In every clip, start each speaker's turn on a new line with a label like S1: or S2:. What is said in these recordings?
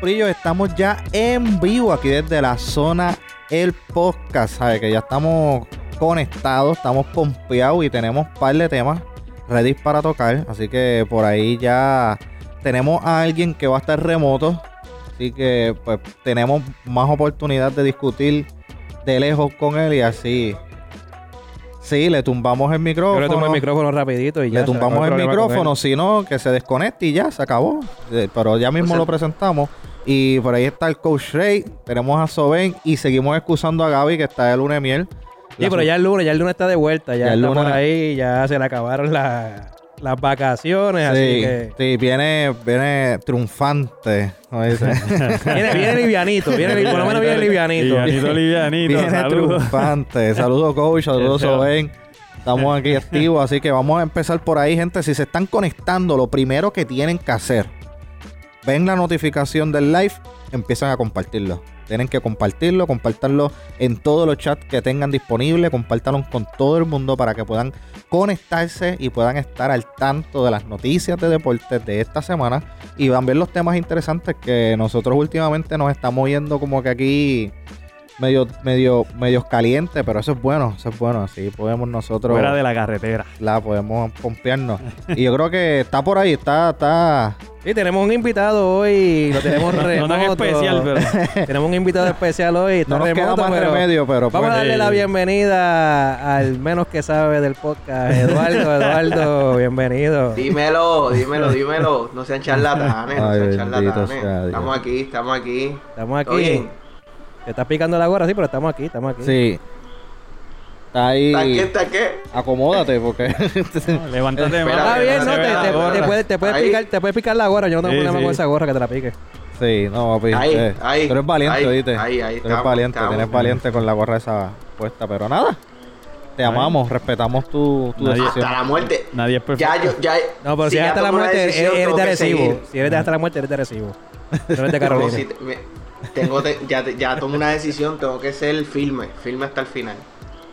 S1: Corillo, estamos ya en vivo aquí desde la zona El Podcast, ¿sabes? Que ya estamos conectados, estamos pompeados y tenemos un par de temas ready para tocar. Así que por ahí ya tenemos a alguien que va a estar remoto. Así que pues tenemos más oportunidad de discutir de lejos con él y así. Sí, le tumbamos el micrófono.
S2: Yo le tumbo el micrófono rapidito y ya.
S1: le
S2: se acabó
S1: tumbamos el
S2: problema con
S1: micrófono,
S2: él.
S1: sino que se desconecte y ya, se acabó. Eh, Pero ya mismo
S2: Pues
S3: O sea-
S1: lo presentamos. Y por ahí está el coach Ray, tenemos a Soben y seguimos excusando a Gaby que está de luna de miel.
S2: Sí, pero ya el lunes, ya el lunes está de vuelta. Ya,
S1: Ya el
S2: está por
S1: lunes-
S2: ahí, ya se le acabaron la- las vacaciones, así
S1: Sí,
S2: que...
S1: sí, viene, viene triunfante. ¿no dice?
S2: Viene, viene livianito, viene, li- por lo menos viene livianito.
S3: Livianito, livianito.
S1: viene
S3: saludos.
S1: triunfante. Saludos, coach. Saludos,
S3: Eso.
S1: Soben. Estamos aquí activos, así que vamos a empezar por ahí, gente. Si se están conectando, lo primero que tienen que hacer, ven la notificación del live, empiezan a compartirlo. Tienen que compartirlo, compartanlo en todos los chats que tengan disponible, compártanlo con todo el mundo para que puedan conectarse y puedan estar al tanto de las noticias de deportes de esta semana y van a ver los temas interesantes que nosotros últimamente nos estamos yendo como que aquí medio, medio, medio caliente, pero eso es bueno, eso es bueno, así podemos nosotros
S3: Fuera de la carretera.
S1: la podemos pompearnos. y yo creo que está por ahí, está, está.
S2: Y tenemos un invitado hoy, lo tenemos
S3: No
S2: remoto.
S3: tan especial, pero.
S2: Tenemos un invitado especial hoy, está
S1: No nos
S2: remoto,
S1: queda más
S2: pero...
S1: remedio, pero
S2: Vamos a
S1: pues,
S2: darle la bienvenida al menos que sabe del podcast, Eduardo. Eduardo, bienvenido.
S4: Dímelo, dímelo, dímelo. No sean charlatanes, no
S1: Ay,
S4: sean
S1: bendito
S4: charlatanes.
S1: sea Dios.
S4: Estamos aquí, estamos aquí.
S2: Estamos
S4: ¿Todo
S2: aquí.
S4: bien?
S2: Te estás picando la gorra, sí, pero estamos aquí, estamos aquí.
S1: sí. Está ahí.
S4: ¿Está qué, está qué?
S1: Acomódate, porque. este
S3: Levántate más.
S2: Está
S4: Espera, Ah,
S2: bien, no,
S4: se
S2: te,
S4: ve la
S2: te- te
S4: gorra.
S2: puedes, te puedes
S4: Ahí.
S2: picar, te puedes picar la gorra. Yo no tengo
S3: Sí,
S2: problema con
S3: sí.
S2: esa gorra que te la pique.
S1: sí, no, papi.
S4: Ahí,
S1: eh,
S4: ahí,
S1: Tú eres valiente,
S4: ahí,
S1: ¿oíste?
S4: ahí, ahí,
S1: Tú eres
S4: estamos,
S1: valiente,
S4: estamos.
S1: tienes valiente con la gorra esa puesta, pero nada. Te
S3: Ay.
S1: amamos, respetamos tu, tu
S3: Nadie-
S1: decisión.
S4: Hasta la muerte.
S3: Nadie es perfecto.
S4: Ya, yo, ya.
S2: No, pero si, es
S4: ya
S2: hasta la
S4: tomo una
S2: muerte, eres-
S4: decisión,
S2: eres
S4: tengo
S2: de
S4: que
S2: Arecibo.
S4: seguir.
S2: Si eres de hasta la muerte, eres de Arecibo. No eres de Carolina.
S4: No, si te- me- tengo te- ya, te- ya tomo una decisión, tengo que ser firme, firme hasta el final.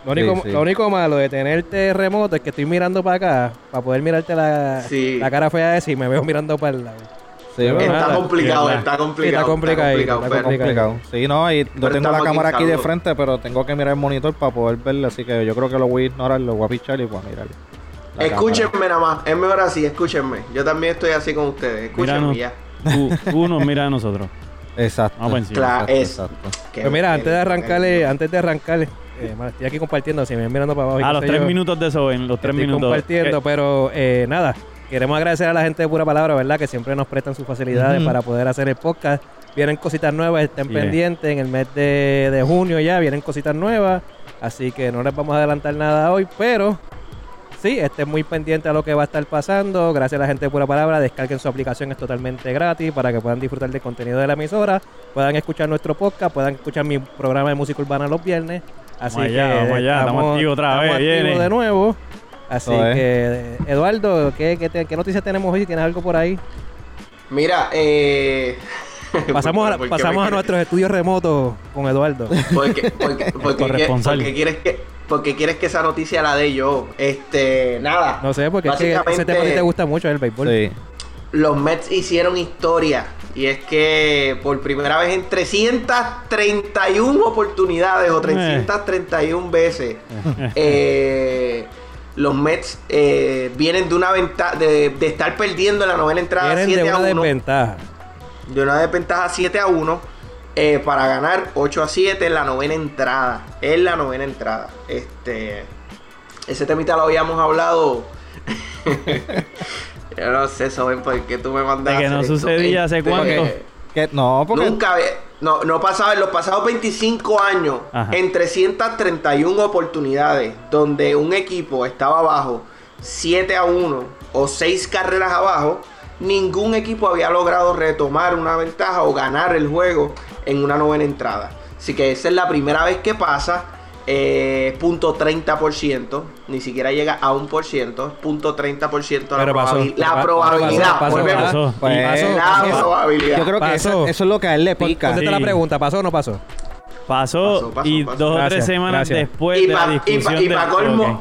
S2: Lo único,
S1: Sí, sí.
S2: lo único malo de tenerte remoto es que estoy mirando para acá, para poder mirarte la,
S4: Sí.
S2: la cara fea esa y me veo mirando para el lado.
S1: Sí, pero-
S4: está,
S3: nada,
S4: complicado,
S3: sí,
S4: está complicado,
S2: está complicadito, está
S4: pero-
S2: complicado.
S1: complicado. Sí, no, y yo
S4: Pero
S1: tengo
S4: estamos
S1: la
S4: aquí,
S1: cámara aquí de
S4: saludos.
S1: frente, pero tengo que mirar el monitor para poder verlo, así que yo creo que lo voy a ignorar, lo voy a pichar y voy a mirar. la cámara.
S4: Escúchenme nada más, es mejor así, escúchenme. Yo también estoy así con ustedes,
S3: Míranos.
S4: escúchenme ya.
S3: Tú, tú nos miras a nosotros.
S1: Exacto.
S3: Vamos por encima.
S4: Claro, es.
S2: Pero Pues mira, antes de arrancarle, antes de arrancarle, eh, mano, estoy aquí compartiendo, si me ven mirando para abajo. y
S3: A
S2: qué
S3: los
S2: sé
S3: tres
S2: yo,
S3: minutos de eso, en los tres
S2: estoy
S3: minutos.
S2: compartiendo, pero eh, nada, queremos agradecer a la gente de Pura Palabra, ¿verdad? Que siempre nos prestan sus facilidades
S1: Ujú.
S2: para poder hacer el podcast. Vienen cositas nuevas, estén
S3: Sí.
S2: pendientes, en el mes de, de junio ya vienen cositas nuevas, así que no les vamos a adelantar nada hoy, pero... Sí, estén muy pendientes a lo que va a estar pasando. Gracias a la gente de Pura Palabra. Descarguen su aplicación, es totalmente gratis para que puedan disfrutar del contenido de la emisora, puedan escuchar nuestro podcast, puedan escuchar mi programa de música urbana los viernes. Así
S3: Vamos allá,
S2: que
S3: vamos allá, estamos activos otra vez,
S2: activos
S3: viene.
S2: de nuevo. Así
S1: Eso es.
S2: que, Eduardo, ¿qué, qué, te- qué noticias tenemos hoy? ¿Tienes algo por ahí?
S4: Mira, eh.
S2: Pasamos, a,
S4: ¿Por qué me
S2: pasamos a
S4: quieres?
S2: nuestros estudios remotos con Eduardo.
S4: Porque, porque, porque,
S3: Corresponsal.
S4: porque quieres que porque quieres que esa noticia la dé yo. Este, nada.
S2: No sé, porque es que ese tema a ti
S4: Básicamente,
S2: te gusta mucho, el béisbol.
S1: Sí.
S4: Los Mets hicieron historia. Y es que por primera vez en 331 oportunidades
S2: Eh.
S4: o 331 veces, eh, los Mets eh, vienen de una ventaja de, de estar perdiendo en la novena entrada
S2: Vienen
S4: 7
S2: de
S4: a
S2: una
S4: 1
S2: desventaja.
S4: de una desventaja 7 a 1 eh, para ganar 8 a 7 en la novena entrada. En la novena entrada. Este, ese temita lo habíamos hablado. Yo no sé, Soben, por qué tú me
S3: De
S4: mandaste.
S3: que no sucedía hace cuánto.
S1: Que- No, porque.
S4: Nunca había- no, no pasaba en los pasados 25 años,
S3: Ajá.
S4: en 331 oportunidades, donde un equipo estaba abajo 7 a 1 o 6 carreras abajo, ningún equipo había logrado retomar una ventaja o ganar el juego en una novena entrada. Así que esa es la primera vez que pasa. Eh, punto 30%, ni siquiera llega a 1%, punto 30% la,
S2: Pero pasó.
S4: probabil- la
S2: Pero pa-
S4: probabilidad.
S2: pasó, pasó,
S4: volvemos.
S3: pasó.
S1: Pues,
S2: Pasó,
S4: La
S2: pasó.
S4: probabilidad.
S1: Yo creo que
S2: Pasó.
S1: eso, eso es lo que a él le
S2: Pon-
S1: pica.
S2: Ponte la
S3: Sí.
S2: pregunta, ¿pasó o no pasó?
S3: Pasó,
S4: Pasó, pasó,
S3: y
S4: pasó.
S3: dos o tres
S2: Gracias,
S3: semanas
S2: gracias.
S3: después
S4: y
S3: de
S4: pa-
S3: la
S4: y pa-
S3: discusión
S4: y pa'
S3: de-
S4: colmo,
S3: Ok.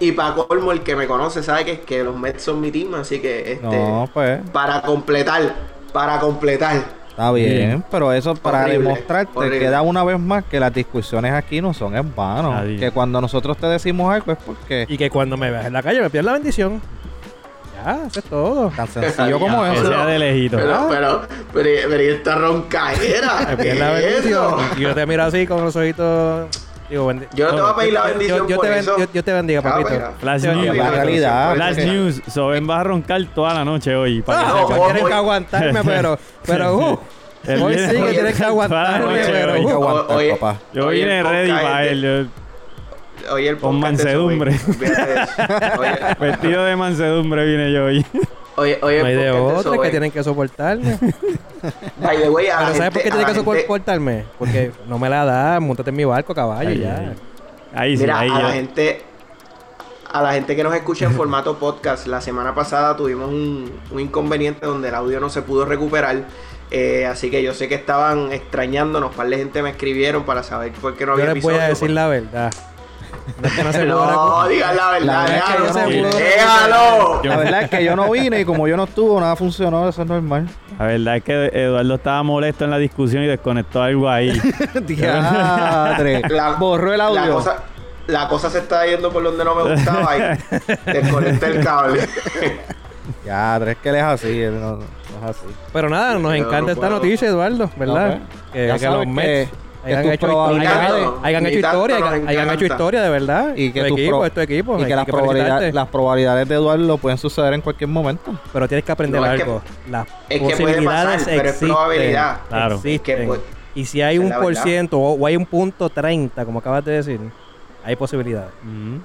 S4: y pa' colmo, el que me conoce sabe que, es que los Mets son mi team, así que este,
S1: No, pues.
S4: para completar, para completar,
S1: Está bien, pero eso para
S4: Horrible,
S1: demostrarte
S4: horrible.
S1: queda una vez más que las discusiones aquí no son en vano.
S3: Nadie.
S1: Que cuando nosotros te decimos algo es porque
S2: Y que cuando me veas en la calle me pidas la bendición. Ya, eso es todo.
S1: tan sencillo como
S3: Que
S1: eso.
S3: sea de lejito.
S4: Pero, pero, pero, pero ¿y esta roncaera?
S2: Me
S4: ¿Qué
S2: pidas la
S4: es eso?
S2: bendición. Y yo te miro así con los ojitos. Digo, bendi-
S4: Yo no te voy a pedir la
S2: Yo-
S4: bendición
S2: yo, yo
S4: por
S2: te ben-
S4: eso.
S2: yo- yo te bendiga,
S4: Ah,
S2: papito.
S4: venga.
S3: Las
S2: Te
S1: Y
S2: bendiga.
S1: es
S3: news.
S1: la realidad.
S3: Las
S1: porque-
S3: news. Soben va a roncar toda la noche hoy. para que
S2: Ah,
S3: se
S4: no,
S3: acuerde.
S4: hoy-
S2: tienes
S4: hoy-
S2: que aguantarme, pero. Pero, uh,
S3: El
S2: hoy
S3: viernes-
S2: sí que tienes que aguantarme,
S3: Noche,
S2: pero.
S1: Hay que
S2: uh.
S1: aguantar,
S4: Oye. este-
S1: papá.
S3: Yo
S4: Hoy
S3: vine
S4: el
S3: ready
S4: podcast
S3: para
S4: es
S3: él. yo-
S4: Oye, el
S3: Con
S4: podcast de
S3: mansedumbre.
S4: Sobe. Olvídate de eso. Oye,
S3: Vestido de mansedumbre vine yo hoy.
S4: Oye, oye,
S2: No hay de
S4: el podcast de
S2: otra que
S4: Sobe.
S2: tienen que soportarme.
S4: By the way, a la
S2: Pero ¿sabes por
S4: gente-
S2: qué tienen
S4: a
S2: que
S4: la gente-
S2: soportarme? Porque no me la da, montate en mi barco, caballo,
S3: Ay,
S2: ya.
S3: ay. Ahí sí,
S4: Mira,
S3: ahí
S4: a la
S3: ya.
S4: gente a la gente que nos escucha en formato podcast, la semana pasada tuvimos un, un inconveniente donde el audio no se pudo recuperar. eh, así que yo sé que estaban extrañándonos, par de gente me escribieron para saber por qué no había
S2: Yo les voy
S4: episodio. pues.
S2: a decir la verdad. No es que no se
S4: No,
S2: pueda-
S4: digan la verdad,
S1: verdad es que
S4: déjalo.
S1: yo se
S3: pudo-
S4: Déjalo.
S3: Yo-
S1: La verdad es que yo no vine y como yo no estuvo, nada funcionó, eso es normal.
S3: La verdad es que Eduardo estaba molesto en la discusión y desconectó algo ahí.
S1: Diadre.
S4: La-
S1: Borró el
S4: La
S1: audio.
S4: cosa, la cosa se está yendo por donde no me gustaba y desconecté el cable.
S1: Diadre, es que él es así, él no, no es así.
S2: Pero nada, nos
S4: Yo
S2: encanta
S4: no
S2: esta
S4: puedo.
S2: noticia, Eduardo, ¿verdad?
S1: No, pues,
S2: que,
S1: ya
S2: que
S1: sabes
S2: los Mets
S1: que- que
S2: hayan
S1: tus
S2: hecho,
S1: probabilidades-
S2: hayan- hayan
S4: Ni
S2: hecho
S4: tanto
S2: historia,
S4: nos
S2: hayan, hayan
S4: encanta.
S2: hecho historia de verdad.
S1: Y que
S2: tu
S1: tus
S2: equipo,
S1: pro-
S2: es tu equipo.
S1: Y
S2: hay
S1: que las
S2: felicitarte.
S1: probabilidades, las probabilidades de Eduardo pueden suceder en cualquier momento.
S2: Pero tienes que aprender
S4: No, es que-
S2: algo. las
S4: es que puede
S2: posibilidades
S4: pasar, pero es
S2: existen.
S4: probabilidad.
S3: Claro.
S2: Existen.
S4: Es que puede-
S2: y si hay
S4: es
S2: un
S4: la
S2: por
S4: verdad.
S2: ciento o, o hay un punto 30, como acabas de decir, hay posibilidades.
S3: Mm.
S2: Eso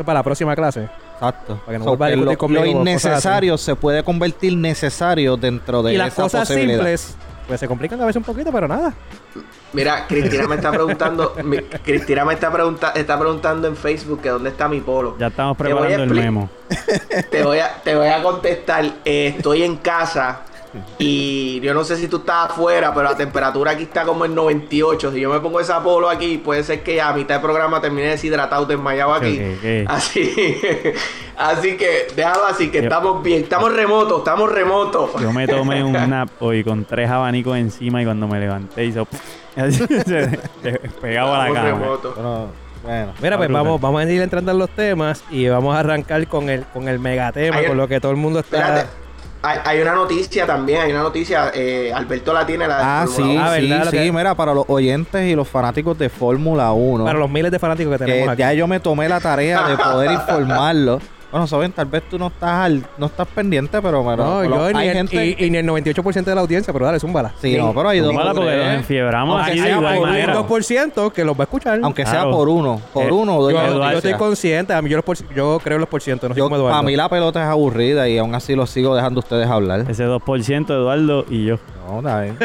S2: es para la próxima clase.
S1: Exacto.
S2: Para que no
S1: So,
S2: vuelva a
S1: que
S2: discutir
S1: lo,
S2: conmigo
S1: lo
S2: cosas
S1: innecesario se puede convertir necesario dentro de
S2: y las
S1: esa
S2: cosas
S1: posibilidad.
S2: simples, pues se complican a veces un poquito, pero nada.
S4: Mira, Cristina me está preguntando, mi- Cristina me está, pregunta, está preguntando en Facebook que dónde está mi polo.
S3: Ya estamos
S4: Te voy a
S3: preparando el
S4: expli-
S3: memo.
S4: Te voy a, te voy a contestar, eh, estoy en casa y yo no sé si tú estás afuera, pero la temperatura aquí está como en 98. Si yo me pongo ese polo aquí, puede ser que a mitad del programa termine deshidratado, desmayado aquí.
S3: Ok, ok.
S4: Así, así que déjalo así, que
S3: Yo-
S4: estamos bien, estamos remotos, estamos remotos.
S3: Yo me tomé un nap hoy con tres abanicos encima y cuando me levanté hizo... así, se pegaba a la
S4: Estamos
S3: cama.
S4: remotos.
S1: Pero, bueno.
S2: Mira, pues
S3: brutal.
S2: vamos, vamos a ir entrando en los temas y vamos a arrancar con el, con el megatema,
S4: Ayer-
S2: con lo que todo el mundo está.
S1: Ah.
S4: Espérate. Hay, hay una noticia también, hay una noticia. eh, Alberto la tiene. La de
S1: Ah,
S4: Fórmula
S1: sí,
S2: Ah,
S1: sí,
S2: ¿verdad? Lo
S1: sí.
S2: que-
S1: Mira, para los oyentes y los fanáticos de Fórmula 1.
S2: Para los miles de fanáticos
S1: que
S2: que tenemos aquí.
S1: ya yo me tomé la tarea de poder informarlo. Bueno, saben, tal vez tú no estás al- no estás pendiente, pero bueno,
S2: No,
S1: lo-
S2: yo ni
S1: hay
S2: el,
S1: gente.
S2: y, y ni el 98% de la audiencia, pero dale, zúmbala.
S1: sí, no, pero hay dos.
S3: Mala porque nos enfiebramos
S2: Aunque
S3: así de
S2: sea
S3: igual
S2: por un
S3: manera.
S2: 2% que los va a escuchar.
S1: Aunque sea
S3: Claro.
S1: por uno, por
S3: Eh,
S1: uno o
S2: yo,
S1: dos.
S2: yo
S3: Eduardo,
S2: estoy consciente, a mí yo, los por, yo creo en los por ciento, no sé cómo Eduardo.
S1: para mí la pelota es aburrida y aún así lo sigo dejando a ustedes hablar.
S3: Ese 2% Eduardo y yo.
S1: No, está bien.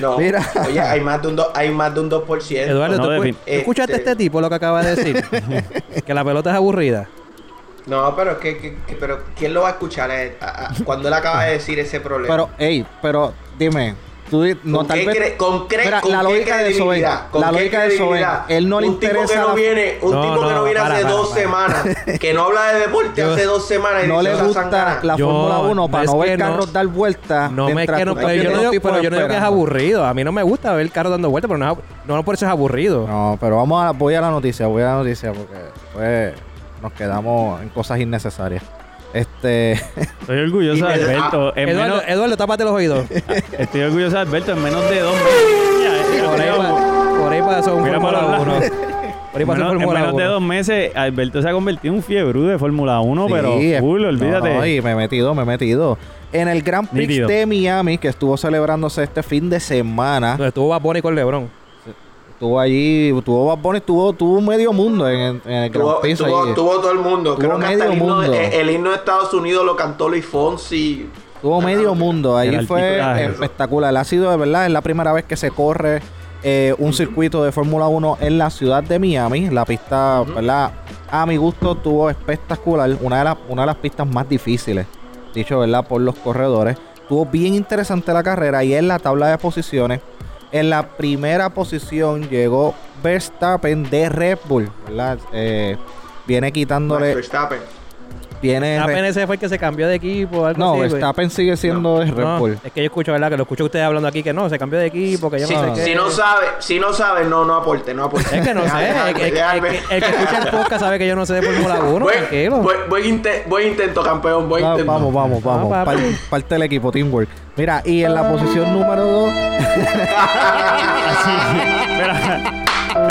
S4: No.
S1: Mira.
S4: Oye, hay más de un, do- hay más de un 2%.
S2: Eduardo,
S3: No,
S2: ¿tú,
S3: defin-
S2: escu- tú escuchaste a
S4: Este-
S2: este tipo lo que acaba de decir? que la pelota es aburrida.
S4: No, pero, es que, que- que- pero ¿quién lo va a escuchar a él? A- a- cuando él acaba de decir ese problema?
S1: Pero, hey, pero dime, tú di- no
S4: ¿Con
S1: tal
S4: qué
S1: vez.
S4: cre- con cre-
S1: Mira,
S4: con
S1: la
S4: qué
S1: lógica de eso, ven.
S4: credibilidad? ¿Con
S1: La
S4: qué
S1: lógica de eso, ven.
S4: credibilidad?
S1: Él no le
S4: un Tipo
S1: interesa
S4: que no
S1: la-
S4: viene, un
S2: No,
S4: tipo que
S2: no,
S4: no viene
S2: para,
S4: hace
S2: para,
S4: dos
S2: para.
S4: semanas, que no habla de deporte
S2: Yo-
S4: hace dos semanas y
S1: No
S4: dice
S1: le
S4: esa
S1: gusta
S4: sangana.
S1: la
S2: Yo-
S1: Fórmula 1 para
S2: no
S1: no
S2: es
S1: ver
S2: que no-
S1: carros dar vueltas.
S2: No me es
S1: mientras
S2: que no,
S1: tú
S2: pero
S1: estás
S2: yo no
S1: viendo
S2: digo,
S1: tipos
S2: pero yo no digo que es
S1: esperando.
S2: aburrido. A mí no me gusta ver el carro dando vueltas, pero no, es abu- no por eso es aburrido.
S1: No, pero vamos a, voy a la noticia, voy a la noticia porque pues, nos quedamos en cosas innecesarias. Este,
S3: Estoy orgulloso de
S4: Y-
S3: Alberto. En
S2: Eduardo,
S3: menos-
S2: Eduardo, tápate los oídos.
S3: estoy orgulloso de Alberto en menos de dos meses. Ya, eh,
S2: por, ahí
S3: creo.
S2: pa- por ahí pasó un
S3: Mira para
S2: Fórmula
S3: la-
S2: 1. Por ahí
S3: En
S2: pasó
S3: menos,
S2: un
S3: en
S2: Fórmula
S3: menos de
S2: 1.
S3: dos meses, Alberto se ha convertido en un fiebrú de Fórmula 1, pero
S1: sí, es-
S3: full, olvídate.
S1: no, y me he metido, me he metido. En el Grand Prix
S3: Nítido.
S1: de Miami, que estuvo celebrándose este fin de semana,
S2: Donde estuvo Bad Bunny con Lebron.
S1: estuvo allí, tuvo Bad Bunny, tuvo, tuvo medio mundo en, en el Grand
S4: Tuvo,
S1: Prix.
S4: tuvo-
S1: allí.
S4: tuvo todo el mundo.
S1: Tuvo
S4: Creo que hasta el
S1: medio
S4: himno,
S1: mundo.
S4: de- el himno de Estados Unidos lo cantó Luis Fonsi.
S1: Tuvo medio mundo, ahí
S3: El
S1: fue eh,
S3: arbitraje.
S1: espectacular. Ha sido de verdad, es la primera vez que se corre eh, un circuito de Fórmula 1 en la ciudad de Miami. La pista, ¿verdad? A mi gusto estuvo espectacular, una de, las, una de las pistas más difíciles, dicho, ¿verdad? Por los corredores. Estuvo bien interesante la carrera y en la tabla de posiciones. En la primera posición llegó Verstappen de Red Bull, ¿verdad? Eh, viene quitándole
S4: Max Verstappen.
S1: Tiene.
S2: Stappen
S1: re-
S2: ese fue el que se cambió de equipo. Algo así,
S1: No,
S2: güey.
S1: Stappen sigue siendo es Red
S2: No,
S1: Bull.
S2: es que yo escucho, ¿verdad? Que lo escucho ustedes hablando aquí que no, se cambió de equipo, que yo
S4: Si,
S2: no sé
S4: si
S2: qué.
S4: no sabe, si no sabe, no, no aporte, no aporte.
S2: Es que no sé.
S4: Déjame,
S2: es- es-
S4: déjame.
S2: es que- el que escucha el podcast sabe que yo no sé de Fórmula 1,
S4: Buen,
S2: tranquilo.
S4: buen- buen inte- buen intento, campeón, buen
S1: Va-
S4: intento.
S1: vamos, vamos, vamos.
S2: Ah, papi. Ah.
S1: Par- parte del equipo, teamwork. Mira, y en la posición número 2,
S3: Así. Mira,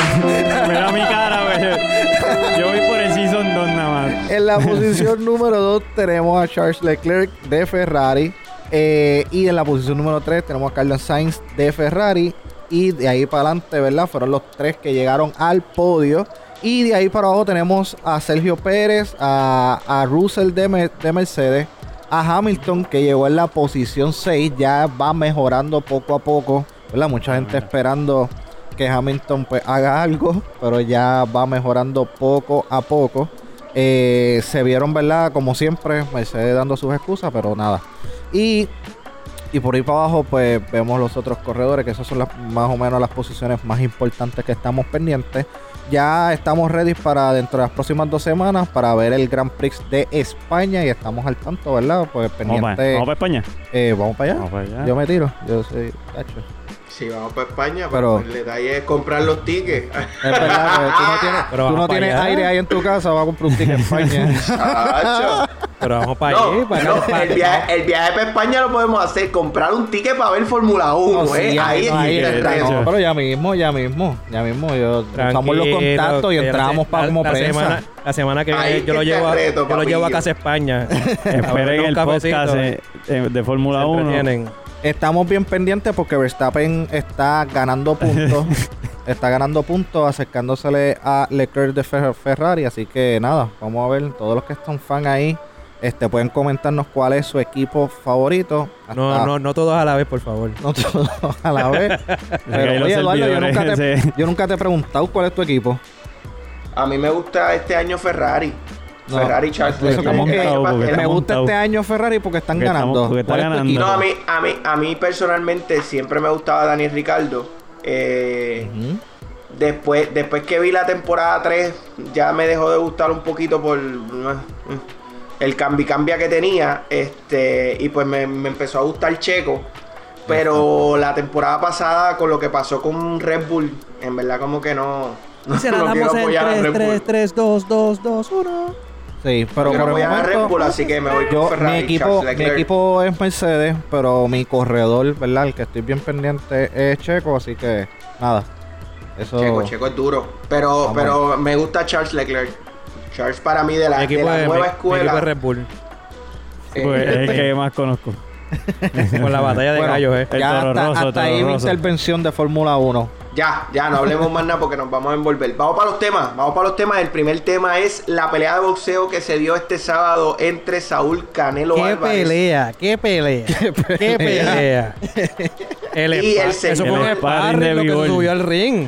S3: mira mi cara, güey. Yo voy por el Season 2 nada más.
S1: en la posición número 2 tenemos a Charles Leclerc de Ferrari. Eh, y en la posición número 3 tenemos a Carlos Sainz de Ferrari. Y de ahí para adelante, ¿verdad? Fueron los tres que llegaron al podio. Y de ahí para abajo tenemos a Sergio Pérez, a, a Russell de, Me- de Mercedes, a Hamilton que llegó en la posición 6. Ya va mejorando poco a poco. ¿verdad? Mucha gente
S3: mira.
S1: esperando que Hamilton pues, haga algo, pero ya va mejorando poco a poco. Eh, se vieron, ¿verdad? Como siempre, Mercedes dando sus excusas, pero nada. Y, y por ahí para abajo, pues vemos los otros corredores, que esas son las, más o menos las posiciones más importantes que estamos pendientes. Ya estamos ready para dentro de las próximas dos semanas para ver el Grand Prix de España y estamos al tanto, ¿verdad? Pues
S3: Vamos para,
S1: pendiente.
S3: vamos pa' España.
S1: eh, vamos para allá.
S3: Vamos para allá.
S1: Yo me tiro, yo soy tacho.
S4: Sí, vamos para España, pues,
S1: Pero-
S4: pero el detalle es comprar los tickets.
S1: Es verdad, porque tú no tienes,
S2: Ah. Pero
S1: tú
S2: vamos
S1: no
S2: pa'
S1: tienes
S2: allá.
S1: aire ahí en tu casa, vas a comprar un ticket en España.
S4: Chacho.
S2: Pero vamos para
S4: No,
S2: allí, para
S4: no,
S2: acá. para-
S4: el, viaje, el viaje para España lo podemos hacer, comprar un ticket para ver Fórmula
S2: Uh,
S4: 1,
S1: No,
S4: ¿eh?
S1: sí,
S4: ahí
S1: no, ahí
S4: está
S1: está,
S4: el
S3: ahí
S4: reto.
S1: no,
S3: está.
S1: pero ya mismo, ya mismo, ya mismo. Yo
S2: Tranquilo,
S1: usamos los contactos y
S2: que la
S1: entramos
S2: se-
S1: para
S2: la-
S1: como
S2: la
S1: prensa.
S2: Semana, la semana que
S4: Ahí
S2: viene yo
S4: que
S2: lo,
S4: está
S2: llevo a,
S4: el reto,
S2: yo lo llevo a
S4: papillo.
S2: casa España.
S3: Esperen el podcast eh, eh, de Fórmula 1.
S1: Estamos bien pendientes porque Verstappen está ganando puntos. está ganando puntos, acercándosele a Leclerc de Fer- Ferrari. Así que nada, vamos a ver. Todos los que están fan ahí, este, pueden comentarnos cuál es su equipo favorito.
S2: No,
S1: Hasta-
S2: no, no todos a la vez, por favor.
S1: No todos a la vez. Pero,
S3: Ahí los
S1: oye, Eduardo, yo
S3: servidores,
S1: nunca, te,
S3: sí.
S1: yo nunca te he preguntado cuál es tu equipo.
S4: A mí me gusta este año Ferrari.
S1: No,
S4: Ferrari Charles
S1: eso
S4: Leclerc.
S1: como
S4: Eh,
S1: que-
S4: va-
S3: porque
S4: eh,
S1: Me
S3: Estamos
S1: gusta
S3: montados.
S1: este año Ferrari porque están
S3: Porque estamos-
S1: ganando.
S3: porque está
S1: ¿Cuál es tu
S3: ganando.
S1: equipo?
S4: No, a mí, a, mí, a mí personalmente siempre me gustaba Dani Ricardo. Eh,
S1: Ujú.
S4: después, después que vi la temporada 3, ya me dejó de gustar un poquito por eh, el cambi cambia que tenía. Este, y pues me, me empezó a gustar Checo. Pero la temporada pasada, con lo que pasó con Red Bull, en verdad como que no. No,
S2: Se
S4: no
S2: la
S4: quiero
S2: damos en
S4: apoyar a
S2: 3,
S4: Red
S2: 3,
S4: Bull.
S2: 3, 2, 2, 2, 1.
S1: Sí, pero por
S4: No quiero
S1: el
S4: apoyar a Red
S1: momento-
S4: Bull, así que me voy
S1: Yo,
S4: con Ferrari.
S1: mi, equipo,
S4: Charles
S1: mi
S4: Leclerc.
S1: equipo es Mercedes, pero mi corredor, ¿verdad? El que estoy bien pendiente es Checo, así que nada. Eso.
S4: Checo, Checo es duro. Pero,
S1: Vamos.
S4: pero me gusta Charles Leclerc. Charles para mí de la,
S2: Mi
S4: de
S2: equipo
S4: la
S2: es mi-
S4: nueva
S2: mi equipo es
S4: escuela.
S2: Red Bull.
S4: eh,
S3: Pues es el
S4: este,
S3: que más conozco.
S2: Con la batalla de
S1: Bueno,
S2: gallos, eh.
S3: El
S1: ya
S3: Toro
S1: hasta,
S3: Rosso,
S1: hasta
S3: Toro
S1: ahí mi
S3: Rosso.
S1: intervención de Fórmula 1.
S4: Ya, ya, no hablemos más nada porque nos vamos a envolver. Vamos para los temas, vamos para los temas. El primer tema es la pelea de boxeo que se dio este sábado entre Saúl Canelo
S2: ¡Qué
S4: Álvarez.
S2: pelea! ¡Qué pelea! ¡Qué pelea! El
S4: Y
S2: espa-
S4: el
S2: eso fue
S4: señor-
S2: un
S4: El
S3: sparring de
S2: sparring lo que se
S3: Bigol.
S2: subió al ring.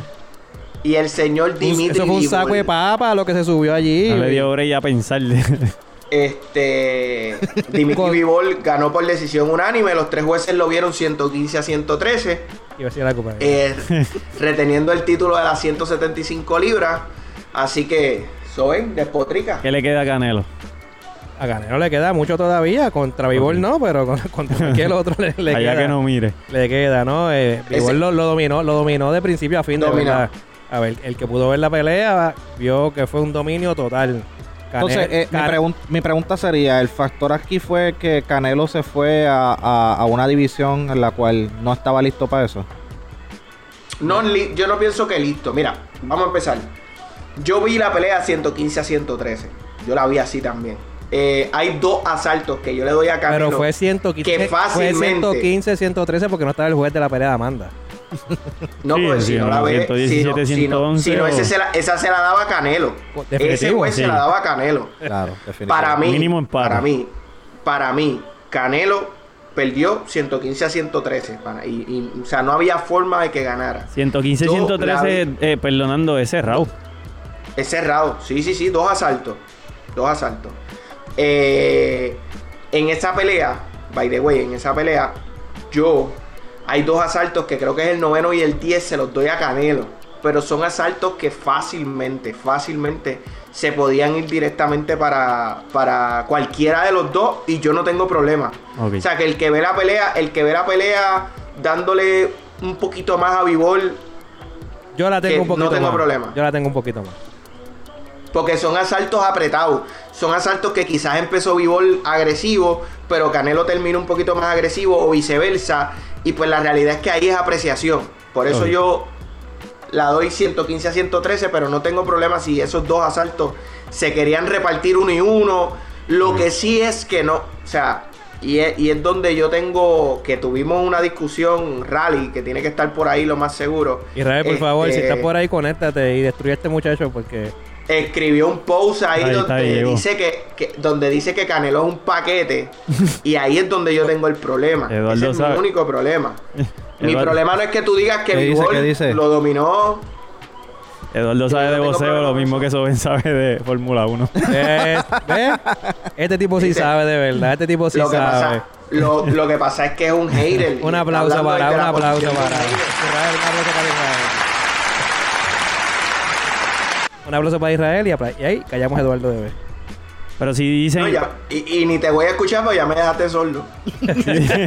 S4: Y el señor Dimitri
S2: eso fue un saco
S4: Bivol,
S2: de papa lo que se subió allí.
S3: No le dio break a pensarle.
S4: Este Dimitri
S2: Con-
S4: Bivol ganó por decisión unánime. Los tres jueces lo vieron 115 a 113.
S2: Iba a decir algo, pero-
S4: eh, reteniendo el título de las 175 libras. Así que, Soben, despotrica.
S3: ¿Qué le queda a Canelo?
S2: A Ganero le queda mucho todavía. Contra Bigol no, pero con- contra cualquier otro le, le
S3: Allá
S2: queda.
S3: que no mire.
S2: Le queda, ¿no? Eh, Bigol
S4: Ese-
S2: lo, lo dominó, lo dominó de principio a fin de
S4: Dominó.
S2: verdad. A ver, el que pudo ver la pelea vio que fue un dominio total. Canelo-
S1: Entonces, eh, mi,
S2: Can-
S1: pregun- mi pregunta sería: el factor aquí fue que Canelo se fue a, a- a una división en la cual no estaba listo para eso.
S4: No, li- yo no pienso que listo. Mira, vamos a empezar. Yo vi la pelea 115 a 113. Yo la vi así también. Eh, hay dos asaltos que yo le doy a Canelo.
S2: pero fue 115.
S4: que fácilmente-
S2: Fue 115, 113 porque no estaba el juez de la pelea de Amanda.
S4: No,
S3: Sí,
S4: pues
S3: sí,
S4: si no
S3: no,
S4: la ve.
S3: 117,
S4: si no, si no, si no,
S3: 111
S4: ese se la- esa se la daba Canelo.
S2: Definitivo,
S4: ese juez
S3: sí.
S4: se la daba Canelo.
S1: Claro, definitivamente.
S4: Para mí,
S3: Mínimo empate.
S4: para mí, para mí, Canelo perdió 115 a 113. pana, y, y, o sea, no había forma de que ganara.
S3: 115,
S4: Yo,
S3: 113, eh, perdonando, ese Raúl.
S4: Es cerrado. Sí, sí, sí. Dos asaltos. Dos asaltos. Eh, en esa pelea, by the way, en esa pelea, yo hay dos asaltos que creo que es el noveno y el 10, se los doy a Canelo. pero son asaltos que fácilmente, fácilmente se podían ir directamente para, para cualquiera de los dos y yo no tengo problema.
S3: Ok.
S4: O sea, que el que ve la pelea, el que ve la pelea dándole un poquito más a Vivol,
S2: Yo la tengo
S4: Que
S2: un poquito
S4: no tengo
S2: más.
S4: problema.
S2: Yo la tengo un poquito más.
S4: porque son asaltos apretados, son asaltos que quizás empezó Vivol agresivo, pero Canelo termina un poquito más agresivo o viceversa, y pues la realidad es que ahí es apreciación. Por eso
S3: Ok.
S4: yo la doy 115 a 113, pero no tengo problema si esos dos asaltos se querían repartir uno y uno. Lo que sí es que no, o sea, y es, y es donde yo tengo que tuvimos una discusión rally que tiene que estar por ahí lo más seguro.
S2: Israel, por favor, si
S4: Este,
S2: estás por ahí, conéctate y destruye a este muchacho porque
S4: escribió un post ahí,
S3: Ahí está, ahí
S4: donde,
S3: llegó.
S4: dice que, que- donde dice que Canelo es un paquete y ahí es donde yo tengo el problema.
S3: Eduardo
S4: Ese es
S3: sabe.
S4: mi único problema. Mi
S3: Eduardo-
S4: problema no es que tú digas que
S1: ¿Qué dice,
S4: Bivol
S1: qué dice?
S4: lo dominó.
S3: Eduardo sabe
S4: Yo
S3: de
S4: tengo
S3: boxeo lo
S4: problemas.
S3: mismo que Soben sabe de Fórmula 1.
S2: Eh, ¿ves? Este tipo sí
S4: Dice,
S2: sabe, de verdad. Este tipo sí
S4: lo, que
S2: sabe.
S4: pasa, lo, lo que pasa es que es un hater.
S2: Un
S4: Y
S2: aplauso
S4: hablando
S2: para,
S4: ahí de
S2: un
S4: la
S2: aplauso
S4: posición de
S2: para.
S4: un hater.
S2: Israel, un aplauso para Israel. Un aplauso para Israel y, apla- y ahí callamos a Eduardo Debe.
S3: Pero si dicen.
S4: No, ya- y, y ni te voy a escuchar porque ya me dejaste sordo.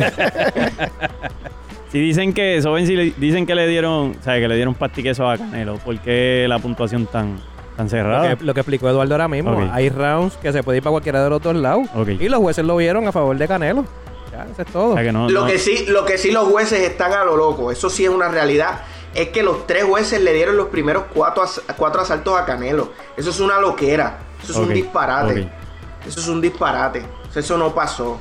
S3: Si dicen que Soben si le- dicen que le dieron, o sea, que le dieron pastiqueso a Canelo, ¿por qué la puntuación tan tan
S2: Lo
S3: cerrada?
S2: que, lo que explicó Eduardo ahora mismo.
S3: Ah. Ok.
S2: Hay rounds que se puede ir para cualquiera de los dos lados.
S3: Ok.
S2: Y los jueces lo vieron a favor de Canelo. Ya, eso es todo.
S3: O sea, que no,
S4: Lo
S3: no-
S4: que sí, lo que sí los jueces están a lo loco, eso sí es una realidad. Es que los tres jueces le dieron los primeros cuatro, as- cuatro asaltos a Canelo. Eso es una loquera. Eso es
S3: Ok,
S4: un disparate.
S3: ok.
S4: Eso es un disparate. O sea, Eso no pasó.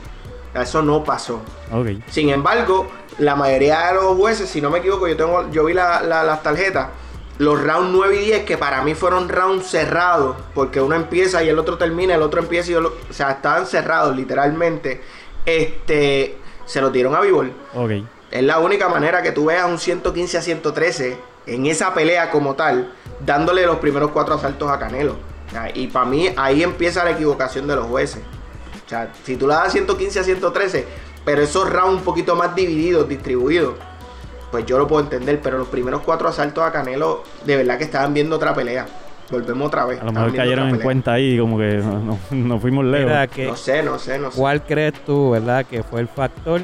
S4: Eso no pasó.
S3: Ok.
S4: Sin embargo, la mayoría de los jueces, si no me equivoco, yo tengo, yo vi la- la- las tarjetas, los rounds 9 y 10, que para mí fueron rounds cerrados, porque uno empieza y el otro termina, el otro empieza y yo lo- o sea, estaban cerrados literalmente. Este, se lo dieron a Vivol.
S3: Ok.
S4: Es la única manera que tú veas un 115 a 113 en esa pelea como tal, dándole los primeros cuatro asaltos a Canelo. O sea, Y para mí ahí empieza la equivocación de los jueces. O sea, si tú la das 115 a 113, pero esos rounds un poquito más divididos, distribuidos, pues yo lo puedo entender. Pero los primeros cuatro asaltos a Canelo, de verdad que estaban viendo otra pelea. Volvemos otra vez.
S3: A lo
S4: estaban
S3: mejor
S4: viendo
S3: cayeron
S4: Ah, otra
S3: en
S4: pelea.
S3: cuenta ahí, como que no, no- no fuimos lejos.
S2: Mira, que-
S4: No sé, no sé, no sé.
S2: ¿Cuál crees tú, verdad, que fue el factor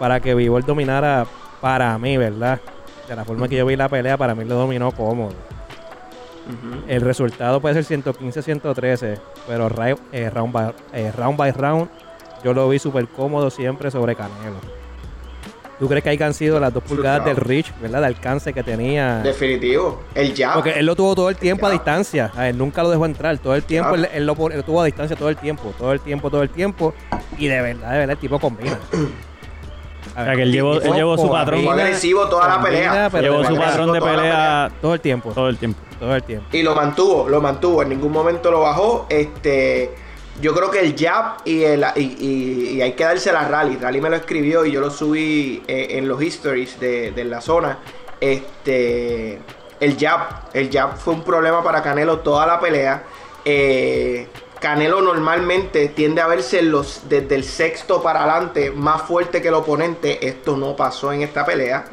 S2: para que Vivol dominara para mí, verdad? De la forma que yo vi la pelea, para mí lo dominó cómodo.
S4: Ujú.
S2: El resultado puede ser 115-113, pero ra- eh, round, by, eh, round by round yo lo vi súper cómodo siempre sobre Canelo. ¿Tú crees que hayan sido las dos pulgadas
S4: claro.
S2: del reach, verdad, de alcance que tenía?
S4: Definitivo. El jab.
S2: Porque él lo tuvo todo el tiempo a
S4: Ya.
S2: distancia. A él nunca lo dejó entrar. Todo el tiempo
S4: Ya.
S2: él, él lo, po- él lo tuvo a distancia todo el tiempo. Todo el tiempo, todo el tiempo. Y de verdad, de verdad, el tipo combina. A
S3: O sea, que él llevó-
S2: tipo
S3: él llevó su
S2: combina,
S3: patrón.
S4: Fue agresivo toda la
S2: combina,
S4: pelea.
S2: pero
S3: Llevó
S2: de
S3: su
S2: verdad,
S3: patrón de
S4: toda la
S3: pelea
S2: Todo el tiempo.
S3: todo el tiempo.
S2: Todo el tiempo.
S4: Y lo mantuvo, lo mantuvo, en ningún momento lo bajó. Este, yo creo que el jab y, el, y, y- y hay que darse la rally. Rally me lo escribió y yo lo subí eh, en los histories de, de la zona. Este, el jab, el jab fue un problema para Canelo toda la pelea. Eh, Canelo normalmente tiende a verse los, desde el sexto para adelante más fuerte que el oponente. Esto no pasó en esta pelea.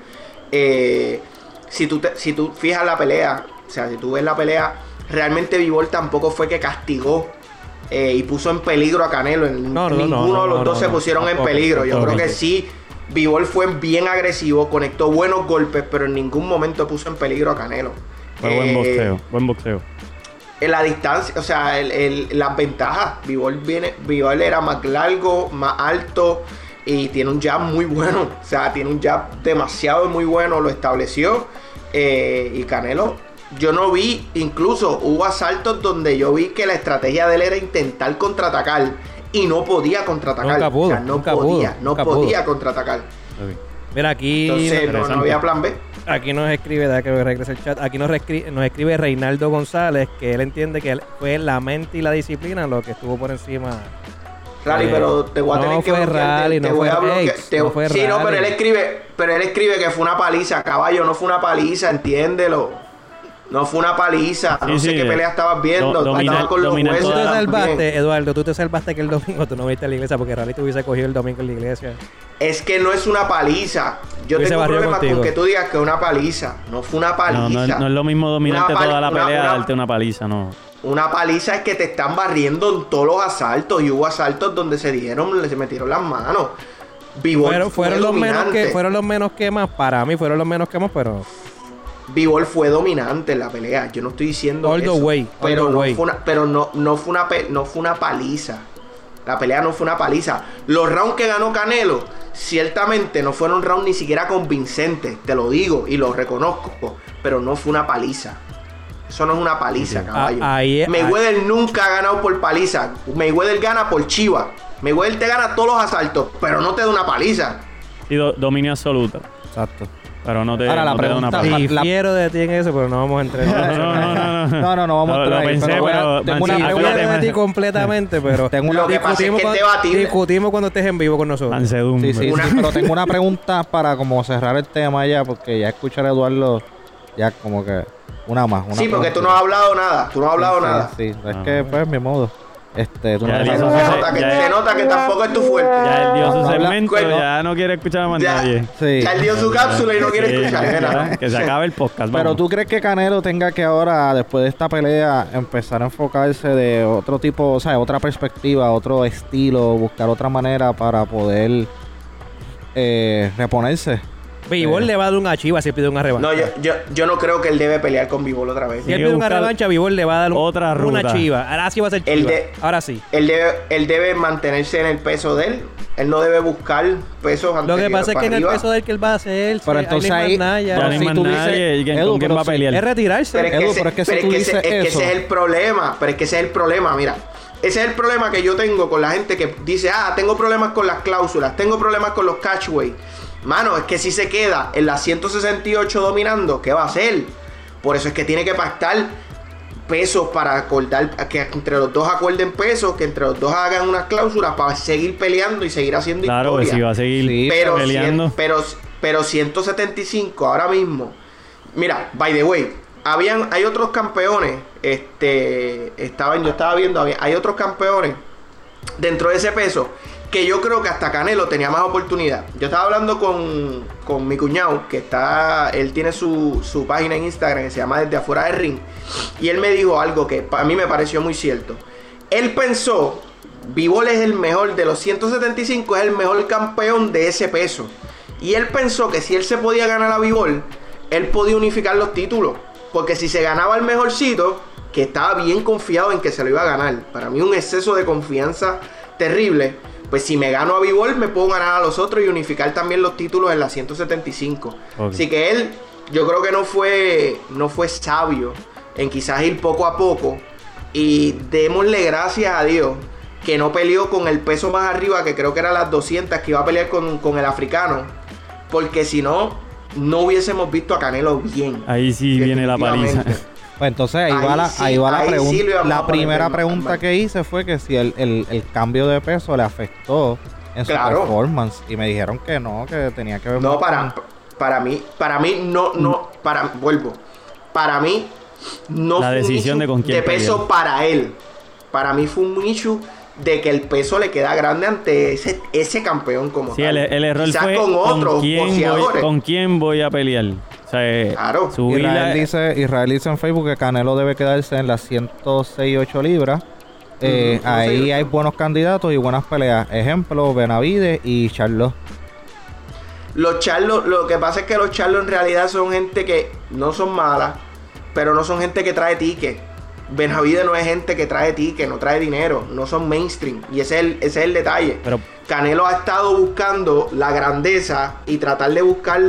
S4: Eh, si, tú te- si tú fijas la pelea, o sea, si tú ves la pelea, realmente Vivol tampoco fue que castigó eh, y puso en peligro a Canelo. En,
S2: No, no, no,
S4: ninguno
S2: no,
S4: de los
S2: no,
S4: dos
S2: no,
S4: se
S2: no,
S4: pusieron en
S2: tampoco,
S4: peligro. Yo
S2: tampoco.
S4: creo que sí, Vivol fue bien agresivo, conectó buenos golpes, pero en ningún momento puso en peligro a Canelo.
S3: Fue buen
S4: Eh,
S3: boxeo, buen boxeo.
S4: en la distancia, o sea, el- el- las ventajas. Vivol viene, Vivol era más largo, más alto y tiene un jab muy bueno. O sea, tiene un jab demasiado muy bueno, lo estableció. Eh, y Canelo, yo no vi, incluso hubo asaltos donde yo vi que la estrategia de él era intentar contraatacar y no podía contraatacar.
S2: Nunca pudo,
S4: o sea, no
S2: nunca pudo,
S4: podía, no
S2: nunca
S4: podía contraatacar.
S3: Ok.
S2: Mira, aquí,
S4: Entonces, no, no
S3: interesante.
S4: había plan B.
S2: aquí nos escribe, deja que regrese el chat. Aquí nos, rescri- nos escribe Reinaldo González, que él entiende que él- fue la mente y la disciplina lo que estuvo por encima.
S4: Rally,
S2: Eh,
S4: pero te voy a
S2: no
S4: tener que
S2: fue
S4: bloquear,
S2: rally,
S4: te-
S2: no
S4: te voy
S2: fue
S4: a bloquear,
S2: rakes,
S4: te-
S2: no fue
S4: Sí, no, pero él
S2: rally.
S4: escribe, pero él escribe que fue una paliza, caballo, no fue una paliza, entiéndelo. No fue una paliza. No
S3: Sí,
S4: sé
S3: sí,
S4: qué
S3: eh.
S4: pelea estabas viendo.
S3: Do- dominar-
S4: estabas con los
S3: dominar
S4: jueces
S2: Tú te
S3: toda la-
S4: también.
S2: salvaste, Eduardo, tú te salvaste que el domingo tú no viste a la iglesia porque Rally te hubiese cogido el domingo en la iglesia.
S4: Es que no es una paliza. Yo
S2: Hubiese
S4: tengo
S2: barrido
S4: problemas
S2: contigo.
S4: con que tú digas que es una paliza. No fue una
S3: No, no,
S4: paliza.
S3: no es lo mismo dominarte
S4: Una pali-
S3: toda la
S4: una-
S3: pelea,
S4: una-
S3: darte una paliza, no.
S4: Una paliza es que te están barriendo en todos los asaltos. Y hubo asaltos donde se dieron, se metieron las manos. Bivol
S2: Fueron,
S4: fue
S2: fueron los menos que,
S4: dominante.
S2: fueron los menos que más, para mí fueron los menos que más, pero
S4: Bivol fue dominante en la pelea. Yo no estoy diciendo
S2: All the
S4: eso.
S2: way, all
S4: pero
S2: the
S4: no
S2: way.
S4: fue una, pero no, no fue una pe- no fue una paliza. La pelea no fue una paliza. Los rounds que ganó Canelo ciertamente no fueron rounds ni siquiera convincentes, te lo digo y lo reconozco, pero no fue una paliza. Eso no es una paliza, caballo.
S2: Ah, ahí es-
S4: Mayweather nunca ha ganado por paliza. Mayweather gana por chiva. Mayweather te gana todos los asaltos, pero no te da una paliza.
S3: Sí, do- dominio absoluto.
S1: Exacto.
S3: Pero no te,
S1: Ahora la
S3: no te da una
S1: pregunta-
S3: paliza.
S1: la-
S2: difiero de ti en eso, pero no vamos a entrar en
S3: No,
S2: eso.
S3: no, no, no, no.
S1: No, no, no, vamos a
S3: Lo-
S1: entrar
S3: Lo
S1: ahí,
S3: pensé,
S1: pero voy a-
S3: pero...
S1: tengo
S3: Mansi,
S1: una
S2: Difiero
S1: pregunta
S2: de
S3: acuérdate,
S2: ti completamente, pero
S1: Tengo una
S4: Lo que pasa es que es
S2: cuando,
S4: debatible.
S2: discutimos cuando estés en vivo con nosotros.
S3: Mansedumbre.
S1: Sí, sí, sí,
S4: Una-
S1: pero tengo una pregunta para como cerrar el tema ya, porque ya escuchar a Eduardo, ya como que una más. Una
S4: sí, porque tú no has
S1: pregunta.
S4: hablado nada. Tú no has hablado
S1: Sí,
S4: nada.
S1: Sí, es
S3: Ah.
S1: que pues mi modo. Este, tú
S3: Ya,
S1: no
S4: Se
S3: Lizo,
S1: sabes-
S3: Entonces,
S4: nota que-
S3: ya
S4: se
S3: es-
S4: nota que tampoco es tu fuerte.
S3: Ya él dio
S1: No
S3: su
S1: habla-
S3: segmento,
S4: Cuelga.
S3: ya no quiere escuchar a más
S4: Ya.
S3: nadie.
S1: Sí.
S4: Ya él dio su cápsula y no quiere
S3: Sí,
S4: escuchar.
S3: ya,
S4: ¿verdad?
S3: Que se acabe el podcast,
S1: Pero
S3: Pues vamos.
S1: tú crees que Canelo tenga que ahora, después de esta pelea, empezar a enfocarse de otro tipo, o sea, otra perspectiva, otro estilo, buscar otra manera para poder eh, reponerse.
S2: Vivol
S1: Sí.
S2: le va a dar una chiva si pide una revancha.
S4: No, yo, yo, yo no creo que él debe pelear con Bivol otra vez.
S2: Si él
S3: Tiene que
S2: pide una
S3: buscar
S2: revancha, Vivol le va a dar un-
S3: otra
S2: una
S3: ruta.
S2: chiva. Ahora sí va a ser
S4: El
S2: chiva.
S4: de-
S2: Ahora sí.
S4: Él debe, él debe mantenerse en el peso de él. Él no debe buscar pesos
S2: Lo que pasa es que en el peso
S4: de
S2: del que él va a hacer,
S1: Pero entonces ahí-
S3: Ya
S1: pero
S3: no hay
S1: si
S3: más
S1: tú dices-
S3: nadie. ¿y quién-
S1: Edu,
S3: ¿Con quién
S1: pero
S3: va a
S1: si-
S3: pelear?
S2: es
S4: pero
S2: retirarse.
S4: es que,
S1: Edu,
S4: ese,
S1: pero es que si
S4: pero es
S1: tú
S4: que ese-
S1: dices
S4: es que ese
S1: eso-
S4: es el problema. Pero es que ese es el problema, mira. Ese es el problema que yo tengo con la gente que dice, ah, tengo problemas con las cláusulas, tengo problemas con los catchway. Mano, es que si se queda en las 168 dominando, ¿qué va a hacer? Por eso es que tiene que pactar pesos para acordar, que entre los dos acuerden pesos, que entre los dos hagan unas cláusulas para seguir peleando y seguir haciendo
S3: Claro, que
S4: historia.
S3: si va a seguir
S1: Sí,
S4: pero,
S3: peleando.
S4: cien- pero, pero 175 ahora mismo. Mira, by the way, habían, hay otros campeones. Este, estaban, yo estaba viendo, había- hay otros campeones dentro de ese peso que yo creo que hasta Canelo tenía más oportunidad. Yo estaba hablando con, con mi cuñado, que está, él tiene su, su página en Instagram que se llama Desde Afuera del Ring, y él me dijo algo que a mí me pareció muy cierto. Él pensó, Bivol es el mejor de los 175, es el mejor campeón de ese peso. Y él pensó que si él se podía ganar a Bivol, él podía unificar los títulos. Porque si se ganaba el mejorcito, que estaba bien confiado en que se lo iba a ganar. Para mí un exceso de confianza terrible. Pues si me gano a Bivol, me puedo ganar a los otros y unificar también los títulos en la 175.
S3: Ok.
S4: Así que él, yo creo que no fue, no fue sabio en quizás ir poco a poco. Y démosle gracias a Dios que no peleó con el peso más arriba, que creo que era las 200, que iba a pelear con, con el africano. Porque si no, no hubiésemos visto a Canelo bien.
S3: Ahí sí viene la paliza.
S4: Definitivamente.
S1: Pues entonces ahí,
S4: Ahí
S1: va la,
S4: sí,
S1: ahí va la
S4: ahí sí
S1: pregunta.
S4: lo íbamos a
S1: la
S4: poner
S1: primera
S4: mal,
S1: pregunta
S4: mal.
S1: que hice fue que si el, el- el cambio de peso le afectó en su
S4: Claro.
S1: performance. Y me dijeron que no, que tenía que ver
S4: No,
S1: más
S4: para,
S1: con-
S4: para mí, para mí, no, no, para, vuelvo. Para mí, no
S3: La
S4: fue un
S3: decisión
S4: issue
S3: de con quién pelear.
S4: peso para él. Para mí fue un issue de que el peso le queda grande ante ese, ese campeón como
S3: Sí,
S4: tal.
S3: el, el error
S4: Quizás
S3: fue
S4: con otros
S3: quién voy,
S4: boxeadores.
S3: con quién voy a pelear. O sea, eh,
S4: Claro.
S3: subí
S1: Israel,
S3: la-
S1: dice, Israel dice en Facebook que Canelo debe quedarse en las 168 libras. Eh,
S4: Ujú,
S1: ahí
S4: 168.
S1: hay buenos candidatos y buenas peleas. Ejemplo, Benavides y Charlo.
S4: Los charlos, lo que pasa es que los charlos en realidad son gente que no son malas, pero no son gente que trae ticket. Benavide no es gente que trae ticket, no trae dinero, no son mainstream. Y ese es el, ese es el detalle.
S3: Pero
S4: Canelo ha estado buscando la grandeza y tratar de buscar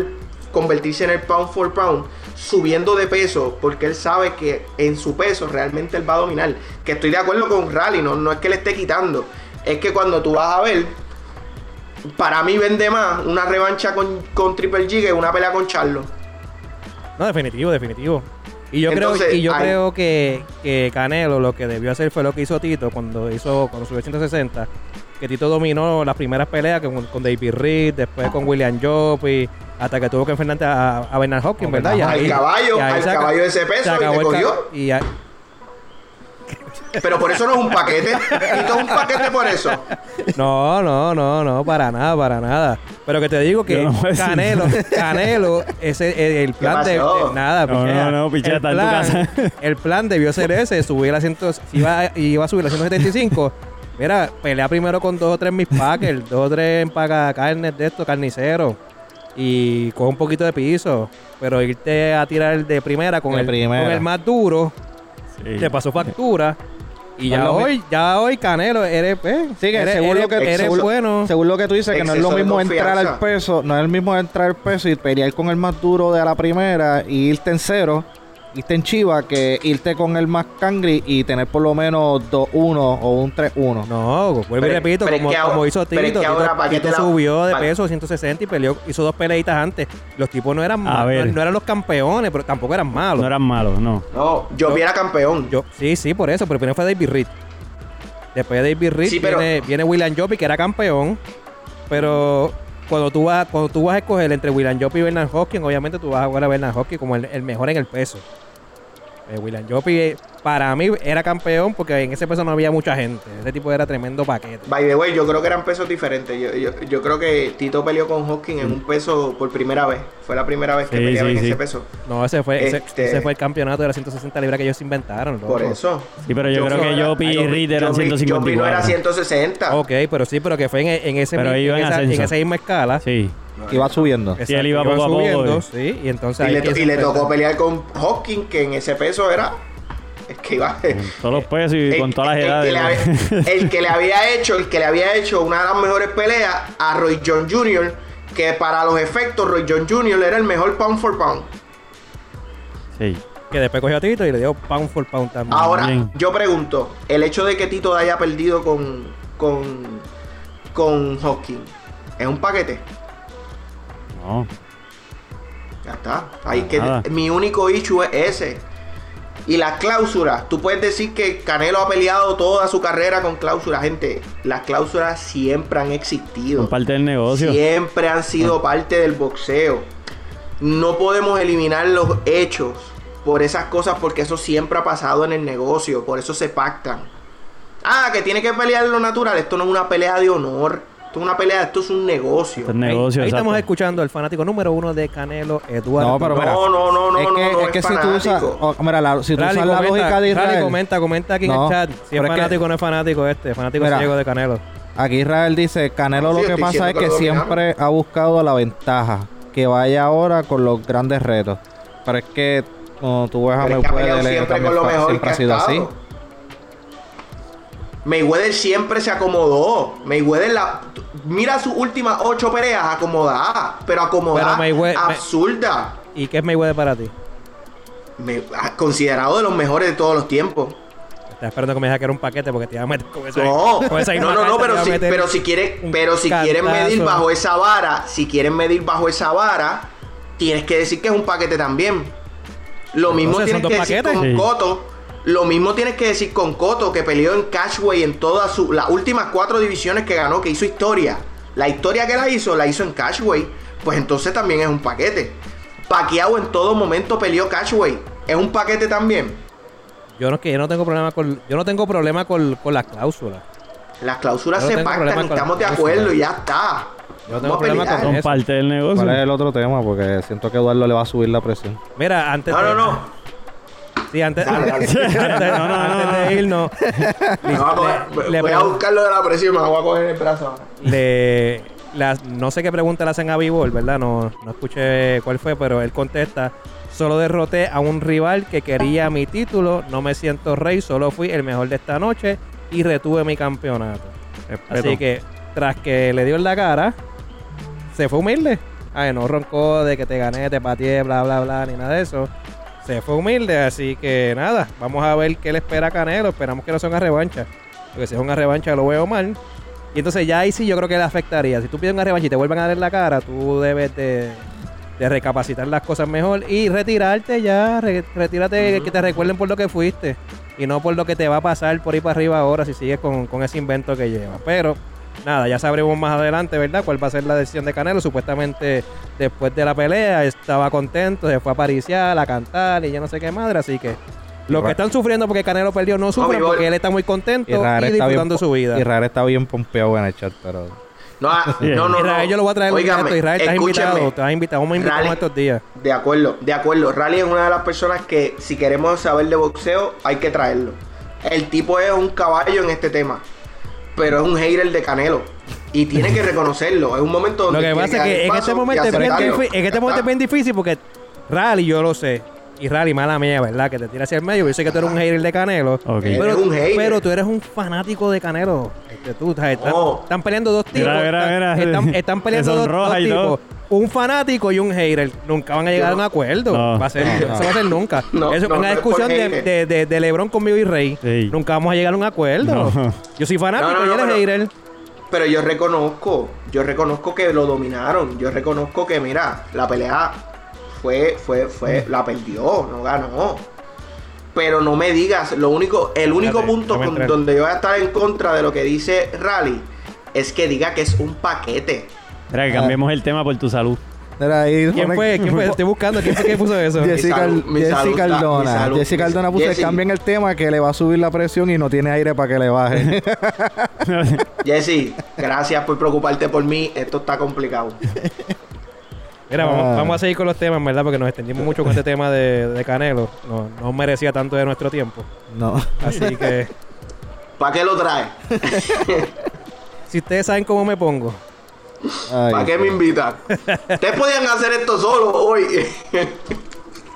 S4: convertirse en el pound for pound, subiendo de peso, porque él sabe que en su peso realmente él va a dominar. Que estoy de acuerdo con Rally, no, no es que le esté quitando, es que cuando tú vas a ver, para mí vende más una revancha con, con Triple G que una pelea con Charlo.
S2: No, definitivo, definitivo. Y yo creo,
S4: Entonces,
S2: y yo
S4: ahí-
S2: creo que, que Canelo lo que debió hacer fue lo que hizo Tito cuando hizo cuando subió 160, que Tito dominó las primeras peleas que con, con David Reed, después con William Job y Hasta que tuvo que enfrentarse a, a Bernard Hopkins,
S1: Con
S2: ¿verdad?
S1: Bernard
S2: Y
S4: Al
S2: ahí-
S4: caballo,
S2: y ahí
S4: al
S2: se ac-
S4: caballo de ese
S2: se
S4: peso y
S2: acabó
S4: le
S2: el ca-
S4: cogió.
S2: y ya-
S4: Pero por eso no es un paquete. Quito un paquete por eso.
S2: No, no, no, no, para nada, para nada. Pero que te digo que
S3: Yo no puedo decir
S2: Canelo, Canelo, ese el, el plan de,
S4: pasó?
S2: de- nada,
S3: No,
S2: pichea.
S3: no, no, pichea,
S2: el
S3: está en tu
S2: plan,
S3: casa.
S2: el plan debió ser ese, subir a 100, iba, iba a subir a 175. Mira, pelea primero con dos o tres mis packers, dos o tres empaca carnes de estos, carniceros. Y con un poquito de piso. Pero irte a tirar de primera con,
S1: De
S2: el,
S1: primera.
S2: con el más duro,
S3: Sí.
S2: te pasó factura. Y
S1: No es
S2: ya
S1: lo mi-
S2: hoy, ya hoy, Canelo, eres, eh,
S1: Sí, que
S2: eres-
S1: según
S2: eres-
S1: lo que-
S2: eres
S1: según-
S2: bueno.
S1: Según lo que tú dices, que no es lo
S4: Exceso de
S1: mismo entrar
S4: confianza.
S1: al peso, no es el mismo entrar al peso y pelear con el más duro de a la primera y irte en cero, irte en chiva, que irte con el más cangri y tener por lo menos 2-1 o un 3-1.
S2: No, vuelvo y
S4: Pero-
S2: repito,
S4: pero es
S2: como,
S4: que
S2: como
S4: ahora-
S2: hizo Tito.
S4: pero es que
S2: Tito,
S4: ahora, ¿para qué
S2: Tito
S4: te la-
S2: subió de
S4: para-
S2: peso 160 y peleó, hizo dos peleitas antes. Los tipos no eran
S3: A
S2: malos,
S3: ver.
S2: no eran los campeones, pero tampoco eran malos.
S3: No eran malos, no.
S4: No, yo viera campeón.
S2: Yo, sí, sí, por eso, pero primero fue David Reed. Después de David Reed
S4: Sí, pero-
S2: viene, viene William Joppy, que era campeón. Pero cuando tú vas, cuando tú vas a escoger entre William Joppy y Bernard Hopkins, obviamente tú vas a jugar a Bernard Hopkins como el, el mejor en el peso. Eh, William Joppy, eh, para mí, era campeón porque en ese peso no había mucha gente. Ese tipo era tremendo paquete.
S4: By the way, yo creo que eran pesos diferentes. Yo, yo- yo creo que Tito peleó con Hopkins en un peso por primera vez. Fue la primera vez que
S3: Sí,
S4: peleaba
S3: sí,
S4: en
S3: sí.
S4: ese peso.
S2: No, ese fue, ese-
S4: Este-
S2: ese, fue el campeonato de las 160 libras que ellos inventaron. loco.
S4: Por eso.
S3: Sí, pero yo, creo que
S4: era-
S3: Jopi y
S4: Jopi-
S3: Reed eran
S4: Jopi- Jopi
S3: 154.
S4: no era 160.
S2: Ok, pero sí, pero que fue en, en ese,
S3: Pero
S2: mi-
S3: iba
S2: en,
S3: en
S2: esa, en
S3: ascenso.
S2: esa misma escala.
S3: Sí.
S1: Y va subiendo.
S2: Exacto,
S3: él iba
S2: iban
S3: poco a poco, eh.
S2: sí, y entonces
S4: Y
S2: ahí
S4: le,
S2: que
S4: to-
S2: se
S4: y le
S2: enfrenta.
S4: tocó pelear con Hopkins, que en ese peso era. Es que iba.
S3: Con todos los pesos y
S4: el-
S3: con todas las
S4: el
S3: edades.
S4: Eh, que eh, le había- El que le había hecho, el que le había hecho una de las mejores peleas a Roy John Jr., que para los efectos, Roy John Jr. era el mejor pound for pound.
S3: Sí.
S2: Que después cogió a Tito y le dio pound for pound también.
S4: Ahora,
S3: Bien.
S4: yo pregunto, el hecho de que Tito haya perdido con con con Hopkins, es un paquete.
S3: No.
S4: Ya está. Ahí que
S3: Nada.
S4: mi único issue es ese. Y las cláusulas, tú puedes decir que Canelo ha peleado toda su carrera con cláusulas, gente. Las cláusulas siempre han existido.
S3: Son parte del negocio.
S4: Siempre han sido parte del boxeo. No podemos eliminar los hechos por esas cosas porque eso siempre ha pasado en el negocio, por eso se pactan. Ah, que tiene que pelear lo natural, esto no es una pelea de honor, esto es una pelea, esto es un negocio.
S3: Esto es
S2: Ahí-
S3: negocio.
S2: ahí,
S3: exacto.
S2: estamos escuchando al fanático número uno de Canelo, Eduardo.
S1: No, pero mira,
S4: No, no, no, no,
S1: es
S4: no,
S1: que,
S4: no,
S1: es
S4: es
S1: que si tú usas,
S4: fanático.
S1: oh, mira, la- si tú
S2: Rally,
S1: usas la
S2: comenta,
S1: lógica de
S2: Rally,
S1: Israel,
S2: comenta, comenta aquí en
S1: No,
S2: el chat. Si es
S1: pero es que-
S2: fanático o no es fanático este, fanático
S1: Mira.
S2: ciego de Canelo.
S1: Aquí Israel dice, Canelo
S4: Sí,
S1: lo que
S4: estoy
S1: pasa
S4: diciendo
S1: es
S4: que
S1: que
S4: lo dominaron.
S1: siempre ha buscado la ventaja, que vaya ahora con los grandes retos. Pero es que cuando tú ves a
S4: Pero es que ha peleado
S1: Ah, Mayweather, él
S4: siempre
S1: también
S4: con lo
S1: fue-
S4: mejor
S1: siempre
S4: que
S1: ha sido
S4: ha
S1: así.
S4: estado. Mayweather siempre se acomodó. Mayweather la, mira sus últimas ocho peleas acomodadas, pero acomodadas,
S2: Pero Maywe-
S4: absurda.
S2: ¿Y qué es Mayweather para ti?
S4: Me- ah, considerado de los mejores de todos los tiempos.
S2: Estaba esperando que me dijera que era un paquete porque te iba a meter con esa
S4: No,
S2: con esa misma
S4: no, no,
S2: carta,
S4: no,
S2: te iba
S4: pero
S2: a
S4: si,
S2: meter-
S4: pero si quieren,
S2: un
S4: pero si quieren
S2: cantazo.
S4: medir bajo esa vara, si quieren medir bajo esa vara, tienes que decir que es un paquete también. Lo mismo
S2: Entonces, son
S4: tienes que
S2: dos
S4: decir con
S2: paquetes.
S3: Sí.
S4: Coto. Lo mismo tienes que decir con Coto, que peleó en Cashway en todas sus las últimas cuatro divisiones que ganó, que hizo historia. La historia que la hizo, la hizo en Cashway. Pues entonces también es un paquete. Paquiao en todo momento peleó Cashway. Es un paquete también.
S2: Yo no, es que yo no tengo problema con, yo no tengo problema con, con las cláusulas.
S4: Las cláusulas
S2: Yo no
S4: se
S2: tengo
S4: pactan,
S2: problema con
S4: estamos de
S2: las
S4: acuerdo
S2: cláusulas.
S4: y ya está.
S2: Yo no tengo
S4: Vamos a
S2: problema con-
S4: pelear.
S3: Son
S2: Eso.
S3: parte del negocio.
S1: ¿Cuál es el otro tema? Porque siento que Eduardo le va a subir la presión.
S2: Mira, antes
S4: No,
S2: de-
S4: no, no.
S2: Sí, antes,
S4: Dale,
S2: antes, antes-
S3: No, no,
S2: antes de irnos,
S4: Me voy a coger-
S2: le-
S4: voy a buscarlo de la presión, me lo voy a coger en el brazo. ahora.
S2: le, las- no sé qué pregunta le hacen a Vivol, ¿verdad? No, no escuché cuál fue, pero él contesta, solo derroté a un rival que quería mi título, no me siento rey, solo fui el mejor de esta noche y retuve mi campeonato.
S3: Respeto.
S2: Así que, tras que le dio en la cara, se fue humilde. Ay, no roncó de que te gané, te pateé, bla, bla, bla, ni nada de eso. Se fue humilde, así que nada, vamos a ver qué le espera a Canelo. Esperamos que no sea una revancha. Porque si es una revancha, lo veo mal. Y entonces ya ahí sí yo creo que le afectaría. Si tú pides una revancha y te vuelven a dar en la cara, tú debes de, de recapacitar las cosas mejor y retirarte ya. re- retírate, que te recuerden por lo que fuiste y no por lo que te va a pasar por ahí para arriba ahora si sigues con, con ese invento que llevas. Pero Nada, ya sabremos más adelante, ¿verdad? Cuál va a ser la decisión de Canelo. Supuestamente después de la pelea estaba contento, se fue a pariciar, a cantar y ya no sé qué madre. Así que los
S1: Ra-
S2: que están sufriendo porque Canelo perdió no sufren
S4: mi
S2: porque
S4: bol-
S2: él está muy contento y,
S1: Israel está bien
S2: disfrutando
S1: po-
S2: su vida.
S1: Israel está bien pompeado en el chat, pero.
S4: No, ah,
S3: Sí.
S4: no, no, no.
S2: Israel, yo lo voy a traer un
S4: Óigame,
S2: directo. Israel, estás
S4: escúchenme.
S2: invitado. Te has invitado. Vamos a invitar
S4: Rally.
S2: en estos días.
S4: De acuerdo, de acuerdo. Rally es una de las personas que si queremos saber de boxeo hay que traerlo. El tipo es un caballo en este tema, pero es un hater de Canelo y tiene que reconocerlo. Es un momento
S2: Lo
S4: donde
S2: que
S4: tiene
S2: pasa es
S4: dar
S2: que
S4: el
S2: en
S4: paso
S2: este
S4: y
S2: momento es bien,
S4: aceptarlo.
S2: difí- en este
S4: Ya
S2: momento es
S4: está.
S2: bien difícil porque Rally yo lo sé. Y Rally, mala mía, ¿verdad? Que te tira hacia el medio. Yo sé que tú eres un hater de Canelo.
S3: Ok.
S4: Eres
S2: Pero,
S4: un hater.
S2: pero tú eres un fanático de Canelo. Este, tú, o sea, están,
S4: Oh.
S2: están peleando dos tipos.
S3: Mira, mira,
S2: están-
S3: mira.
S2: Están, están
S3: Se
S2: peleando dos,
S3: sonroja
S2: dos
S3: y todo.
S2: tipos. Un fanático y un hater. Nunca van a llegar a
S4: Yo
S2: un
S4: no-
S2: acuerdo.
S3: No.
S2: Va a ser,
S1: No,
S2: eso
S1: no.
S2: va a ser nunca.
S4: No,
S2: eso es
S4: no,
S2: una
S4: no es por
S2: discusión de,
S4: hater.
S2: de, de- de Lebron conmigo y Rey.
S3: Sí.
S2: Nunca vamos a llegar a un acuerdo.
S3: No.
S2: Yo soy fanático
S4: No, no,
S2: y él
S4: no,
S2: es
S4: pero-
S2: hater.
S4: Pero yo reconozco, yo reconozco que lo dominaron. Yo reconozco que, mira, la pelea fue, fue,
S2: Mm.
S4: fue, la perdió, no ganó. Pero no me digas, lo único, el único
S2: Espérate,
S4: punto
S2: déjame
S4: con-
S2: entrar.
S4: donde yo voy a estar en contra de lo que dice Rally es que diga que es un paquete.
S3: Espera,
S2: Ah.
S3: que cambiemos el tema por tu salud.
S1: Mira, ahí
S2: ¿Quién
S1: pone-
S2: fue? ¿Quién fue? Este Estoy buscando. ¿Quién fue que puso eso?
S1: Jessy
S4: Mi salud,
S1: Cal-
S4: mi
S1: Jessy
S4: salud está-
S1: Cardona.
S4: mi salud,
S1: Jessy
S4: mi-
S1: Cardona puso
S4: Jessy.
S1: cambien el tema que le va a subir la presión y no tiene aire para que le baje.
S4: Jesse, gracias por preocuparte por mí. Esto está complicado.
S2: Mira,
S1: Ah.
S2: vamos, vamos a seguir con los temas, ¿verdad? Porque nos extendimos mucho con este tema de, de Canelo. No, no merecía tanto de nuestro tiempo.
S1: no.
S2: Así que,
S4: ¿Para qué lo traes?
S2: si ustedes saben cómo me pongo,
S1: Ay,
S4: ¿Para qué me invitas? Ustedes podían hacer esto solo hoy.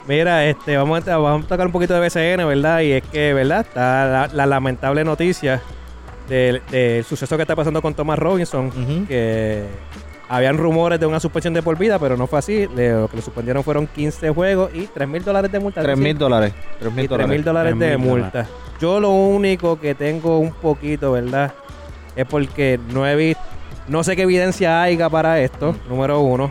S2: mira, este, vamos a, ta- vamos a tocar un poquito de BCN, ¿verdad? Y es que, ¿verdad? Está la, la lamentable noticia del, del suceso que está pasando con Thomas Robinson,
S1: Ujú.
S2: que habían rumores de una suspensión de por vida, pero no fue así. Le- lo que le suspendieron fueron 15 juegos y 3 mil dólares de multa.
S1: 3 mil dólares. 3
S2: y
S1: mil
S2: 3 mil
S1: dólares.
S2: dólares de
S3: 3.000
S2: multa. Yo lo único que tengo un poquito, ¿verdad? Es porque no he visto, no sé qué evidencia haya para esto, número uno.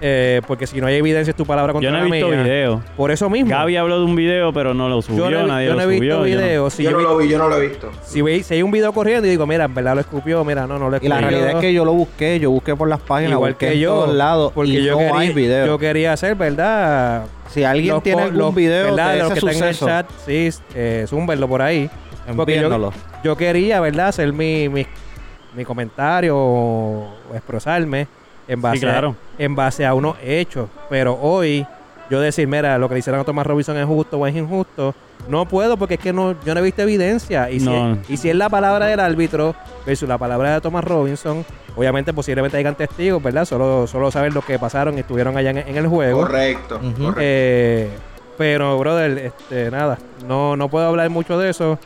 S2: Eh, porque si no hay evidencia es tu palabra contra
S3: Yo no he
S2: la
S3: visto
S2: mía.
S3: video.
S2: Por eso mismo.
S3: Gaby habló de un video, pero no lo subió,
S2: yo no, he-
S3: nadie
S2: yo no
S3: lo
S2: he visto
S3: subió. yo no-
S2: video. Si,
S4: yo
S2: yo
S4: no
S2: vi-
S4: lo vi, yo no lo he visto.
S2: si, ve- si hay un video corriendo y digo, mira, en verdad lo escupió, mira, no, no
S1: Y
S2: lo escupió.
S1: la realidad es que yo lo busqué, yo busqué por las páginas,
S2: igual
S1: busqué
S2: que
S1: en
S2: yo,
S1: todos lados
S2: porque
S1: y
S2: yo
S1: no
S2: quería,
S1: hay video.
S2: Yo quería hacer, ¿verdad?
S1: si alguien
S2: Los
S1: tiene
S2: co-
S1: algún
S2: los-
S1: video
S2: ¿verdad?
S1: de ese
S2: Los que están en el
S1: suceso,
S2: chat, sí, eh, zúmbenlo por ahí. Porque yo-
S1: envíenlo.
S2: yo quería, ¿verdad?, hacer mi, mi, mi comentario o expresarme en base,
S3: claro.
S2: a, en base a unos hechos. Pero hoy, yo decir, mira, lo que le hicieron a Thomas Robinson es justo o es injusto, no puedo porque es que no, yo no he visto evidencia. Y,
S3: No.
S2: si, y si es la palabra del árbitro versus la palabra de Thomas Robinson, obviamente posiblemente hayan testigos, ¿verdad? Solo, solo saben lo que pasaron y estuvieron allá en, en el juego.
S4: Correcto.
S1: Ujú.
S4: correcto.
S2: Eh, pero, brother, este, nada, no, no puedo hablar mucho de eso.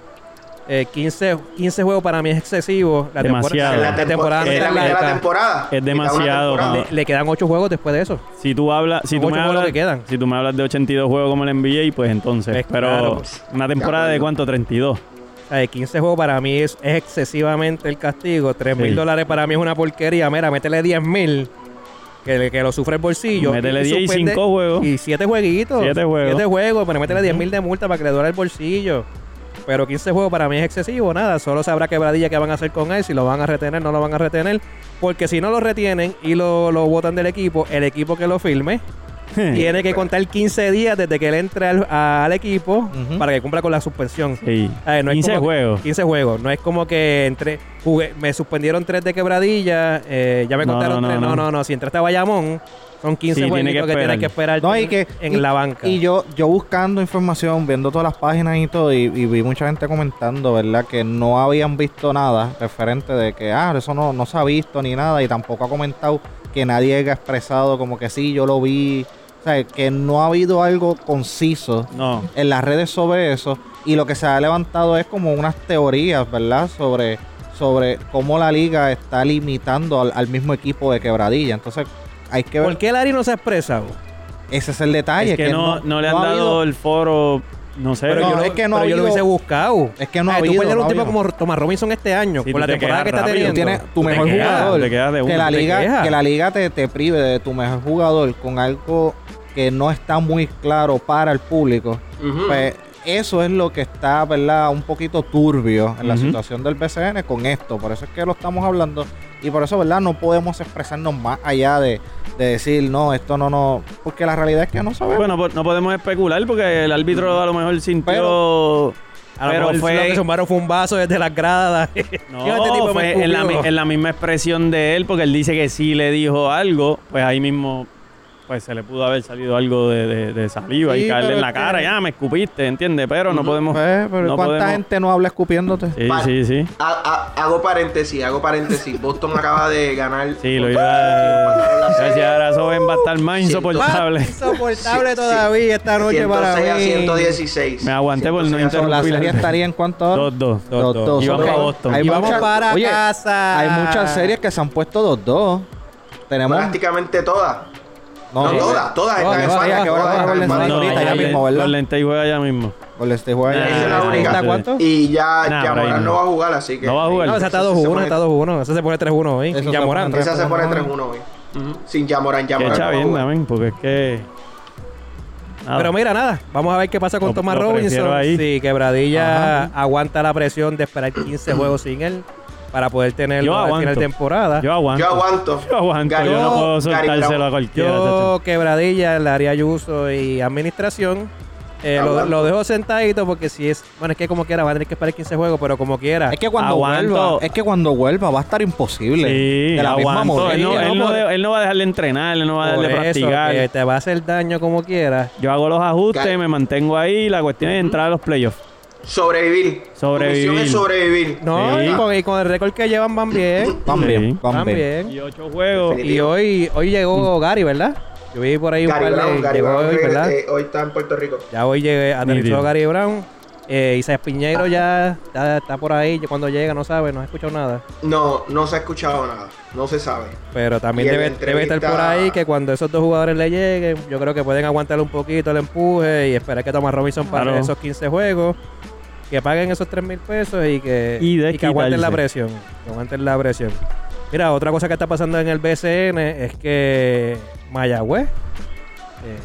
S2: Eh, 15, 15 juegos para mí es excesivo. La tempor-
S3: Demasiado.
S4: En la,
S2: la
S4: tempo-
S2: temporada no
S4: en la
S2: está
S4: mitad de la
S2: larga.
S4: temporada.
S3: Es
S4: Mitad de una
S3: demasiado,
S4: temporada.
S2: Le, le quedan 8 juegos después de eso.
S3: Si tú hablas, si tú
S2: Ocho
S3: me
S2: juegos
S3: hablas,
S2: que quedan.
S3: si tú me hablas de 82 juegos como el NBA, pues entonces,
S2: Pues
S3: pero
S2: claro.
S3: una temporada de cuánto 32.
S2: O sea, de 15 juegos para mí es, es excesivamente el castigo. 3 mil
S3: Sí.
S2: dólares para mí es una porquería. Mira, métele 10 mil. Que, le- que lo sufre el bolsillo.
S3: Métele 10 y
S2: suspende-
S3: 5 juegos.
S2: Y 7 jueguitos.
S3: Siete juegos.
S2: 7 juegos, pero métele 10 mil de multa para que le duele el bolsillo. Pero 15 juegos para mí es excesivo, nada. Solo sabrá quebradilla qué van a hacer con él, si lo van a retener, no lo van a retener. Porque si no lo retienen y lo, lo botan del equipo, el equipo que lo firme tiene que contar 15 días desde que él entre al, al equipo
S1: Ujú.
S2: para que cumpla con la suspensión.
S3: Sí.
S2: A ver, no es
S3: 15
S2: como que-
S3: juegos.
S2: 15 juegos. No es como que entré, jugué- me suspendieron 3 de quebradilla, eh, ya me
S3: No,
S2: contaron
S3: no, no,
S2: 3. No no,
S3: no.
S2: no, Si entraste a Bayamón, son 15
S3: Sí,
S2: juegos
S3: tiene que
S2: que, tienes que esperar
S1: No, y
S2: en-
S1: que,
S2: en
S1: y-
S2: la banca.
S1: Y yo, yo buscando información, viendo todas las páginas y todo, y, y vi mucha gente comentando, ¿verdad? Que no habían visto nada referente de que, ah, eso no, no se ha visto ni nada, y tampoco ha comentado que nadie haya expresado como que sí, yo lo vi. O sea, que no ha habido algo conciso
S3: No.
S1: en las redes sobre eso, y lo que se ha levantado es como unas teorías, ¿verdad? Sobre, sobre cómo la liga está limitando al, al mismo equipo de quebradilla. Entonces, hay que ver.
S2: ¿Por qué Larry no se ha expresado?
S1: Ese es el detalle.
S3: es que, no, no le han
S1: ha
S3: dado
S1: habido-
S3: el foro, no sé.
S1: Pero
S3: no,
S1: yo- es que no ha
S2: pero yo
S1: habido-
S2: lo hubiese buscado.
S1: es que no ha
S2: Ay,
S1: habido,
S2: Tú perder
S1: no
S2: un
S1: ha
S2: tipo
S1: habido.
S2: como Thomas Robinson este año,
S3: Sí,
S2: con la
S3: tú te
S2: temporada
S3: quedas
S2: que está
S3: rápido.
S2: teniendo.
S1: Tienes tu
S3: te
S1: mejor
S3: quedas,
S1: jugador.
S3: te quedas de
S1: que
S3: uno,
S1: la
S2: te
S1: liga,
S2: quejas.
S1: que la liga te, te prive de tu mejor jugador con algo que no está muy claro para el público.
S4: Ujú.
S1: Pues eso es lo que está, ¿verdad? Un poquito turbio en la
S3: Ujú.
S1: situación del BCN con esto. Por eso es que lo estamos hablando. Y por eso, ¿verdad? No podemos expresarnos más allá de, de decir, no, esto no, no. Porque la realidad es que no sabemos.
S3: Bueno, po- no podemos especular porque el árbitro a lo mejor sintió.
S2: A lo
S3: pero
S2: mejor lo que
S3: fue.
S2: sumaron fue un vaso desde las gradas.
S3: No,
S2: Yo a este tipo me
S3: fue en, la, mi-
S2: escupió.
S3: en la misma expresión de él, porque él dice que sí le dijo algo, pues ahí mismo pues se le pudo haber salido algo de, de- de saliva
S1: Sí,
S3: y caerle
S1: pero
S3: en la
S1: es que-
S3: cara. Ya, me escupiste, ¿entiendes? Pero no podemos.
S1: Pues, pero
S3: no
S1: ¿cuánta
S3: podemos-
S1: gente no habla escupiéndote?
S3: Sí,
S4: Pa-
S3: sí, sí.
S4: Ha- ha- hago paréntesis, hago parénsis. Boston acaba de ganar.
S3: Sí, lo iba a... Gracias, ahora Soben va a estar más
S4: Siento-
S3: insoportable.
S2: Más insoportable
S4: Sí,
S2: todavía esta noche
S4: 106
S2: para mí.
S4: a 116.
S3: Me aguanté por no
S4: 106 a
S1: Pero la serie
S3: interrumpir.
S1: estaría en cuánto ahora?
S3: 2-2.
S1: Dos, dos.
S3: Y vamos
S1: Ok.
S3: a Boston.
S1: Hay
S2: Y vamos
S1: muchas-
S2: para
S1: oye,
S2: casa.
S1: Hay muchas series que se han puesto 2-2. Tenemos.
S4: Prácticamente todas. No,
S1: sí.
S4: todas, todas
S1: Todas,
S4: están en
S1: todas,
S4: España.
S1: que ahora
S4: todas
S1: va
S4: están en
S1: Golden
S4: España.
S1: State. ahorita ya
S3: Golden-
S1: mismo, ¿verdad?
S3: Golden State juega ya mismo.
S1: Golden State juega
S3: Nah,
S1: ya.
S4: Esa es la única.
S1: ¿Está cuánto?
S4: Y ya,
S3: Nah,
S4: ya
S3: por ahí
S4: Morán
S3: no.
S4: no va a jugar, así que.
S3: No va a jugar.
S2: No, esa está
S4: Eso se
S2: 2-1,
S4: pone-
S2: está 2-1. Esa se pone 3-1 hoy.
S1: Eso
S2: Ya
S1: se
S2: Morán.
S1: pone
S4: Esa se pone
S1: 3-1.
S4: 3-1 hoy. Ujú. Sin Yamorán,
S3: Qué
S4: Yamorán.
S3: chavienda, men, porque es que... nada.
S2: Pero mira, nada. Vamos a ver qué pasa con
S3: Ah. Lo-
S2: Thomas
S3: lo prefiero
S2: Robinson.
S3: ahí.
S2: Sí, quebradilla aguanta la presión de esperar 15 juegos sin él para poder tenerlo
S3: Yo
S2: al
S3: aguanto.
S2: final de temporada.
S3: yo aguanto.
S4: Yo aguanto.
S3: Yo aguanto,
S4: Gary-
S3: yo no puedo
S4: Gary
S3: soltárselo
S4: Brown.
S3: a cualquiera.
S2: Yo, quebradilla, el área Ayuso y administración. eh, lo,
S4: Aguanto.
S2: lo dejo sentadito porque si es. Bueno, es que como quiera, va a tener que esperar 15 juegos, pero como quiera.
S1: Es que cuando
S3: Aguanto.
S1: vuelva, es que cuando vuelva va a estar imposible.
S3: Sí,
S1: de la misma
S3: aguanto. Él no,
S1: molestia,
S3: él, no
S1: Por-
S3: de- él no va a dejar de entrenar, él no va a dejar de
S2: Por eso, eh.
S3: practicar.
S2: que te va a hacer daño como quiera.
S3: Yo hago los ajustes,
S4: Cal-
S3: me mantengo ahí. La cuestión es entrar a los playoffs.
S4: Sobrevivir. Tu
S3: Sobrevivir.
S4: misión es sobrevivir.
S2: No,
S3: Sí.
S2: y, con, y con el récord que llevan van bien.
S1: Van bien,
S3: Sí.
S1: van
S2: van
S1: bien.
S2: bien.
S3: Y ocho juegos.
S2: Y hoy, hoy llegó Gary, ¿verdad? Yo vi por ahí un
S4: Mm. Gary
S2: par de-
S4: Brown, Gary
S2: llegó
S4: Brown,
S2: hoy,
S4: que,
S2: ¿verdad?
S4: eh, hoy está en Puerto Rico.
S2: Ya hoy llegué, aterrizó
S3: Nítido.
S2: Gary Brown. Eh, Isaac Piñeiro ya, ya está por ahí. Yo Cuando llega no sabe, no ha escuchado nada.
S4: No, no se ha escuchado nada. No se sabe.
S2: Pero también
S4: Y en la
S2: debe, debe estar
S4: entrevista-
S2: por ahí que cuando esos dos jugadores le lleguen, yo creo que pueden aguantar un poquito el empuje y esperar que Thomas Robinson para
S3: Claro.
S2: esos 15 juegos, que paguen esos 3 mil pesos y que,
S3: Y de
S2: que aguanten la
S3: quitarse.
S2: presión. Que aguanten la presión. Mira, otra cosa que está pasando en el BCN es que Mayagüez, eh,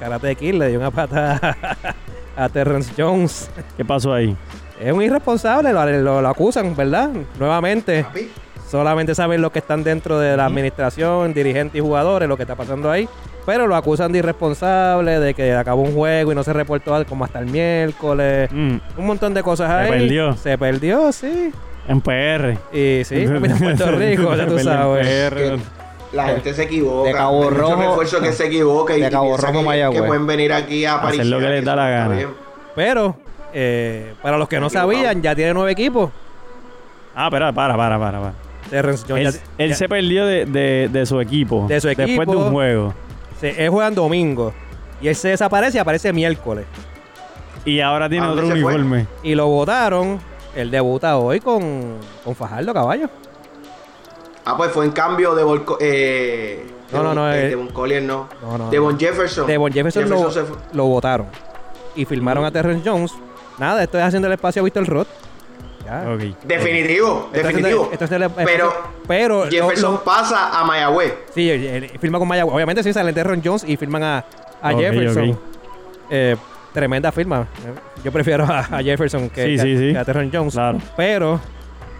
S2: Karate Kid le dio una pata a Terrence Jones.
S3: ¿Qué pasó ahí?
S2: Es un irresponsable, lo, lo- lo acusan, ¿verdad? Nuevamente.
S4: Papi,
S2: Solamente saben los que están dentro de la administración, dirigentes y jugadores, lo que está pasando ahí. Pero lo acusan de irresponsable, de que acabó un juego y no se reportó al- como hasta el miércoles.
S3: Mm,
S2: Un montón de cosas ahí.
S3: perdió.
S2: Se perdió, sí.
S3: en PR.
S2: Y sí, también en Puerto Rico, ya tú
S3: Perdí en
S2: sabes.
S3: PR.
S4: La gente se equivoca.
S1: de Cabo
S4: Hay mucho
S1: Rojo-
S4: refuerzo que se equivoca y
S1: de Cabo
S4: piensa
S1: Rojo,
S4: que-
S1: Mayagüez.
S4: que pueden venir aquí a
S3: Hacer
S4: París.
S3: lo que les da la gana.
S2: Pero, eh, para los que no sabían, ya tiene nueve equipos.
S3: Ah, espera, para, para, para. para.
S2: Terrence Jones
S3: Él,
S2: ya-
S3: él
S2: ya-
S3: se perdió de, de- de su equipo.
S2: De su
S3: Después de
S2: equipo.
S3: un juego.
S2: se- él juega en domingo. Y él se desaparece y aparece miércoles.
S3: Y ahora tiene
S4: ¿A dónde
S3: otro
S4: se fue?
S3: uniforme.
S2: Y lo votaron. Él debuta hoy con, con Fajardo Caballo.
S4: Ah, pues fue en cambio de Volco, eh,
S2: No,
S4: de
S2: no,
S4: Von-
S2: no,
S4: eh,
S2: eh.
S4: de Von Collier no.
S2: No, no,
S4: de
S2: no.
S4: Von Jefferson.
S2: Devon Jefferson, lo-
S4: se fue.
S2: lo votaron. Y firmaron a Terrence Jones. Nada, estoy haciendo el espacio a Víctor Roth. Ya.
S3: Ok.
S4: Definitivo,
S2: Estoy haciendo-
S4: definitivo.
S2: estoy haciendo el espacio-
S4: Pero
S2: pero lo-
S4: Jefferson
S2: lo-
S4: pasa a Mayagüez.
S2: sí, él- él firma con Mayagüez. Obviamente sí sale Terrence Jones y firman a, a
S3: Ok,
S2: Jefferson.
S3: ok.
S2: Eh, tremenda firma. Yo prefiero a, a Jefferson que,
S3: Sí,
S2: que a-
S3: sí, sí.
S2: que a Terrence
S4: Pues,
S2: Jones.
S3: Claro.
S2: Pero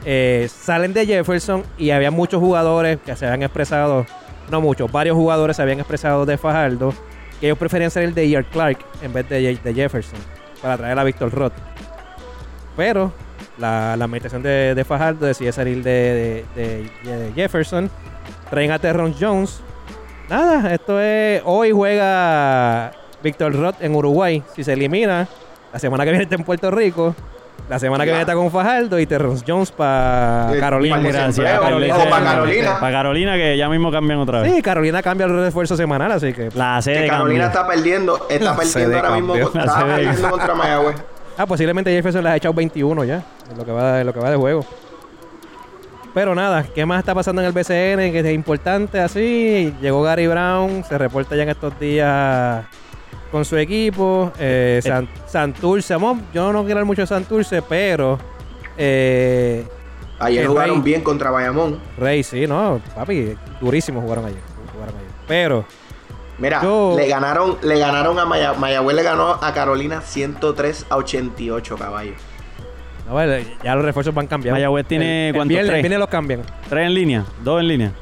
S2: eh, salen de Jefferson y había muchos jugadores que se habían expresado, no muchos, varios jugadores se habían expresado de Fajardo, que ellos preferían ser el de Ear Clark en vez de, Je- de Jefferson para traer a Víctor Roth. Pero la, la administración de, de Fajardo decide salir de, de- de- de Jefferson, traen a Terron Jones. Nada, esto es. Hoy juega Víctor Roth en Uruguay. Si se elimina, la semana que viene está en Puerto Rico. La semana que
S4: Ya.
S2: viene está con Fajardo y Terrence Jones para
S4: Eh,
S2: Carolina.
S4: para
S3: Gracias.
S4: Siempre,
S2: Carolina.
S4: o para Carolina.
S3: Para Carolina, que ya mismo cambian otra vez.
S2: Sí, Carolina cambia el refuerzo semanal, así que.
S3: La sede
S4: Que
S3: cambió.
S4: Carolina está perdiendo, está
S1: La sede
S4: perdiendo ahora mismo,
S1: cambió,
S3: la
S4: está
S3: sede.
S4: perdiendo contra Mayagüez.
S2: Ah, posiblemente Jefferson les ha echado 21 ya, en lo que va, en lo que va de juego. Pero nada, ¿qué más está pasando en el BCN que es importante así? Llegó Gary Brown, se reporta ya en estos días con su equipo. Eh, San- Santurce, amor, yo no quiero hablar mucho de Santurce, pero eh,
S4: Ayer
S2: El
S4: jugaron
S2: Rey.
S4: bien contra Bayamón.
S2: Rey, sí, no, papi, durísimo jugaron ayer. Jugaron ayer. Pero
S4: Mira,
S2: Yo-
S4: le ganaron, le ganaron a Maya- Mayagüez, le ganó a Carolina 103 a 88 caballos.
S2: No, vale, ya los refuerzos van cambiando.
S3: Mayagüez tiene,
S2: el,
S3: ¿cuánto?
S2: El viernes,
S3: Tres.
S2: el viernes los cambian.
S3: Tres en línea, dos en línea.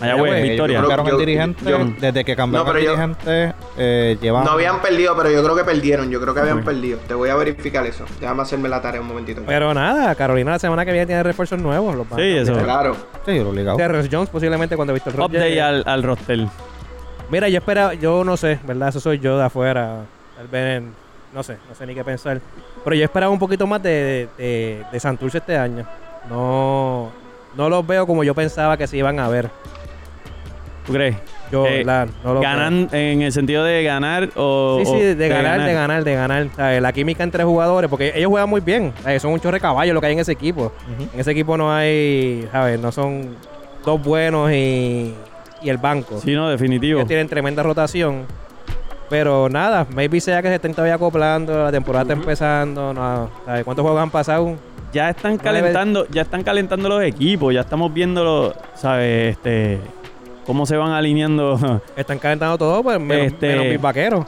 S3: Mayagüez,
S2: Mayagüez,
S3: victoria.
S1: Ellos cambiaron
S4: Yo-
S1: el dirigente.
S4: yo-
S1: desde que cambiaron
S4: No,
S1: el
S4: pero yo-
S1: dirigente, eh, llevan.
S4: No habían perdido, pero yo creo que perdieron. Yo creo que habían
S3: Ok.
S4: perdido. Te voy a verificar eso. Déjame hacerme la tarea un momentito.
S2: Pero nada, Carolina la semana que viene tiene refuerzos nuevos. Los van
S3: Sí,
S2: cambiando.
S3: eso.
S4: claro.
S1: Sí, yo lo obligado.
S2: Terrence Jones posiblemente cuando Víctor Rojas
S3: Update
S2: llegue.
S3: al, al roster.
S2: Mira, yo esperaba, yo no sé, ¿verdad? Eso soy yo de afuera. Tal vez, en- no sé, no sé ni qué pensar. Pero yo esperaba un poquito más de, de, de Santurce este año. No, no los veo como yo pensaba que se iban a ver.
S3: ¿Tú crees?
S2: Yo,
S3: Eh,
S2: ¿verdad? No los veo.
S3: ¿Ganan en el sentido de ganar o.?
S2: Sí, sí,
S3: o-
S2: de, ganar, de ganar, de ganar. ¿sabes? La química entre jugadores, porque ellos juegan muy bien. ¿sabes? Son un chorre de caballo lo que hay en ese equipo.
S1: Ujú.
S2: En ese equipo no hay, ¿sabes? No son dos buenos y, y el banco.
S3: Sí, no, definitivo.
S2: Ellos tienen tremenda rotación. Pero nada, maybe sea que se estén todavía acoplando, la temporada está empezando. No, ¿sabes? ¿Cuántos juegos han pasado?
S3: Ya están calentando, ya están calentando los equipos, ya estamos viendo los, ¿sabes? Este, cómo se van alineando.
S2: Están calentando todo, pues menos,
S3: Este-
S2: menos mis vaqueros.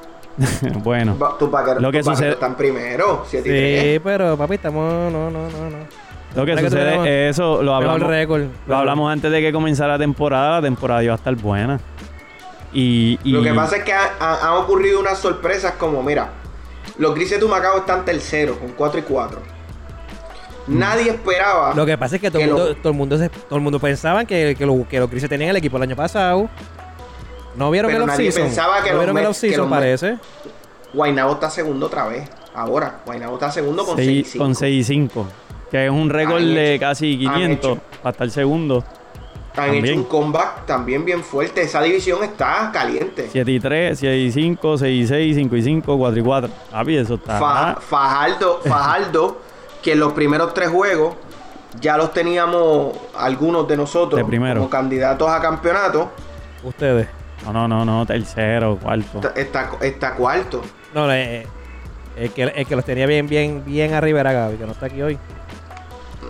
S3: bueno,
S4: Va- Tus vaqueros,
S3: Lo que
S4: tus vaqueros
S3: sucede-
S4: están primero. 7 y
S2: Sí,
S4: 3.
S2: pero papi, estamos. No, no, no, no.
S3: lo que
S2: Ahora que
S3: sucede
S2: tenemos-
S3: es eso, lo
S2: Mejor
S3: hablamos,
S2: récord.
S3: lo hablamos antes de que comenzara la temporada, la temporada iba a estar buena. Y, y-
S4: Lo que pasa es que ha- ha- han ocurrido unas sorpresas como, mira, los Grises de Macao están terceros con 4 y 4.
S3: Mm.
S4: Nadie esperaba.
S2: Lo que pasa es que todo el
S4: Que lo-
S2: mundo, todo el mundo, se- todo el mundo pensaba que, que, lo- que los grises tenían el equipo el año pasado. No vieron
S4: Pero
S2: el
S4: nadie
S2: off-season.
S4: pensaba que
S2: No
S4: los
S2: vieron el
S4: Mets- que
S2: off-season,
S4: los Mets-
S2: parece.
S4: Guaynabo está segundo otra vez. Ahora, Guaynabo está segundo con 6 y
S3: seis-
S4: 5.
S3: con 6 y 5, que es un récord
S4: Han
S3: de
S4: hecho-
S3: casi
S4: han
S3: 500
S4: hecho.
S3: hasta el segundo.
S4: Han
S3: También.
S4: hecho un comeback también bien fuerte. Esa división está caliente.
S3: 7 y 3, 7 y 5, 6 y 6, 5 y 5, 4 y 4. Papi, eso está.
S4: Fa- Fajardo, Fajardo, que en los primeros tres juegos ya los teníamos algunos de nosotros
S3: De primero. Oh.
S4: como candidatos a campeonato.
S2: Ustedes.
S3: No, no, no, no, tercero, cuarto.
S4: Está, está, está cuarto.
S2: No, eh, el, que, el que los tenía bien, bien, bien arriba era Gaby, que no está aquí hoy.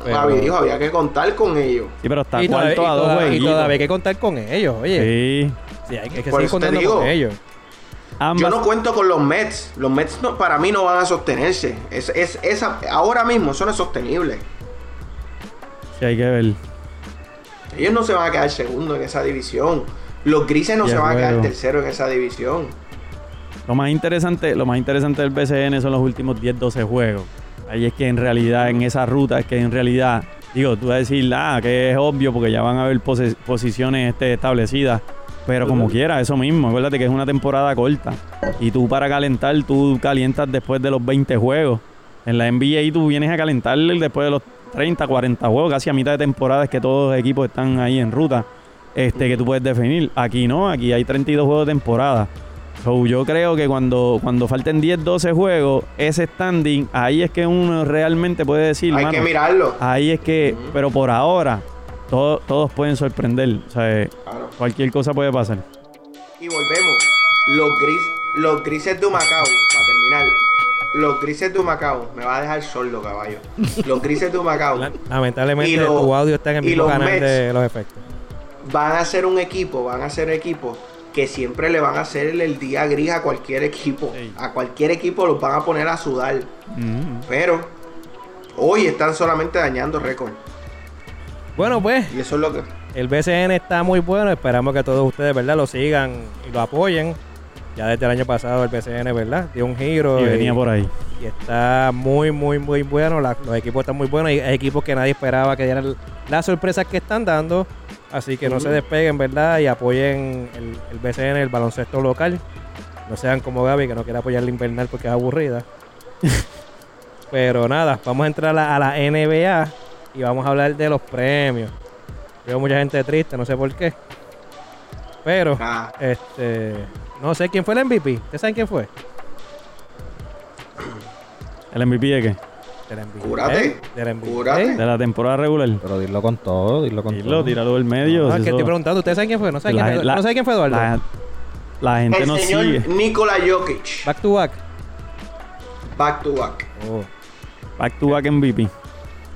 S2: Pero-
S4: Javi dijo, había que contar con ellos.
S3: Sí, pero está
S2: y todavía,
S3: cuarto
S2: y
S3: a dos
S2: todavía- y
S3: jueguitos.
S2: todavía hay que contar con ellos, oye.
S3: Sí.
S2: Sí, hay, que- hay que
S4: Por
S2: seguir
S4: eso te
S2: contando
S4: digo.
S2: con ellos.
S4: Yo
S3: Ambas,
S4: no cuento con los Mets. Los Mets no- para mí no van a sostenerse. Es, es, esa, ahora mismo son insostenibles.
S3: sí, hay que ver.
S4: Ellos no se van a quedar segundo en esa división. Los grises no
S3: Ya
S4: se van a
S3: luego.
S4: quedar tercero en esa división.
S3: Lo más interesante, lo más interesante del BCN son los últimos 10, 12 juegos. Ahí es que en realidad, en esa ruta, es que en realidad, digo, tú vas a decir, ah, que es obvio porque ya van a haber pose- posiciones este, establecidas. Pero como quiera, eso mismo. Acuérdate que es una temporada corta. Y tú para calentar, tú calientas después de los 20 juegos. En la NBA tú vienes a calentar después de los 30, 40 juegos, casi a mitad de temporada es que todos los equipos están ahí en ruta. Este, que tú puedes definir. Aquí no, aquí hay 32 juegos de temporada. So, yo creo que cuando, cuando falten 10, 12 juegos, ese standing, ahí es que uno realmente puede decir,
S4: Hay
S3: mano,
S4: que mirarlo.
S3: ahí es que,
S4: Ujú.
S3: pero por ahora, todo- todos pueden sorprender. O sea,
S4: Claro.
S3: cualquier cosa puede pasar.
S4: Y volvemos. Los, gris, los grises de Humacao, para terminar. Los grises de Humacao, me va a dejar solo, caballo. Los grises de Humacao
S2: Lamentablemente,
S4: Y los-
S2: tu audio está en el
S4: y
S2: mismo
S4: los
S2: canal
S4: Mets.
S2: de los efectos.
S4: van a ser un equipo, van a ser equipos que siempre le van a hacer el día gris a cualquier equipo.
S3: Sí.
S4: A cualquier equipo los van a poner a sudar.
S2: Mm-hmm.
S4: Pero hoy están solamente dañando récord.
S2: Bueno, pues,
S4: Y eso es lo que.
S3: Oh.
S2: el BCN está muy bueno. Esperamos que todos ustedes, ¿verdad?, lo sigan y lo apoyen. Ya desde el año pasado el BCN, ¿verdad?, dio un giro.
S3: Y venía por ahí.
S2: y está muy, muy, muy bueno. La- los equipos están muy buenos. Hay, hay equipos que nadie esperaba que dieran las sorpresas que están dando. Así que no se despeguen, ¿verdad? Y apoyen el, el BCN, el baloncesto local. No sean como Gaby, que no quiere apoyar el invernal porque es aburrida. Pero nada, vamos a entrar a la, a la NBA y vamos a hablar de los premios. Veo mucha gente triste, no sé por qué. Pero,
S4: Ah,
S2: este. No sé quién fue el MVP. ¿Ustedes saben quién fue?
S3: ¿El MVP de qué?
S2: Del NBA.
S4: Cúrate.
S2: ¿Eh? Del NBA.
S4: Cúrate.
S3: De la temporada regular.
S1: Pero dilo con todo, dilo con
S3: Dilo,
S1: todo.
S3: tíralo del medio.
S2: No, es
S3: si
S2: Ah, que
S3: eso-
S2: estoy preguntando, ¿ustedes saben quién fue? No saben
S3: La-
S2: quién, fue-
S3: la-
S2: no saben quién fue Eduardo.
S3: la, la gente
S4: el
S3: no
S4: señor
S3: sigue.
S4: Nikola Jokic,
S2: Back to back.
S4: back to back.
S2: Oh,
S3: Back to back MVP.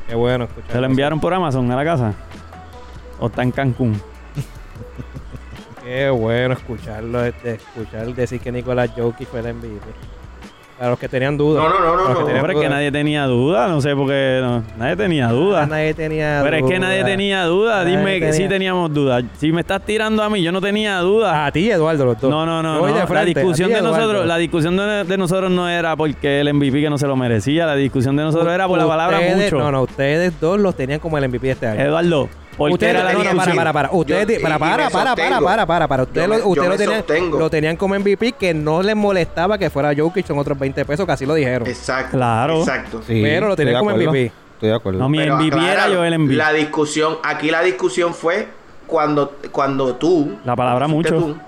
S2: qué bueno.
S3: ¿Se
S2: escuchar
S3: lo enviaron por Amazon a la casa? ¿O está en Cancún?
S2: eso. Qué bueno escucharlo, este, escuchar decir que Nicolás Jokic fue el MVP. Para los que tenían dudas.
S4: No, no, no,
S2: Para
S4: no,
S2: los que
S4: no.
S2: tenían
S3: Pero es que
S2: dudas.
S3: nadie tenía duda, no sé por qué. no, nadie tenía duda.
S2: Ah, Nadie tenía
S3: Pero es que nadie
S2: duda.
S3: tenía duda.
S2: Nadie
S3: Dime que sí
S2: tenía.
S3: teníamos duda. Si me estás tirando a mí, yo no tenía duda.
S2: A ti, Eduardo, los dos.
S3: No, no,
S2: Yo
S3: no.
S2: voy
S3: no.
S2: de
S3: la
S2: frente,
S3: discusión
S2: a ti,
S3: de
S2: Eduardo.
S3: nosotros, la discusión de, de nosotros no era porque el MVP que no se lo merecía. La discusión de nosotros era por la palabra
S2: Ustedes-
S3: mucho.
S2: No, no, ustedes dos los tenían como el MVP de este año.
S3: Eduardo, ¿por qué
S2: Ustedes
S3: era
S2: lo
S3: la
S4: tenían-
S2: tenían-
S3: discusión?
S2: no, no, para, para, para. Ustedes
S4: Yo-
S2: te- para,
S4: y- y me
S2: para, para, para,
S4: sostengo.
S2: para, para, para. Ustedes,
S4: Yo me-
S2: lo,
S4: yo
S2: ustedes
S4: me
S2: lo tenían,
S4: sostengo.
S2: lo tenían como MVP que no les molestaba que fuera Jokic son otros 20 pesos, casi lo dijeron.
S4: Exacto.
S3: Claro.
S4: Exacto.
S1: Sí,
S2: Pero lo
S1: estoy
S2: tenía
S1: de
S2: como
S1: acuerdo.
S2: MVP.
S1: Estoy de acuerdo.
S3: No, mi
S4: Pero
S3: MVP era
S4: acláralo,
S3: yo el MVP.
S4: La discusión, aquí la discusión fue cuando, cuando tú.
S3: La palabra
S4: dijiste
S3: mucho.
S4: tú,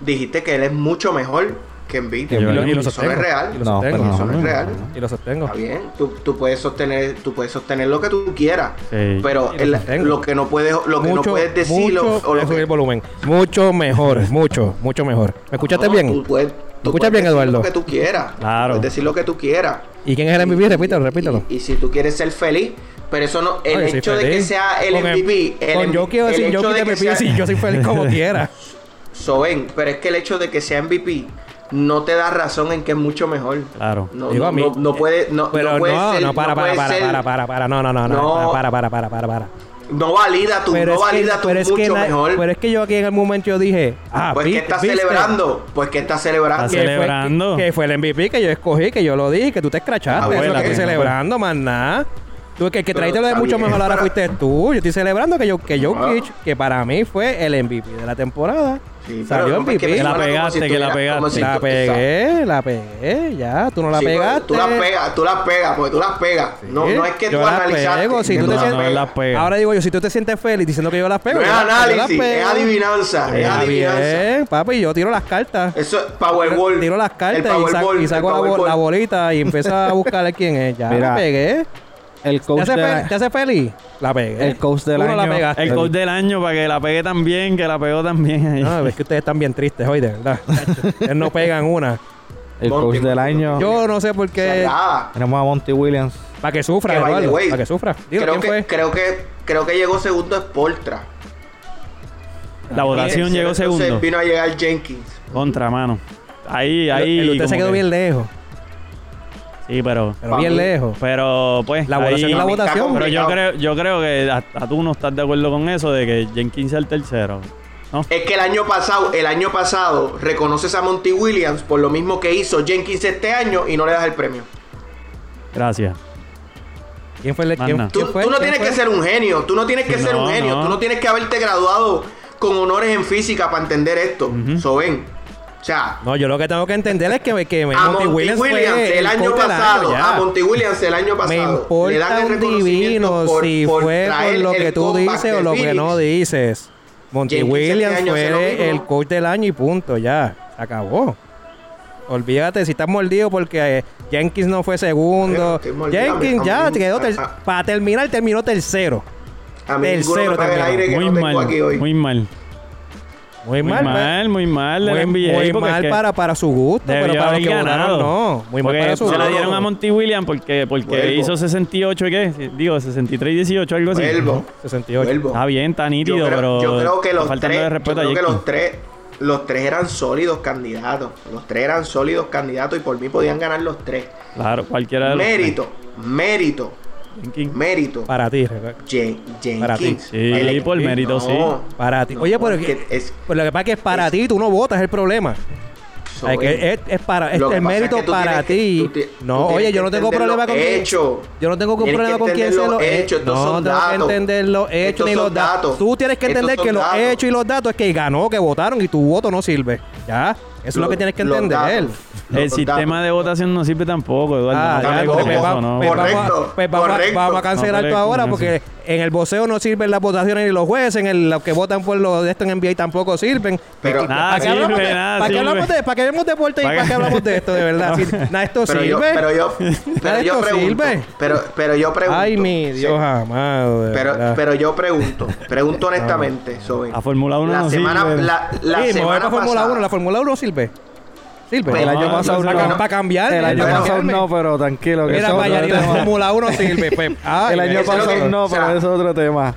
S4: dijiste que él es mucho mejor que Embiid.
S1: Que yo, y
S3: lo
S4: eso no
S3: sostengo.
S4: es real.
S1: No,
S2: sostengo,
S1: pero
S4: eso
S1: no,
S4: no es
S1: no,
S4: real.
S1: no.
S2: Y lo sostengo.
S4: Está bien. Tú, tú puedes sostener, tú puedes sostener lo que tú quieras.
S3: Sí.
S4: Pero
S2: Y lo
S4: el-
S2: sostengo.
S4: lo que no puedes, lo que no puedes decir lo-
S2: mucho,
S4: o
S2: voy a
S4: lo
S2: subir el
S4: que
S2: volumen. Mucho mejor, mucho, mucho mejor. ¿Me escuchaste
S4: No,
S2: bien?
S4: Tú puedes, tú
S2: escuchas
S4: puedes
S2: bien,
S4: decir
S2: Eduardo?
S4: Lo que tú quieras.
S3: Claro.
S4: Puedes decir lo que tú quieras.
S2: ¿Y quién es el MVP? Repítelo, repítelo.
S4: Y, y si tú quieres ser feliz, pero eso no, el
S2: Ay, soy
S4: hecho de
S2: feliz.
S4: que sea el
S2: Con
S4: MVP, el,
S2: Con
S4: M-
S2: Jokic o
S4: el
S2: sin
S4: hecho
S2: Jokic
S4: de
S2: de
S4: que
S2: MVP,
S4: sea-
S2: sí, yo soy feliz como quiera.
S4: Soben, pero es que el hecho de que sea MVP no te da razón en que es mucho mejor.
S3: Claro.
S4: No,
S2: Digo
S4: no,
S2: a mí. eh,
S4: no- no puede, no,
S2: Pero
S4: no puede
S2: no,
S4: ser-
S2: no, para, para,
S4: no puede
S2: para,
S4: ser-
S2: para, para, para, no, no, no, no,
S4: No.
S2: para, para, para, para, para.
S4: No valida tu, no valida tu
S2: pero es
S4: mucho
S2: na-
S4: mejor.
S2: pero es que yo aquí en el momento yo dije, ah,
S4: pues que
S2: viste,
S4: estás
S2: viste,
S4: celebrando, pues que estás celebrando.
S2: que
S3: Está
S2: fue-
S3: Celebrando.
S2: que, que fue el MVP que yo escogí, que yo lo dije, que tú te escrachaste.
S3: Ah,
S2: eso es lo
S3: bueno,
S2: que estoy
S3: bueno,
S2: celebrando, más nada. Tú, que, que
S4: pues. Pero
S2: traíste lo de
S4: está
S2: mucho
S4: bien,
S2: mejor ahora
S4: para-
S2: fuiste tú. Yo estoy celebrando que yo, que yo
S4: Ah.
S2: que para mí fue el MVP de la temporada.
S4: Sí, pero
S2: Salió
S4: no, pues,
S2: MVP.
S4: me
S3: Que la
S4: suena como
S3: pegaste, que la
S4: tuviera- como
S3: pegaste.
S2: La
S4: tú-
S2: pegué, la pegué, ya. Tú no la
S4: Sí, pero
S2: pegaste.
S4: Tú las pegas, tú las pegas, porque tú las pegas. No, no es que
S2: Yo
S4: tú
S2: las
S4: analizaste.
S2: pego, si
S4: que
S2: tú
S4: tú
S2: te
S4: las
S2: sientes-
S4: pegas.
S3: las pegas.
S2: Ahora digo yo, si tú te sientes feliz diciendo que yo las pego.
S4: No es
S2: yo las- yo las
S4: análisis, es
S2: pego.
S4: adivinanza, es
S2: Está
S4: adivinanza.
S2: bien, papi, yo tiro las cartas.
S4: Eso es Powerball.
S2: Tiro las cartas y
S4: El
S2: saco,
S4: Powerball,
S2: y saco
S4: el
S2: la, bol-
S4: Powerball.
S2: la bolita y empiezo a buscar a quién es. Ya
S1: Mira,
S2: la pegué.
S1: El
S2: ¿Te
S1: coach
S2: hace,
S1: de
S2: fel-
S1: la-
S2: te hace feliz? La pegué.
S1: El coach del
S2: Tú No la
S1: año-
S2: pegaste.
S3: El coach del año para que la pegue tan bien, que la pegó tan bien ahí.
S2: No, Ah, es que ustedes están bien tristes hoy, de verdad. Ustedes no pegan una.
S1: el coach
S4: Monty.
S1: del año.
S2: Yo no sé por
S4: O sea,
S2: qué.
S4: nada.
S1: Tenemos a Monty Williams.
S2: Para que sufra,
S4: Que by the
S2: Eduardo,
S4: way,
S2: Para que sufra. Dilo,
S4: creo,
S2: ¿quién
S4: que,
S2: fue?
S4: creo que creo que llegó segundo Sportra.
S3: La votación llegó segundo.
S4: vino a llegar Jenkins.
S3: Contra, mano. Ahí, ahí.
S2: El- el usted se
S3: como
S2: quedó
S3: que-
S2: bien lejos.
S3: Sí, pero.
S2: Pero
S4: Pa'
S2: bien
S4: mí.
S2: lejos.
S3: Pero, pues.
S2: La
S3: ahí-
S2: votación es la
S4: Para mí está
S2: votación.
S3: Pero yo
S4: complicado.
S3: creo, yo creo que hasta tú no estás de acuerdo con eso de que Jenkins sea el tercero. ¿No?
S4: Es que el año pasado, el año pasado reconoces a Monty Williams por lo mismo que hizo Jenkins este año y no le das el premio.
S3: Gracias.
S2: ¿Quién fue el
S3: Manda.
S2: quién-
S4: Tú,
S2: quién fue?
S4: tú no
S2: ¿Quién
S4: tienes
S2: fue?
S4: que ser un genio, tú no tienes que ser
S3: No,
S4: un genio,
S3: no.
S4: tú no tienes que haberte graduado con honores en física para entender esto. So ven. O sea,
S2: No, yo lo que tengo que entender es que, que
S4: a Monty Williams,
S2: fue
S4: el, año
S2: coach del año,
S4: pasado,
S2: ya.
S4: a Monty Williams el año
S2: Me
S4: pasado, le dan
S2: importa
S4: el
S2: un
S4: reconocimiento
S2: divino
S4: por-
S2: si
S4: por
S2: fue por
S4: traer
S2: lo
S4: el
S2: que tú
S4: comeback
S2: dices
S4: de
S2: o lo que
S4: Phoenix.
S2: no dices. Monty
S4: Jenkins este
S2: Williams
S4: año hace lo
S2: fue
S4: mismo.
S2: el coach del año y punto, ya. Se acabó. Olvídate, si estás mordido porque eh, Jenkins no fue segundo.
S4: Estoy mordido,
S2: Jenkins
S4: a mí-
S2: ya
S4: a mí-
S2: quedó ter-
S4: a- a-
S2: Para terminar, terminó tercero.
S4: A mí ninguno
S2: Tercero
S4: me paga el
S2: terminó.
S4: aire que
S3: Muy
S4: no tengo
S3: mal,
S4: aquí hoy.
S3: muy mal.
S2: Muy,
S3: Muy
S2: mal, ¿verdad?
S3: mal, muy mal. de la
S2: Muy,
S3: NBA,
S2: muy
S3: porque es
S2: mal
S3: que
S2: para, para su gusto, pero
S3: debió
S2: para los
S3: haber
S2: que votaron
S3: ganado.
S2: no. Muy mal
S3: Porque
S2: para su
S3: se
S2: gusto.
S3: la
S4: gusto.
S3: dieron a Monty Williams porque, porque
S4: Vuelvo.
S3: hizo 68 y qué? Digo, 63 y 18, algo así.
S4: Vuelvo,
S2: 68.
S4: vuelvo.
S3: Está bien, está nítido,
S4: yo creo,
S3: pero.
S4: yo creo que
S3: está
S4: los
S3: faltando
S4: tres,
S3: de
S4: yo
S3: respeto a
S4: creo que
S3: Jenkins.
S4: los tres, los tres eran sólidos candidatos. Los tres eran sólidos candidatos y por mí podían ganar los tres.
S3: Claro, cualquiera de los
S4: Mérito, mérito,
S3: tres. Jenkins.
S4: mérito.
S2: Para ti, Rebeca.
S4: Je-
S2: Para ti.
S4: Jenkins.
S3: Sí,
S4: El-
S3: por mérito,
S4: no,
S3: sí.
S2: Para ti.
S4: no,
S2: Oye, pero
S4: es que es-
S2: pues lo que pasa es que es para ti, tú no votas, es el problema.
S4: so-
S2: Es, que eh, es- es para, este es
S4: Lo que
S2: el
S4: pasa es
S2: mérito
S4: que tú
S2: para
S4: tienes
S2: ti.
S4: que- tú ti-
S2: no,
S4: tú
S2: oye,
S4: tienes
S2: yo
S4: que
S2: no tengo
S4: entender
S2: problema
S4: los
S2: con quién.
S4: hechos.
S2: Yo no tengo
S4: Tienes que
S2: problema con quién
S4: entender
S2: se
S4: los
S2: lo he
S4: hechos, estos
S2: No
S4: son
S2: tengo que
S4: datos.
S2: entender los hechos
S4: Estos
S2: ni
S4: son
S2: los datos.
S4: datos.
S2: Tú tienes que
S4: Estos
S2: entender
S4: son
S2: que los
S4: datos.
S2: hechos y los datos es que ganó, que votaron y tu voto no sirve. Ya, eso es lo
S4: Los-
S2: que tienes que
S4: los
S2: entender.
S4: datos. Los
S3: El
S4: datos.
S3: sistema de votación no sirve tampoco, Eduardo.
S2: Ah,
S3: no
S2: ya,
S3: te
S4: tampoco.
S3: hagas con
S2: pues,
S3: eso,
S2: va-
S3: no.
S2: pues, vamos a-
S4: Correcto,
S2: pues, vamos a-
S4: correcto.
S2: Vamos a cancelar
S3: No
S2: todo ahora
S3: pelees con
S2: porque en el boxeo no sirven las votaciones ni los jueces, en el, los que votan por los de esto en NBA tampoco sirven.
S4: Pero-
S2: ¿Para
S3: Nada
S2: qué hablamos
S3: sirve,
S2: de-
S3: nada
S2: ¿Para qué
S3: sirve.
S2: hablamos de para qué vemos deporte y
S3: Para-
S2: para qué hablamos de esto de verdad? Si nada esto
S4: Pero yo,
S2: sirve.
S4: pero yo, pero yo
S2: esto
S4: pregunto,
S2: sirve?
S4: pero, pero yo pregunto.
S2: Ay, mi Dios
S4: Sí.
S2: amado. de
S4: Pero,
S2: verdad. Ah.
S4: pero yo pregunto, pregunto honestamente, Soben.
S3: A Fórmula Uno
S4: la
S3: no
S4: semana,
S3: sirve.
S4: La, la
S2: Sí, me voy
S4: semana
S2: para Fórmula
S4: pasada, Pues
S2: 1, la Fórmula 1 sirve. Silver.
S1: el
S4: Pero-
S1: año
S3: Ah,
S1: pasado
S3: lo
S1: no.
S3: sacan
S2: Para cambiar.
S1: El año
S4: Pero-
S1: pasado no, pero tranquilo. Que
S2: Mira,
S1: eso es
S2: vaya,
S1: otro
S2: ni la
S1: tema.
S2: Fórmula 1 sirve, Pep. Ah,
S1: el
S4: eso
S1: año
S4: es lo
S1: pasado
S4: que-
S1: no,
S4: o sea,
S1: pero eso es otro tema.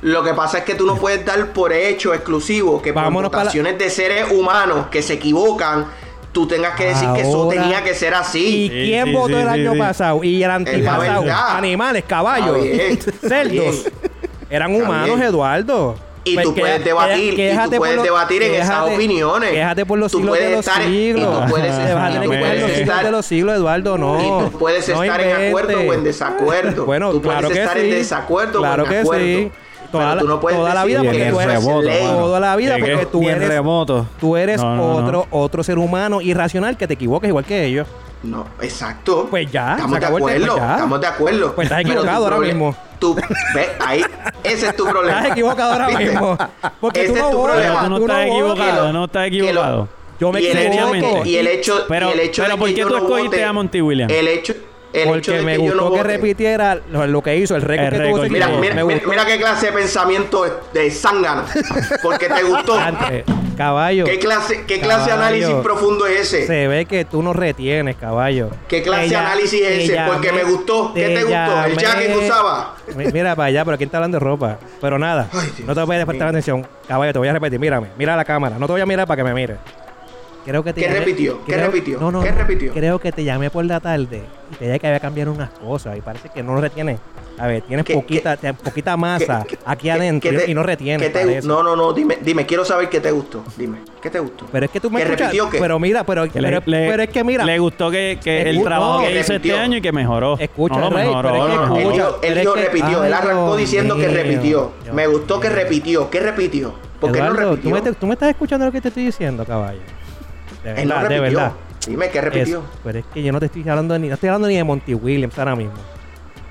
S4: Lo que pasa es que tú no puedes dar por hecho exclusivo que
S2: Vámonos
S4: por mutaciones de seres humanos que se equivocan, tú tengas que decir que eso
S2: Ahora-
S4: tenía que ser
S2: ¿Y
S4: así.
S3: Sí,
S2: quién
S3: sí,
S2: votó
S3: sí,
S2: el
S3: sí,
S2: año
S3: sí.
S2: pasado? Y el antipasado.
S4: verdad.
S2: Animales, caballos,
S4: Está bien, está
S2: cerdos. Eran
S4: Está
S2: humanos,
S4: bien.
S2: Eduardo.
S4: Y tú puedes
S2: queja-
S4: debatir, y tú
S2: quéjate
S4: puedes
S2: por
S4: debatir en esas opiniones.
S2: Quéjate por los
S4: Tú
S2: siglos de
S4: puedes
S2: los
S4: estar- y tú
S2: siglos.
S4: puedes-
S2: Te vas a
S3: y
S2: tener
S3: tú
S2: que quedar en los siglos
S3: puedes
S2: de
S4: estar-
S2: los siglos, Eduardo, no.
S4: y tú puedes
S2: No
S4: estar en
S2: inventes.
S4: acuerdo o en desacuerdo.
S2: Bueno,
S4: tú puedes
S2: claro que
S4: estar en
S2: sí.
S4: desacuerdo
S2: Claro
S4: o en
S2: que
S4: acuerdo.
S2: sí. Toda
S4: pero
S2: la-
S4: tú no puedes
S2: toda la
S4: decir
S2: vida
S4: que
S2: porque
S4: eso
S2: tú
S4: es
S2: eres-
S1: reboto,
S4: ley.
S1: mano.
S2: Toda la vida,
S3: ¿De
S2: porque
S3: qué?
S2: tú
S1: Y en
S2: eres,
S1: remoto.
S2: tú eres
S3: No, no, no.
S2: otro, otro ser humano irracional que te equivoques igual que ellos.
S4: No, exacto.
S2: Pues ya, se
S4: Estamos de
S2: acabó el
S4: acuerdo.
S2: tema, ya.
S4: Estamos de acuerdo.
S2: Pues estás
S4: Pero tu
S2: equivocado ahora
S4: proble-
S2: mismo.
S4: Tú, ve, ahí, ese es tu problema.
S2: Estás equivocado ahora
S4: ¿Viste?
S2: mismo. Porque tú
S4: Ese
S2: no
S4: es tu
S2: votas,
S3: Pero
S4: problema.
S3: tú no
S2: tú no
S3: estás
S2: votas.
S3: equivocado, no estás
S4: lo-
S3: equivocado.
S2: Yo me
S4: y el hecho de
S2: equivoco.
S4: que- y el hecho,
S3: Pero-
S4: y el hecho
S3: pero
S4: de
S3: ¿por
S4: que
S3: qué
S4: yo
S3: tú
S4: no
S3: escogiste
S4: vote-
S3: a Monty Williams?
S4: El hecho, el hecho de
S2: Porque
S4: que
S2: me
S4: yo no
S2: gustó que
S4: vote.
S2: repitiera lo, lo que hizo, el récord
S3: El
S2: que tuvo
S3: récord
S2: ese
S3: que
S4: Mira,
S2: equipo.
S3: tuvo.
S4: mira,
S2: Me
S4: mira,
S2: gustó.
S4: mira qué clase de pensamiento es de zángano. Porque te gustó.
S2: Antes, caballo.
S4: ¿Qué clase, qué clase de
S2: Caballo.
S4: análisis profundo es ese?
S2: Se ve que tú no retienes, caballo.
S4: ¿Qué clase de análisis es
S2: te
S4: ese?
S2: llamé-
S4: Porque me gustó. ¿Qué te gustó? ¿El jacket que usaba?
S2: Mi- Mira para allá, pero aquí está hablando de ropa. Pero nada,
S4: Ay, Dios
S2: no te voy a prestar atención. Caballo, te voy a repetir. Mírame, mira la cámara. No te voy a mirar para que me mires. Creo que te
S4: ¿Qué
S2: llamé-
S4: repitió? ¿Qué
S2: creo-
S4: repitió?
S2: No, no,
S4: ¿Qué
S2: no.
S4: repitió?
S2: Creo que te llamé por la tarde y te dije que había cambiado unas cosas y parece que no lo retienes. A ver, tienes
S4: ¿Qué-
S2: poquita, te- poquita masa
S4: ¿Qué- qué-
S2: aquí
S4: qué-
S2: adentro
S4: qué te-
S2: y no retienes.
S4: qué te-
S2: parece.
S4: no, no, no, dime, dime, quiero saber qué te gustó. Dime, ¿qué te gustó?
S2: Pero es que tú me
S4: ¿Que
S2: escuchas.
S4: repitió qué?
S2: Pero mira, pero,
S3: Que le-
S2: pero,
S3: le-
S2: pero es que mira.
S3: Le gustó que, que
S2: Es
S3: el
S2: que-
S3: trabajo
S2: no,
S3: que hizo
S4: repitió.
S3: este año y que mejoró.
S2: Escucha,
S3: no lo
S2: Rey,
S3: mejoró,
S2: pero es
S3: lo
S2: que
S4: él
S3: mejoró.
S2: escucha.
S4: dijo, él
S2: pero
S4: dijo
S2: es que-
S4: repitió,
S2: ay,
S4: él arrancó
S2: Dios
S4: diciendo que
S2: mío.
S4: repitió.
S2: Dios
S4: me gustó que
S2: mío.
S4: repitió, ¿qué repitió? ¿Por qué no
S2: Eduardo,
S4: repitió?
S2: ¿tú me, te- tú me estás escuchando lo que te estoy diciendo, caballo. De
S4: Él no
S2: verdad, Ah, de
S4: repitió.
S2: verdad.
S4: Dime, ¿qué repitió?
S2: Eso. pero es que yo no te estoy hablando ni, no estoy hablando ni de Monty Williams ahora mismo.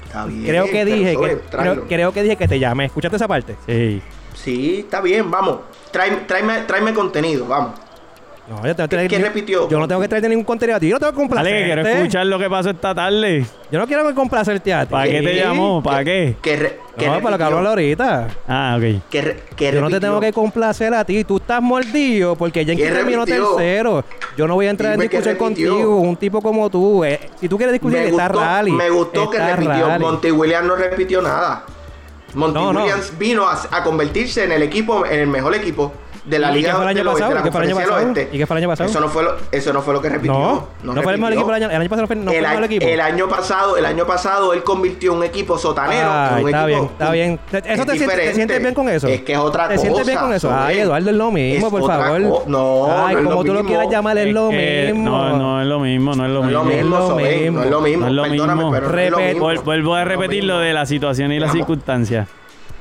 S4: Está bien,
S2: Creo que
S4: pero
S2: dije
S4: sobre,
S2: que,
S4: tráelo.
S2: creo, creo que dije que te llamé. ¿Escuchaste esa parte?
S3: Sí.
S4: Sí, está bien, vamos. Tráeme, tráeme, tráeme contenido, vamos.
S2: No, yo te
S4: ¿Qué- qué repitió?
S2: Yo no tengo que traerte ningún contenido a ti. Yo no tengo que
S3: Dale, que
S2: complacerte.
S3: quiero escuchar lo que pasó esta tarde.
S2: Yo no quiero que complacerte a ti.
S3: ¿Para qué te
S2: Sí.
S3: llamó? ¿Para qué?
S4: ¿Qué, re- qué
S2: No, para lo que
S4: repitió?
S2: habló ahorita.
S3: Ah, ok.
S4: ¿Qué re- qué
S2: Yo no te
S4: repitió?
S2: tengo que complacer a ti. Tú estás mordido porque ya
S4: ¿Qué
S2: terminó
S4: repitió?
S2: tercero. Yo no voy a entrar
S4: Dime
S2: en
S4: qué
S2: discusión
S4: repitió.
S2: contigo. Un tipo como tú. eh, si tú quieres discutir,
S4: me
S2: está
S4: gustó,
S2: rally.
S4: me gustó que
S2: está
S4: repitió.
S2: rally.
S4: Monty Williams no repitió nada. Monty
S2: No, no.
S4: Williams vino a, a convertirse en el equipo, en el mejor equipo de la
S2: ¿Y
S4: liga
S2: qué fue el año
S4: del
S2: pasado?
S4: Oeste, de
S2: ¿Qué
S4: la
S2: fue el año
S4: Conferencia del
S2: pasado?
S4: Oeste.
S2: ¿Y qué fue el año pasado?
S4: este. Eso no fue lo, eso no fue lo que repitió.
S2: No, no, fue el mejor equipo
S4: repitió.
S2: del año. El año pasado no fue, no fue
S4: el,
S2: el mejor
S4: año-
S2: equipo.
S4: el año pasado, el año pasado él convirtió un equipo sotanero
S2: Ah,
S4: en un
S2: está
S4: equipo.
S2: bien, está bien. Te- Eso
S4: es
S2: te, sientes- te
S4: diferente.
S2: sientes bien con eso.
S4: Es que es otra
S2: Te sientes bien
S4: cosa,
S2: con eso. Ay,
S4: Soler.
S2: Eduardo, es lo mismo,
S4: Es
S2: por
S4: otra
S2: favor.
S4: co- no,
S2: Ay,
S4: no es
S2: como
S4: lo
S2: tú lo
S4: mismo.
S2: quieras llamar, es, lo
S3: que-
S2: mismo.
S3: No, no es lo mismo, no es lo
S4: No es lo
S3: mismo.
S4: mismo,
S2: lo
S4: Soler,
S2: mismo.
S4: No es lo mismo.
S3: No es lo
S4: Perdóname,
S3: mismo.
S4: pero no es lo
S2: Repet-
S4: mismo.
S3: Vol- vuelvo a
S4: No es lo
S3: repetir
S4: mismo.
S3: lo de la situación y las
S4: Vamos.
S3: circunstancias.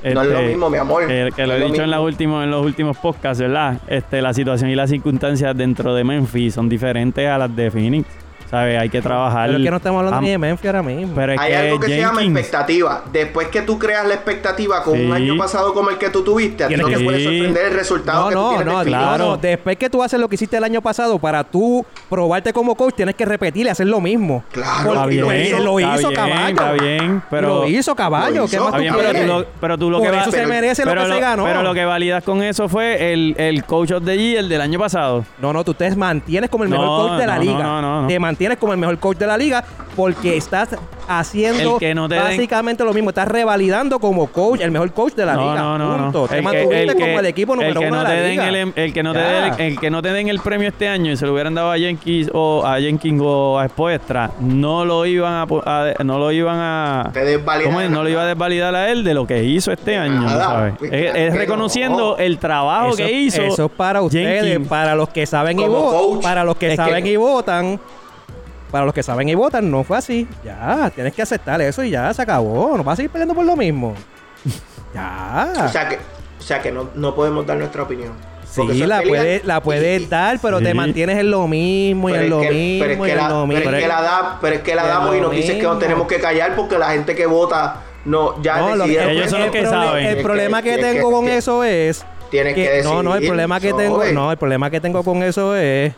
S4: No es lo mismo, mi amor.
S3: Que, que lo
S4: No es
S3: he
S4: lo
S3: dicho en,
S4: mismo.
S3: la última- en los últimos podcasts, ¿verdad? Este, la situación y las circunstancias dentro de Memphis son diferentes a las de Phoenix. ¿Sabes? Hay que trabajar.
S2: Pero es que no estamos hablando
S3: Am-
S2: ni de Memphis ahora mismo.
S3: Pero es
S4: Hay
S3: que
S4: algo que se llama
S3: Jenkins-
S4: expectativa. Después que tú creas la expectativa con un
S3: Sí.
S4: año pasado como el que tú tuviste, a ti no
S3: Tienes
S4: te
S3: que-
S4: puede
S3: Sí.
S4: sorprender el resultado
S2: No,
S4: que tú
S2: no,
S4: tienes
S2: no,
S4: definido.
S2: claro.
S3: Claro.
S2: Después que tú haces lo que hiciste el año pasado, para tú probarte como coach, tienes que repetir y hacer lo mismo.
S4: Claro,
S3: Está
S2: Porque
S4: y
S3: bien,
S4: lo
S2: lo, hizo, lo
S3: está
S2: hizo
S3: bien,
S2: caballo.
S3: Está bien, pero.
S2: lo hizo caballo.
S4: Lo
S2: ¿Qué
S4: hizo,
S2: más
S3: Está
S2: tú
S3: bien, pero tú
S4: tú
S2: quieres?
S4: quieres.
S3: lo, pero tú lo
S2: Por
S3: que
S2: eso
S3: vas-
S2: se
S4: pero-
S2: merece lo que
S3: pero
S2: se ganó.
S3: pero lo que validas con eso fue el, el coach of the year, el del año pasado.
S2: No, no, tú te mantienes como el
S3: No,
S2: mejor coach de la
S3: no,
S2: liga.
S3: no, no, no.
S2: Te mantienes como el mejor coach de la liga porque estás haciendo
S3: El que no te den-
S2: básicamente lo mismo. Estás revalidando como coach, el mejor coach de la liga. punto. Te
S3: El que-
S2: mantuviste
S3: el que-
S2: como el equipo número
S3: el que
S2: uno
S3: no
S2: de la
S3: te den
S2: liga.
S3: el em- el que no te
S2: Ya.
S3: den- el que no te den el premio este año y se lo hubieran dado a Jenkins o a Jenkins o a Spoestra, no lo iban a, po- a- no lo iban a
S4: Te desvalidaron.
S3: ¿cómo es? no lo iba a desvalidar a él de lo que hizo este año,
S4: nada,
S3: ¿sabes?
S4: pues,
S3: es, es
S4: pero
S3: reconociendo
S4: no.
S3: el trabajo
S2: eso,
S3: que hizo.
S2: eso es para ustedes,
S3: Jenkins.
S2: para los que saben y
S4: Como
S2: votan.
S4: coach,
S2: Para los que
S4: es
S2: saben
S4: que-
S2: y votan. Para los que saben y votan, no fue así. Ya, tienes que aceptar eso y ya se acabó. No vas a seguir peleando por lo mismo. ya.
S4: O sea que, o sea que no, no podemos dar nuestra opinión. Porque
S2: Sí,
S4: eso es
S2: la
S4: pelear.
S2: puedes la puedes
S4: Y-
S2: dar, pero
S3: Sí.
S2: te mantienes en lo mismo y
S4: pero
S2: en
S4: es
S2: lo
S4: que-
S2: mismo
S4: pero es
S2: y
S4: que
S2: en
S4: la-
S2: lo mismo.
S4: Pero es que la, da- pero es que la
S2: Es
S4: damos
S2: lo
S4: y nos dices que
S2: mismo.
S4: nos tenemos que callar porque la gente que vota no ya
S2: No, lo-
S4: decidieron.
S3: Ellos son los
S2: el
S3: que
S2: proble-
S3: saben.
S2: El
S4: Es
S2: problema que
S4: es
S2: tengo con
S4: que-
S2: eso es
S4: Tienes que,
S2: que-
S4: decidir.
S2: no, no, el problema que tengo,
S4: sobre.
S2: no, el problema que tengo con eso es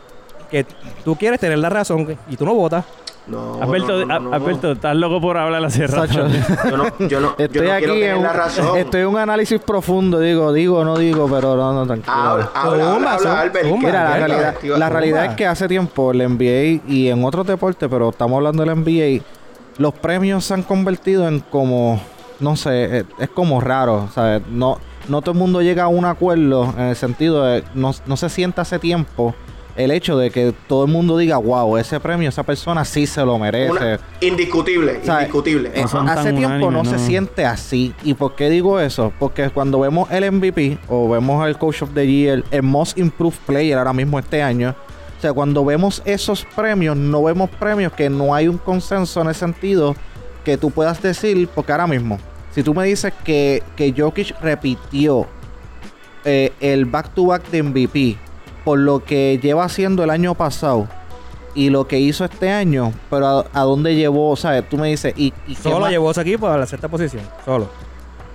S2: que tú quieres tener la razón y tú no votas.
S4: No,
S3: Alberto,
S4: no, no, no, no.
S3: Alberto, estás loco por hablar hace rato.
S1: Sacho,
S4: Yo no, yo no, yo
S1: estoy
S4: no
S1: aquí
S4: quiero tener
S1: en un,
S4: la razón.
S1: estoy en un análisis profundo, digo, digo, no digo, pero no, no, tranquilo.
S4: Habla, habla,
S2: Zumba,
S4: habla, habla,
S2: zumba,
S4: Albert.
S2: zumba,
S1: Mira, la
S2: Alberto,
S1: realidad, la realidad es que hace tiempo el NBA y en otros deportes, pero estamos hablando del NBA, los premios se han convertido en como, no sé, eh, es como raro, ¿sabes? No, no todo el mundo llega a un acuerdo en el sentido de, no, no se sienta hace tiempo el hecho de que todo el mundo diga, wow, ese premio, esa persona sí se lo merece.
S4: Una- indiscutible,
S1: O sea,
S4: indiscutible.
S1: eh,
S3: No son
S1: hace
S3: tan
S1: tiempo no,
S3: unánimes,
S1: se
S3: no.
S1: siente así. ¿Y por qué digo eso? Porque cuando vemos el MVP o vemos el Coach of the Year, el Most Improved Player ahora mismo este año, o sea, cuando vemos esos premios, no vemos premios que no hay un consenso en el sentido que tú puedas decir, porque ahora mismo, si tú me dices que, que Jokic repitió eh, el back-to-back de MVP por lo que lleva haciendo el año pasado y lo que hizo este año, pero a, a dónde llevó, o sea, tú me dices, ¿y, y qué
S2: Solo
S1: más?
S2: llevó a su equipo a la sexta posición. Solo,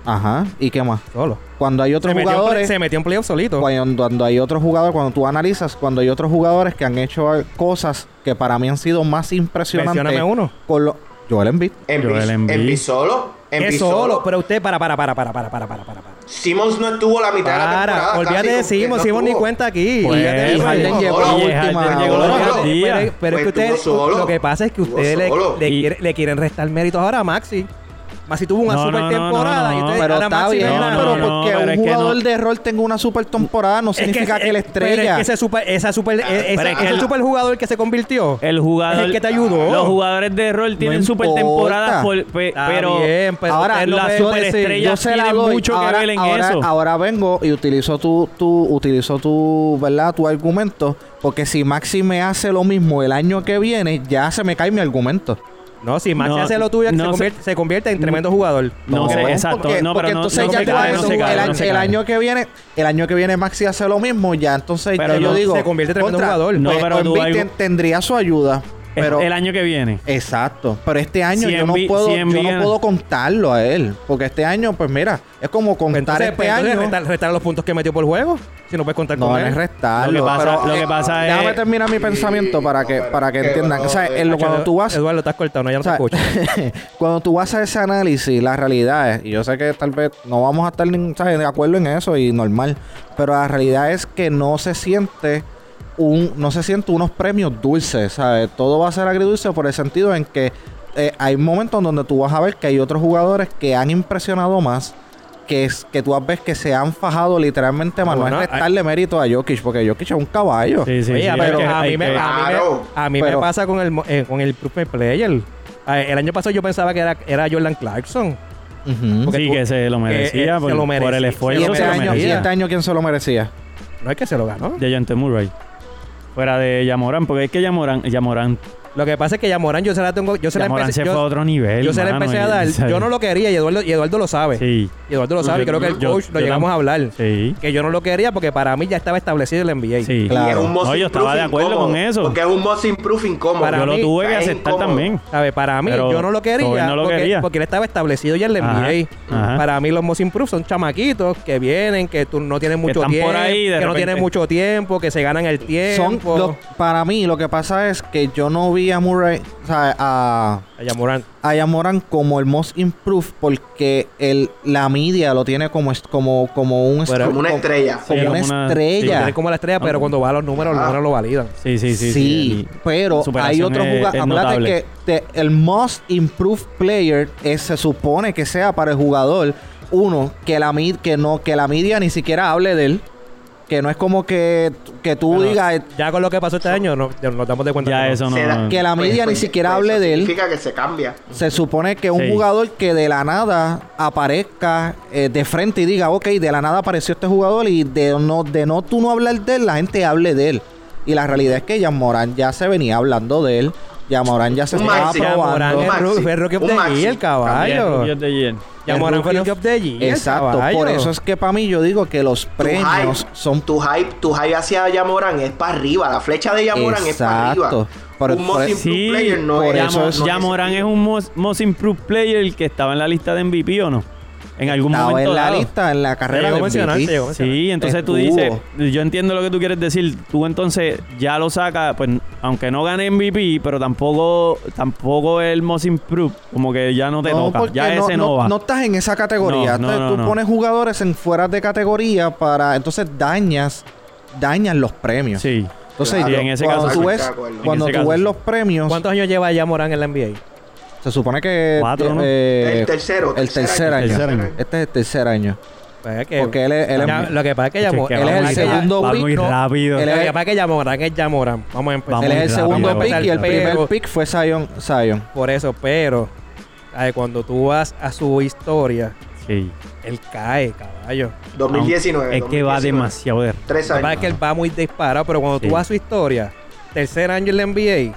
S1: Ajá, ¿y qué más?
S2: solo.
S1: Cuando hay otros
S2: se, metió en play-
S1: jugadores,
S2: se metió en playoff solito.
S1: cuando, cuando hay otros jugadores, cuando tú analizas, cuando hay otros jugadores que han hecho al- cosas que para mí han sido más impresionantes
S2: Mencióname uno.
S1: con lo, Joel Embiid.
S3: Joel
S4: Embi-
S3: Embiid.
S4: Embiid solo.
S2: Es
S4: Embiid
S2: solo, pero usted, para, para, para, para, para, para, para, para.
S4: Simmons no estuvo la mitad de la temporada.
S2: Para, olvídate de
S4: casi, como que
S2: Simon,
S4: no
S2: Simon ni
S4: estuvo.
S2: cuenta aquí.
S3: Pues,
S2: Olvídate de
S1: Y
S2: Simon.
S1: Harden
S4: no,
S1: llegó
S4: no,
S1: la
S4: no,
S1: última
S3: no, llegó los
S1: hora.
S3: no, no.
S2: Pero-
S3: días.
S2: Pero es que
S4: Pues estuvo
S2: ustedes,
S4: solo.
S2: lo que pasa es que
S4: Estuvo
S2: ustedes le,
S4: solo.
S2: le
S3: Y-
S2: quiere- le quieren restar méritos ahora a Maxi. Maxi tuvo una
S3: No,
S2: super
S3: no, no,
S2: temporada
S3: no,
S2: y
S3: no.
S2: ustedes
S1: Pero
S2: ahora
S1: está
S2: Maxi no
S1: bien,
S2: es nada.
S1: pero
S3: no,
S1: porque
S3: pero
S1: un
S3: es que
S1: jugador
S3: no-
S1: de rol tenga una super temporada no
S2: Es
S1: significa que,
S2: ese-
S1: la
S2: pero es
S1: estrella.
S2: que ese super, esa super, e-
S3: pero
S2: esa-
S3: es que
S2: ese
S3: el-
S2: superjugador que se convirtió.
S3: El jugador.
S2: Es el que te ayudó.
S3: Los jugadores de rol tienen
S1: importa.
S3: super temporadas, por- pe-
S2: Está
S3: pero.
S2: bien, pero
S1: ahora,
S2: ustedes no
S3: la
S2: pueden
S3: superestrella
S2: decir-
S3: estrella tiene mucho que
S1: ahora,
S3: ver en
S1: ahora-
S3: eso.
S1: ahora vengo y utilizo tu, tu, utilizo tu, ¿verdad? Tu argumento. Porque si Maxi me hace lo mismo el año que viene, ya se me cae mi argumento.
S2: No, si Maxi
S3: No,
S2: hace lo tuyo, se,
S3: no se-
S2: convierte, se convierte en tremendo jugador.
S3: No, sé,
S1: porque-
S3: exacto. no, pero
S1: porque
S3: no,
S1: entonces
S3: no
S1: ya
S3: se
S1: tú
S3: cae,
S1: ves
S3: no
S1: tú,
S3: se cae,
S1: el,
S3: no
S1: año-
S3: se
S1: el
S3: cae.
S1: año que viene, el año que viene Maxi hace lo mismo, ya entonces
S3: Pero
S1: ya
S3: no,
S1: yo digo,
S2: se convierte en tremendo jugador.
S3: No,
S1: pues,
S3: pero tú
S1: Embiid
S3: algo-
S1: ten- tendría su ayuda,
S3: El-
S1: pero
S3: el año que viene.
S1: Exacto, pero este año
S3: Si
S1: yo no
S3: Embi-
S1: puedo
S3: si
S1: yo
S3: Embi
S1: no
S3: gana.
S1: puedo contarlo a él, porque este año pues mira, es como
S2: Pues
S1: contar
S2: entonces,
S1: este
S2: pues entonces
S1: año.
S2: restar, restar los puntos que metió por juego. Si no puedes contar
S1: No,
S2: con
S1: no
S2: él.
S1: es restarlo.
S3: Lo que pasa-
S1: pero,
S3: lo que pasa es-
S1: Déjame terminar mi pensamiento para que, para que
S4: Qué
S1: entiendan. O sea,
S4: brother.
S1: el- cuando tú vas.
S2: Eduardo, estás cortado, no, ya no
S1: o sea,
S2: te escucho.
S1: cuando tú vas a ese análisis, la realidad es, y yo sé que tal vez no vamos a estar ni- ¿sabes? de acuerdo en eso y normal, pero la realidad es que no se siente un, no se siente unos premios dulces, ¿sabes? Todo va a ser agridulce por el sentido en que eh, hay momentos donde tú vas a ver que hay otros jugadores que han impresionado más. Que, es, que tú ves que se han fajado literalmente, Manuel,
S2: bueno,
S1: restarle mérito a Jokic, porque Jokic es un caballo.
S3: Sí, sí,
S2: Oye,
S3: sí,
S2: pero
S3: hay que-
S2: a
S3: hay
S2: mí me,
S3: que-
S2: a mí me-
S4: Claro.
S2: a mí me
S1: Pero-
S2: pasa con el, mo- eh, con el Proof My Player. Ah, El año pasado yo pensaba que era, era Jordan Clarkson.
S1: Ujú.
S2: porque
S3: sí,
S2: tú-
S3: que se lo
S2: eh,
S3: merecía,
S2: se
S3: por,
S2: lo
S3: por
S2: merecía,
S3: el
S1: Y
S2: se
S3: esfuerzo
S2: lo
S1: este
S3: se lo
S1: año,
S2: merecía.
S1: y este año, ¿quién se lo merecía?
S2: No es que se lo ganó.
S3: de Jonte Murray. Fuera de Yamoran, porque es que Yamoran, Yamoran,
S2: Lo que pasa es que ya Morán yo se la tengo, yo se la
S3: Yamoran
S2: empecé,
S3: se fue a
S2: yo,
S3: otro nivel.
S2: yo se la
S3: mano,
S2: empecé a
S3: y-
S2: dar. Yo no lo quería y Eduardo, y Eduardo lo sabe.
S3: Sí,
S2: Y Eduardo lo sabe y
S3: Yo-
S2: creo que el
S3: yo-
S2: coach lo
S3: yo
S2: llegamos
S3: tam-
S2: a hablar.
S3: sí,
S2: Que yo no lo quería porque para mí ya estaba establecido el NBA.
S3: sí.
S1: Claro.
S4: Y es un most
S3: No, yo estaba de
S4: improve
S3: acuerdo
S4: incómodo,
S3: con eso.
S4: Porque es un most improve incómodo.
S2: Para
S3: yo lo
S2: mí,
S3: tuve que
S4: está
S3: aceptar
S4: incómodo.
S3: también.
S2: ¿Sabes? Para mí,
S3: Pero
S2: yo no lo quería,
S3: Toby no lo
S2: porque,
S3: quería.
S2: porque él estaba establecido ya en el
S3: Ajá,
S2: NBA.
S3: ajá.
S2: Para mí los Most Improved son chamaquitos que vienen, que tú no tienen mucho
S3: están por
S2: tiempo,
S3: ahí, de
S2: que no
S3: repente.
S2: tienen mucho tiempo, que se ganan el
S1: Son
S2: tiempo.
S1: los- para mí, lo que pasa es que yo no vi a Murray, o sea, a,
S2: Aya Morant.
S1: a Yamoran como el most improved porque el, la media lo tiene como, est- como, como un
S2: Pero-
S1: estru-
S4: Como una estrella.
S1: como
S3: Sí,
S1: una
S3: como una-
S2: Lo
S1: estrella.
S2: tienen como la estrella, pero cuando va a los números, los
S4: Ah.
S2: números lo validan.
S3: Sí, sí,
S1: Sí,
S3: sí. sí, el-
S1: pero hay
S3: superación
S1: otros
S3: es- es
S1: jugadores. Acuérdate
S3: notable.
S1: que te- el most improved player es- se supone que sea para el jugador uno que la mid, que no que la media ni siquiera hable de él, que no es como que, que tú
S2: Bueno,
S1: digas
S2: Ya con lo que pasó este año, no, ya nos damos de cuenta.
S3: Ya
S2: que no.
S3: eso no.
S4: Se da-
S1: que la
S4: Pues,
S1: media
S4: pues,
S1: ni siquiera
S4: pues,
S1: hable
S4: eso
S1: de él.
S4: Significa que se cambia.
S1: Se supone que un
S3: Sí.
S1: jugador que de la nada aparezca eh, de frente y diga, ok, de la nada apareció este jugador y de no, de no tú no hablar de él, la gente hable de él. Y la realidad es que Jan Morán ya se venía hablando de él. Jan Morán ya se
S4: Un
S1: estaba
S4: Maxi, Jan
S2: Morán
S1: probando.
S2: es
S4: Maxi,
S2: ru- fue Rookie of
S4: un
S2: the
S4: Maxi.
S2: Year, caballo.
S3: Rookie of the Year.
S2: Ya
S1: El
S2: Morán fue
S1: rookie
S2: Rookie of the Year,
S1: Exacto.
S2: caballo.
S1: Por eso es que para mí yo digo que los premios
S4: hype.
S1: son
S4: Tu hype, tu hype hacia Yamoran es para arriba. La flecha de Yamoran es para arriba.
S1: Exacto. Por-
S4: un most
S1: por-
S4: improved
S3: Sí,
S4: player no
S1: por
S4: es.
S1: eso
S4: no
S1: es-
S3: Ya Morán es un most, most improved player que estaba en la lista de MVP o no. en algún
S1: Estaba
S3: momento
S1: en la
S3: dado.
S1: lista, en la carrera
S2: llegó a
S1: de
S2: mencionar,
S1: MVP.
S2: se llegó a mencionar.
S3: Sí, entonces tú dices,
S1: Estuvo.
S3: yo entiendo lo que tú quieres decir, tú entonces ya lo sacas, pues aunque no gane MVP, pero tampoco tampoco el Most Improved, como que ya no te toca,
S1: porque
S3: ya
S1: no,
S3: ese no,
S1: no-
S3: va.
S1: no estás en esa categoría.
S3: No, no,
S1: Entonces,
S3: no,
S1: tú
S3: no.
S1: pones jugadores en fuera de categoría para. Entonces dañas, dañas los premios.
S3: sí.
S1: Entonces,
S4: Claro.
S3: Sí, en ese
S1: cuando
S3: caso
S1: tú
S3: sí.
S1: ves,
S4: De acuerdo.
S1: cuando
S3: En ese
S1: tú
S3: caso
S1: ves
S3: sí.
S1: los premios,
S2: ¿Cuántos años lleva ya Morán en la NBA?
S1: se supone que
S3: Cuatro, ¿no?
S1: eh,
S4: el tercero.
S1: el tercer año.
S3: tercer año.
S1: Este es el tercer año.
S2: Pues es que-
S1: Porque él es, él es-
S2: Ya, lo que pasa es que ya,
S3: Che,
S2: Mo-
S3: que
S2: pues, él
S3: va
S2: es el
S3: muy ra-
S2: segundo
S3: va
S2: pick,
S3: muy
S2: ¿no?
S3: rápido.
S1: él
S2: Lo
S1: es-
S2: que pasa es que ya Morán es ya Morán. Vamos a empezar.
S3: Vamos.
S1: él es el
S3: rápido,
S1: segundo
S3: vamos.
S1: pick y el
S2: Pero-
S1: primer pick fue Zion. Zion.
S2: Por eso, pero ay, cuando tú vas a su historia,
S3: Sí.
S2: él cae, caballo.
S4: 2019.
S3: Es que va
S4: 2019.
S3: demasiado de
S4: Tres
S2: Lo que pasa
S4: años.
S2: es que él va muy disparado, pero cuando
S3: Sí.
S2: tú vas a su historia, tercer año en la NBA,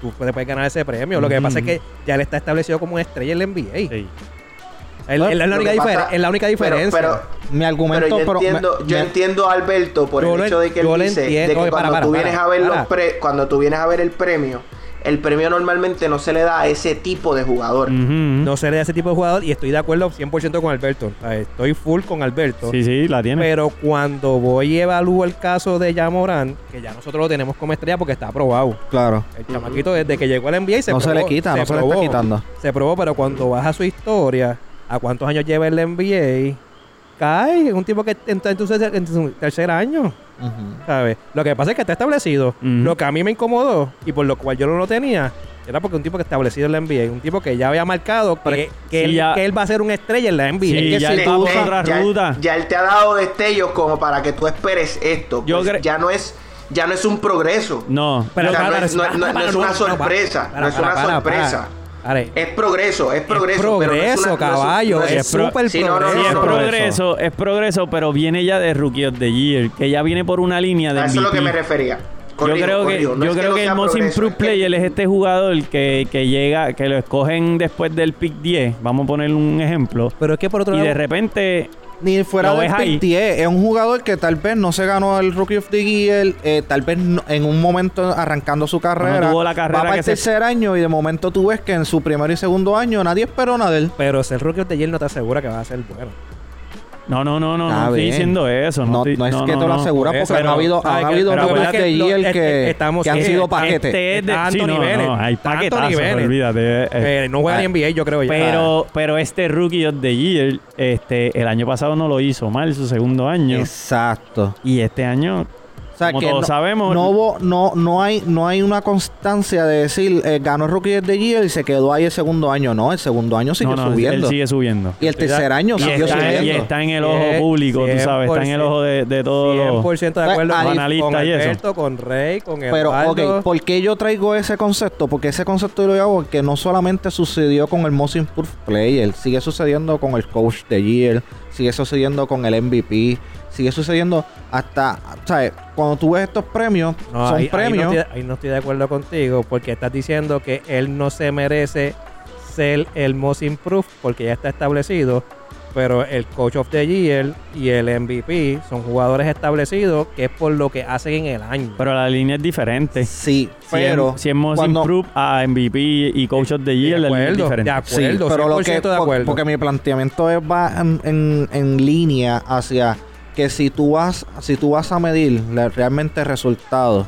S2: tú puedes puedes ganar ese premio. Lo que
S3: Ujú.
S2: pasa es que ya él está establecido como una estrella en la NBA.
S3: Sí.
S2: Él- él es, la
S4: Lo
S2: única
S4: que
S2: difere-
S4: pasa-
S2: es la única
S4: pero-
S2: diferencia.
S4: Pero,
S1: Mi
S4: pero
S1: argumento,
S4: yo,
S1: pero me-
S4: entiendo, yo
S1: me-
S4: entiendo a Alberto por
S2: Yo
S4: el
S2: lo
S4: hecho de que
S2: en- yo
S4: él
S2: lo
S4: dice de
S2: entiendo.
S4: que
S2: Oye, para,
S4: cuando
S2: para,
S4: tú vienes
S2: para,
S4: a ver los
S2: para.
S4: pre- cuando tú vienes a ver el premio, el premio normalmente no se le da a ese tipo de jugador.
S3: Ujú.
S2: no ser de ese tipo de jugador y estoy de acuerdo 100% con Alberto. O sea, Estoy full con Alberto.
S3: Sí, sí, la tiene.
S2: Pero cuando voy y evalúo el caso de Yamorán, que ya nosotros lo tenemos como estrella porque está aprobado.
S1: Claro.
S2: El chamaquito desde que llegó al NBA se
S1: no se
S2: probó,
S1: le quita, no se le está
S2: probó.
S1: quitando.
S2: Se probó, pero cuando vas a su historia, a cuántos años lleva el NBA, cae. Es un tipo que está en tu tercer- en su tercer año.
S1: Ujú.
S2: ¿sabes? Lo que pasa es que está establecido.
S3: Ujú.
S2: Lo que a mí me incomodó y por lo cual yo no lo tenía era porque un tipo que establecido en la NBA, un tipo que ya había marcado que, que
S3: sí,
S2: él,
S3: ya-
S2: que él va a ser una estrella en la NBA.
S3: Sí,
S1: que
S3: ya
S1: si
S3: él
S4: Te-
S3: va por
S4: te-
S3: otra
S4: ya,
S3: ruta.
S4: ya él te ha dado destellos como para que tú esperes esto.
S3: Yo
S4: Pues
S3: cre-
S4: ya no es ya no es un progreso.
S3: No.
S4: O sea, no es- no- no- no es una sorpresa, no es una
S2: Para,
S4: sorpresa.
S2: para.
S4: Es progreso, es progreso. pero no es
S2: progreso,
S4: una- no es-
S2: caballo,
S4: no
S2: es
S3: pro-
S2: súper
S4: Sí, no, no,
S2: progreso.
S3: Sí,
S4: no,
S3: es
S4: no,
S3: progreso, es progreso, pero viene ya de Rookie of the Year, que ya viene por una línea de
S4: A
S3: MVP.
S4: eso es lo que me refería. Corrijo,
S3: yo creo que,
S4: corrijo. No
S3: yo
S4: es
S3: creo
S4: no
S3: que
S4: sea
S3: el Most
S4: progreso,
S3: Improved
S4: es que-
S3: Player es este jugador que, que llega, que lo escogen después del pick 10, vamos a poner un ejemplo,
S2: Pero es que por otro
S3: y de
S2: lado,
S3: repente,
S1: Ni fuera
S3: Lo
S1: del
S3: ves
S1: pick
S3: ahí.
S1: 10, E. Es un jugador que tal vez no se ganó el Rookie of the Year. eh, tal vez no- en un momento arrancando su carrera.
S3: tuvo la carrera
S1: va para
S3: que
S1: el
S3: se-
S1: tercer año y de momento tú ves que en su primer y segundo año nadie esperó nada de él.
S2: pero ser rookie de Yale no te asegura que vas a ser bueno.
S3: no, no, no, no,
S1: Está
S3: no estoy
S1: bien.
S3: diciendo eso. No,
S1: No,
S3: estoy-
S1: no es
S3: no,
S1: que
S3: no,
S1: te lo
S3: no.
S1: aseguro porque
S2: Eso,
S1: no ha
S2: pero-
S1: habido,
S2: ay,
S1: ha
S2: que-
S1: habido
S2: pero
S1: Rookie of
S2: acuérdate
S1: the
S2: que lo-
S1: Year
S2: es-
S1: que,
S2: es- estamos-
S1: que han
S2: es-
S1: sido paquete.
S3: Este es de,
S2: Tantos
S3: sí, no,
S2: niveles,
S3: no, hay
S2: tantos
S3: paquetazos,
S2: niveles.
S3: olvídate. eh, eh.
S2: Eh, no juega
S1: ah,
S2: en NBA, yo creo ya.
S3: Pero, pero este Rookie of the Year, este, el año pasado no lo hizo mal, su segundo año.
S1: Exacto.
S3: Y este año,
S1: O sea,
S3: como
S1: que
S3: todos
S1: no,
S3: sabemos,
S1: no hubo- no, no hay, no hay una constancia de decir eh, ganó el Rookie of the Year y se quedó ahí el segundo año. No, el segundo año siguió
S3: no, no, él
S1: subiendo.
S3: sigue subiendo.
S1: Y el tercer año
S3: Y
S1: siguió
S3: está,
S1: subiendo.
S3: y está en el ojo
S2: Cien-
S3: público, tú sabes, está en el ojo de, de todos los...
S2: 100% de
S4: Pues,
S1: Ay,
S2: acuerdo
S1: ahí-
S2: con,
S3: analista
S2: con
S3: y eso.
S2: Alberto, con Rey, con
S1: Pero,
S2: Eduardo.
S1: ok, ¿por qué yo traigo ese concepto? Porque ese concepto yo lo hago porque no solamente sucedió con el Most Improved Player, sigue sucediendo con el Coach de Year, sigue sucediendo con el MVP, sigue sucediendo hasta, ¿sabes? Cuando tú ves estos premios,
S2: No,
S1: son
S2: ahí, ahí
S1: premios.
S2: no estoy- ahí no estoy de acuerdo contigo porque estás diciendo que él no se merece ser el most improved porque ya está establecido. Pero el coach of the year y el MVP son jugadores establecidos que es por lo que hacen en el año.
S3: Pero la línea es diferente. Si
S1: Sí, pero
S3: es, si es Most
S1: cuando-
S3: Improved a MVP y Coach of the
S2: de
S3: Year, la línea es
S2: acuerdo, de
S3: diferente.
S2: acuerdo,
S1: Sí, pero lo que,
S2: 100% de
S1: por-
S2: acuerdo.
S1: porque mi planteamiento es, va en, en- en línea hacia que si tú vas, si tú vas a medir la- realmente resultados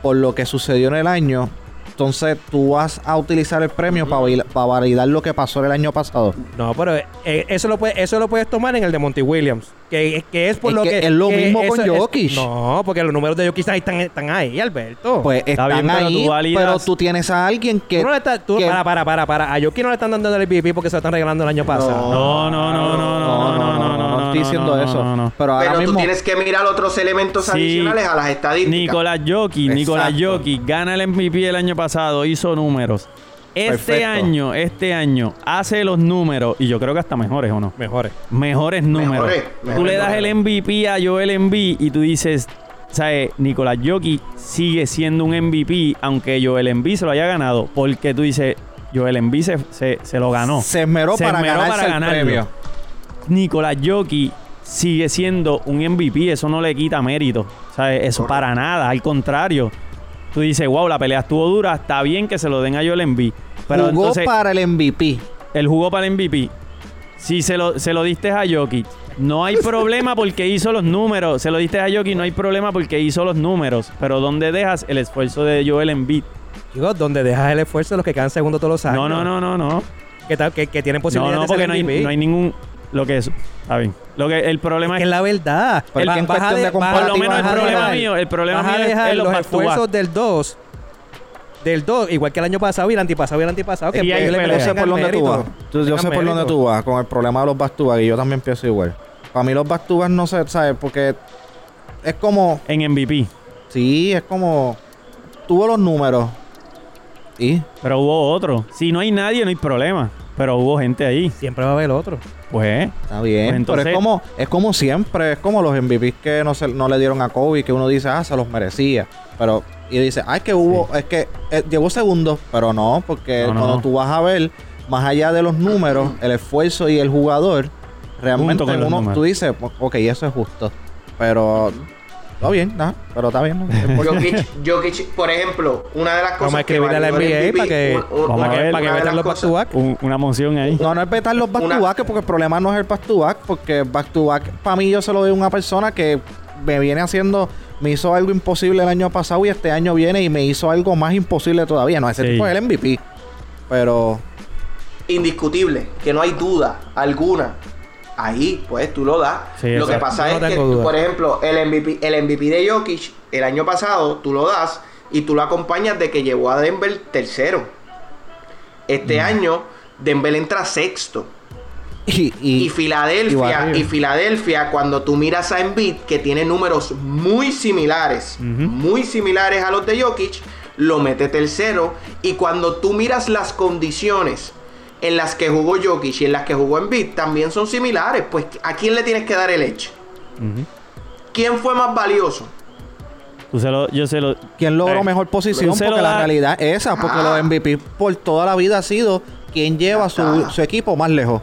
S1: por lo que sucedió en el año, entonces tú vas a utilizar el premio para, validar, lo que pasó el año pasado.
S2: No, pero eh, eso, lo puede- eso lo puedes tomar en el de Monty Williams. Que, que es por
S1: Es
S2: lo
S1: que
S2: que,
S1: es lo
S2: que
S1: mismo con
S2: es-
S1: Jokic.
S2: no, porque los números de Jokic ahí están, están ahí, Alberto.
S1: Pues están
S3: bien, pero
S1: ahí,
S3: tú validas-
S1: pero tú tienes a alguien que
S2: Tú no le estás- tú-
S1: que-
S2: para, para, para, para. A Jokic no le están dando el MVP porque se lo están regalando el año pasado.
S3: No, no, no, no, no, no, no, no, no,
S1: estoy diciendo
S3: no,
S1: eso.
S3: no, no.
S1: Pero ahora
S4: Pero tú
S1: mismo
S4: tienes que mirar otros elementos
S3: Sí.
S4: adicionales a las estadísticas.
S3: Nicolás Jockey, Nicolás
S1: Exacto.
S3: Jockey gana el MVP el año pasado, hizo números. Este
S1: Perfecto.
S3: año, este año, hace los números, y yo creo que hasta mejores, ¿o no?
S2: Mejores.
S3: Mejores números.
S4: Mejores,
S3: tú
S4: mejores
S3: le das el
S4: números.
S3: MVP a Joel Embiid y tú dices, ¿sabes? Nicolás Jokic sigue siendo un MVP aunque Joel Embiid se lo haya ganado. Porque tú dices, Joel Embiid se, se- se lo ganó.
S1: se esmeró
S3: Ah, Se
S1: para
S3: esmeró
S1: ganarse
S3: para
S1: el
S3: ganarlo.
S1: premio.
S3: Nicolás Jokic sigue siendo un MVP. Eso no le quita mérito. ¿sabes? Eso
S4: Correcto.
S3: para nada. Al contrario. Tú dices, wow, la pelea estuvo dura. Está bien que se lo den a Joel Embiid. Pero
S1: Jugó
S3: entonces,
S1: para el MVP.
S3: él jugó para el MVP. Si se lo, se lo diste a Jokic, no hay problema porque hizo los números. Se lo diste a Jokic, no hay problema porque hizo los números. Pero ¿dónde dejas el esfuerzo de Joel Embiid?
S2: Digo, donde dejas el esfuerzo de los que quedan segundos todos los años.
S3: No, no, no, no, no.
S2: Que, tal- que- que tienen
S3: No,
S2: posibilidades
S3: no,
S2: de ser
S3: porque no hay,
S2: MVP.
S3: no hay ningún... Lo que es... Está bien. Lo que, el
S2: Es
S3: problema
S2: que
S3: es...
S2: es la verdad.
S1: Pero
S2: Va-
S1: es que en
S2: vas a
S1: cuestión de
S2: vas a-
S3: por lo menos
S2: vas
S3: el
S2: a
S3: problema
S2: dejar-
S3: mío, el problema
S2: vas a
S3: mío es,
S2: dejar
S3: es los
S2: los
S3: back-to-back.
S2: esfuerzos del 2 del 2, igual que el año pasado y el antipasado y el antipasado, que
S3: Y ahí
S2: le
S3: pelea.
S1: Yo sé por
S2: tengan
S1: dónde tú
S2: mérito.
S1: vas. Yo- Yo
S2: Tengan
S1: sé por dónde
S2: mérito.
S1: tú vas con el problema de los back-to-back y yo también pienso igual. Para mí los back-to-back no sé, ¿sabes? Porque es como...
S3: En MVP.
S1: Sí, es como... Tuvo los números. Y...
S3: Pero hubo otro. Si no hay nadie, no hay problema. Pero hubo gente ahí.
S2: Siempre va a haber otro.
S3: Pues...
S1: Está bien,
S3: Pues entonces-
S1: pero es como, es como siempre, es como los MVPs que no, se, no le dieron a Kobe, que uno dice, ah, se los merecía. Pero, y dice, ah, es que hubo, es que eh, llegó segundo, pero no, porque
S3: No, no.
S1: cuando tú vas a ver, más allá de los números, el esfuerzo y el jugador, realmente
S3: Junto con los
S1: uno,
S3: números.
S1: tú dices, ok, eso es justo. Pero, está bien, nada, pero está bien. ¿no?
S4: Jokic, Jokic, por ejemplo, una de las cosas
S2: Vamos a escribirle a la
S4: valió el
S2: NBA para que,
S4: un- un-
S3: vamos
S2: para
S3: a
S2: que,
S3: ver,
S2: para que
S4: una de
S2: metan los
S4: las
S2: back
S4: cosas-
S2: to back.
S3: un- una moción ahí.
S1: No, no es vetar los back
S4: Una-
S1: to back, porque el problema no es el back to back, porque back to back para mí yo se lo doy a una persona que me viene haciendo, me hizo algo imposible el año pasado y este año viene y me hizo algo más imposible todavía. No, ese
S3: Sí.
S1: tipo es el MVP. Pero
S4: indiscutible, que no hay duda alguna. Ahí, pues tú lo das.
S3: Sí,
S4: lo que
S3: exacto.
S4: pasa
S2: Yo
S4: es
S2: no
S4: que,
S2: tengo duda.
S4: por ejemplo, el MVP, el MVP de Jokic el año pasado, tú lo das y tú lo acompañas de que llevó a Denver tercero. Este
S2: Mm.
S4: año, Denver entra sexto.
S1: y, y-
S4: Y Filadelfia,
S1: arriba.
S4: y, Filadelfia, cuando tú miras a Embiid, que tiene números muy similares, muy similares a los de Jokic, lo mete tercero. Y cuando tú miras las condiciones en las que jugó Jokic y en las que jugó Embiid, también son similares. Pues, ¿a quién le tienes que dar el edge?
S3: Ujú.
S4: ¿Quién fue más valioso?
S3: Tú se lo- yo se lo...
S1: quién logró
S3: Eh,
S1: mejor posición,
S3: se lo
S1: porque la
S3: da-
S1: realidad es esa, porque
S4: Ah.
S1: los MVP por toda la vida ha sido quien lleva su,
S4: está.
S1: su equipo más lejos.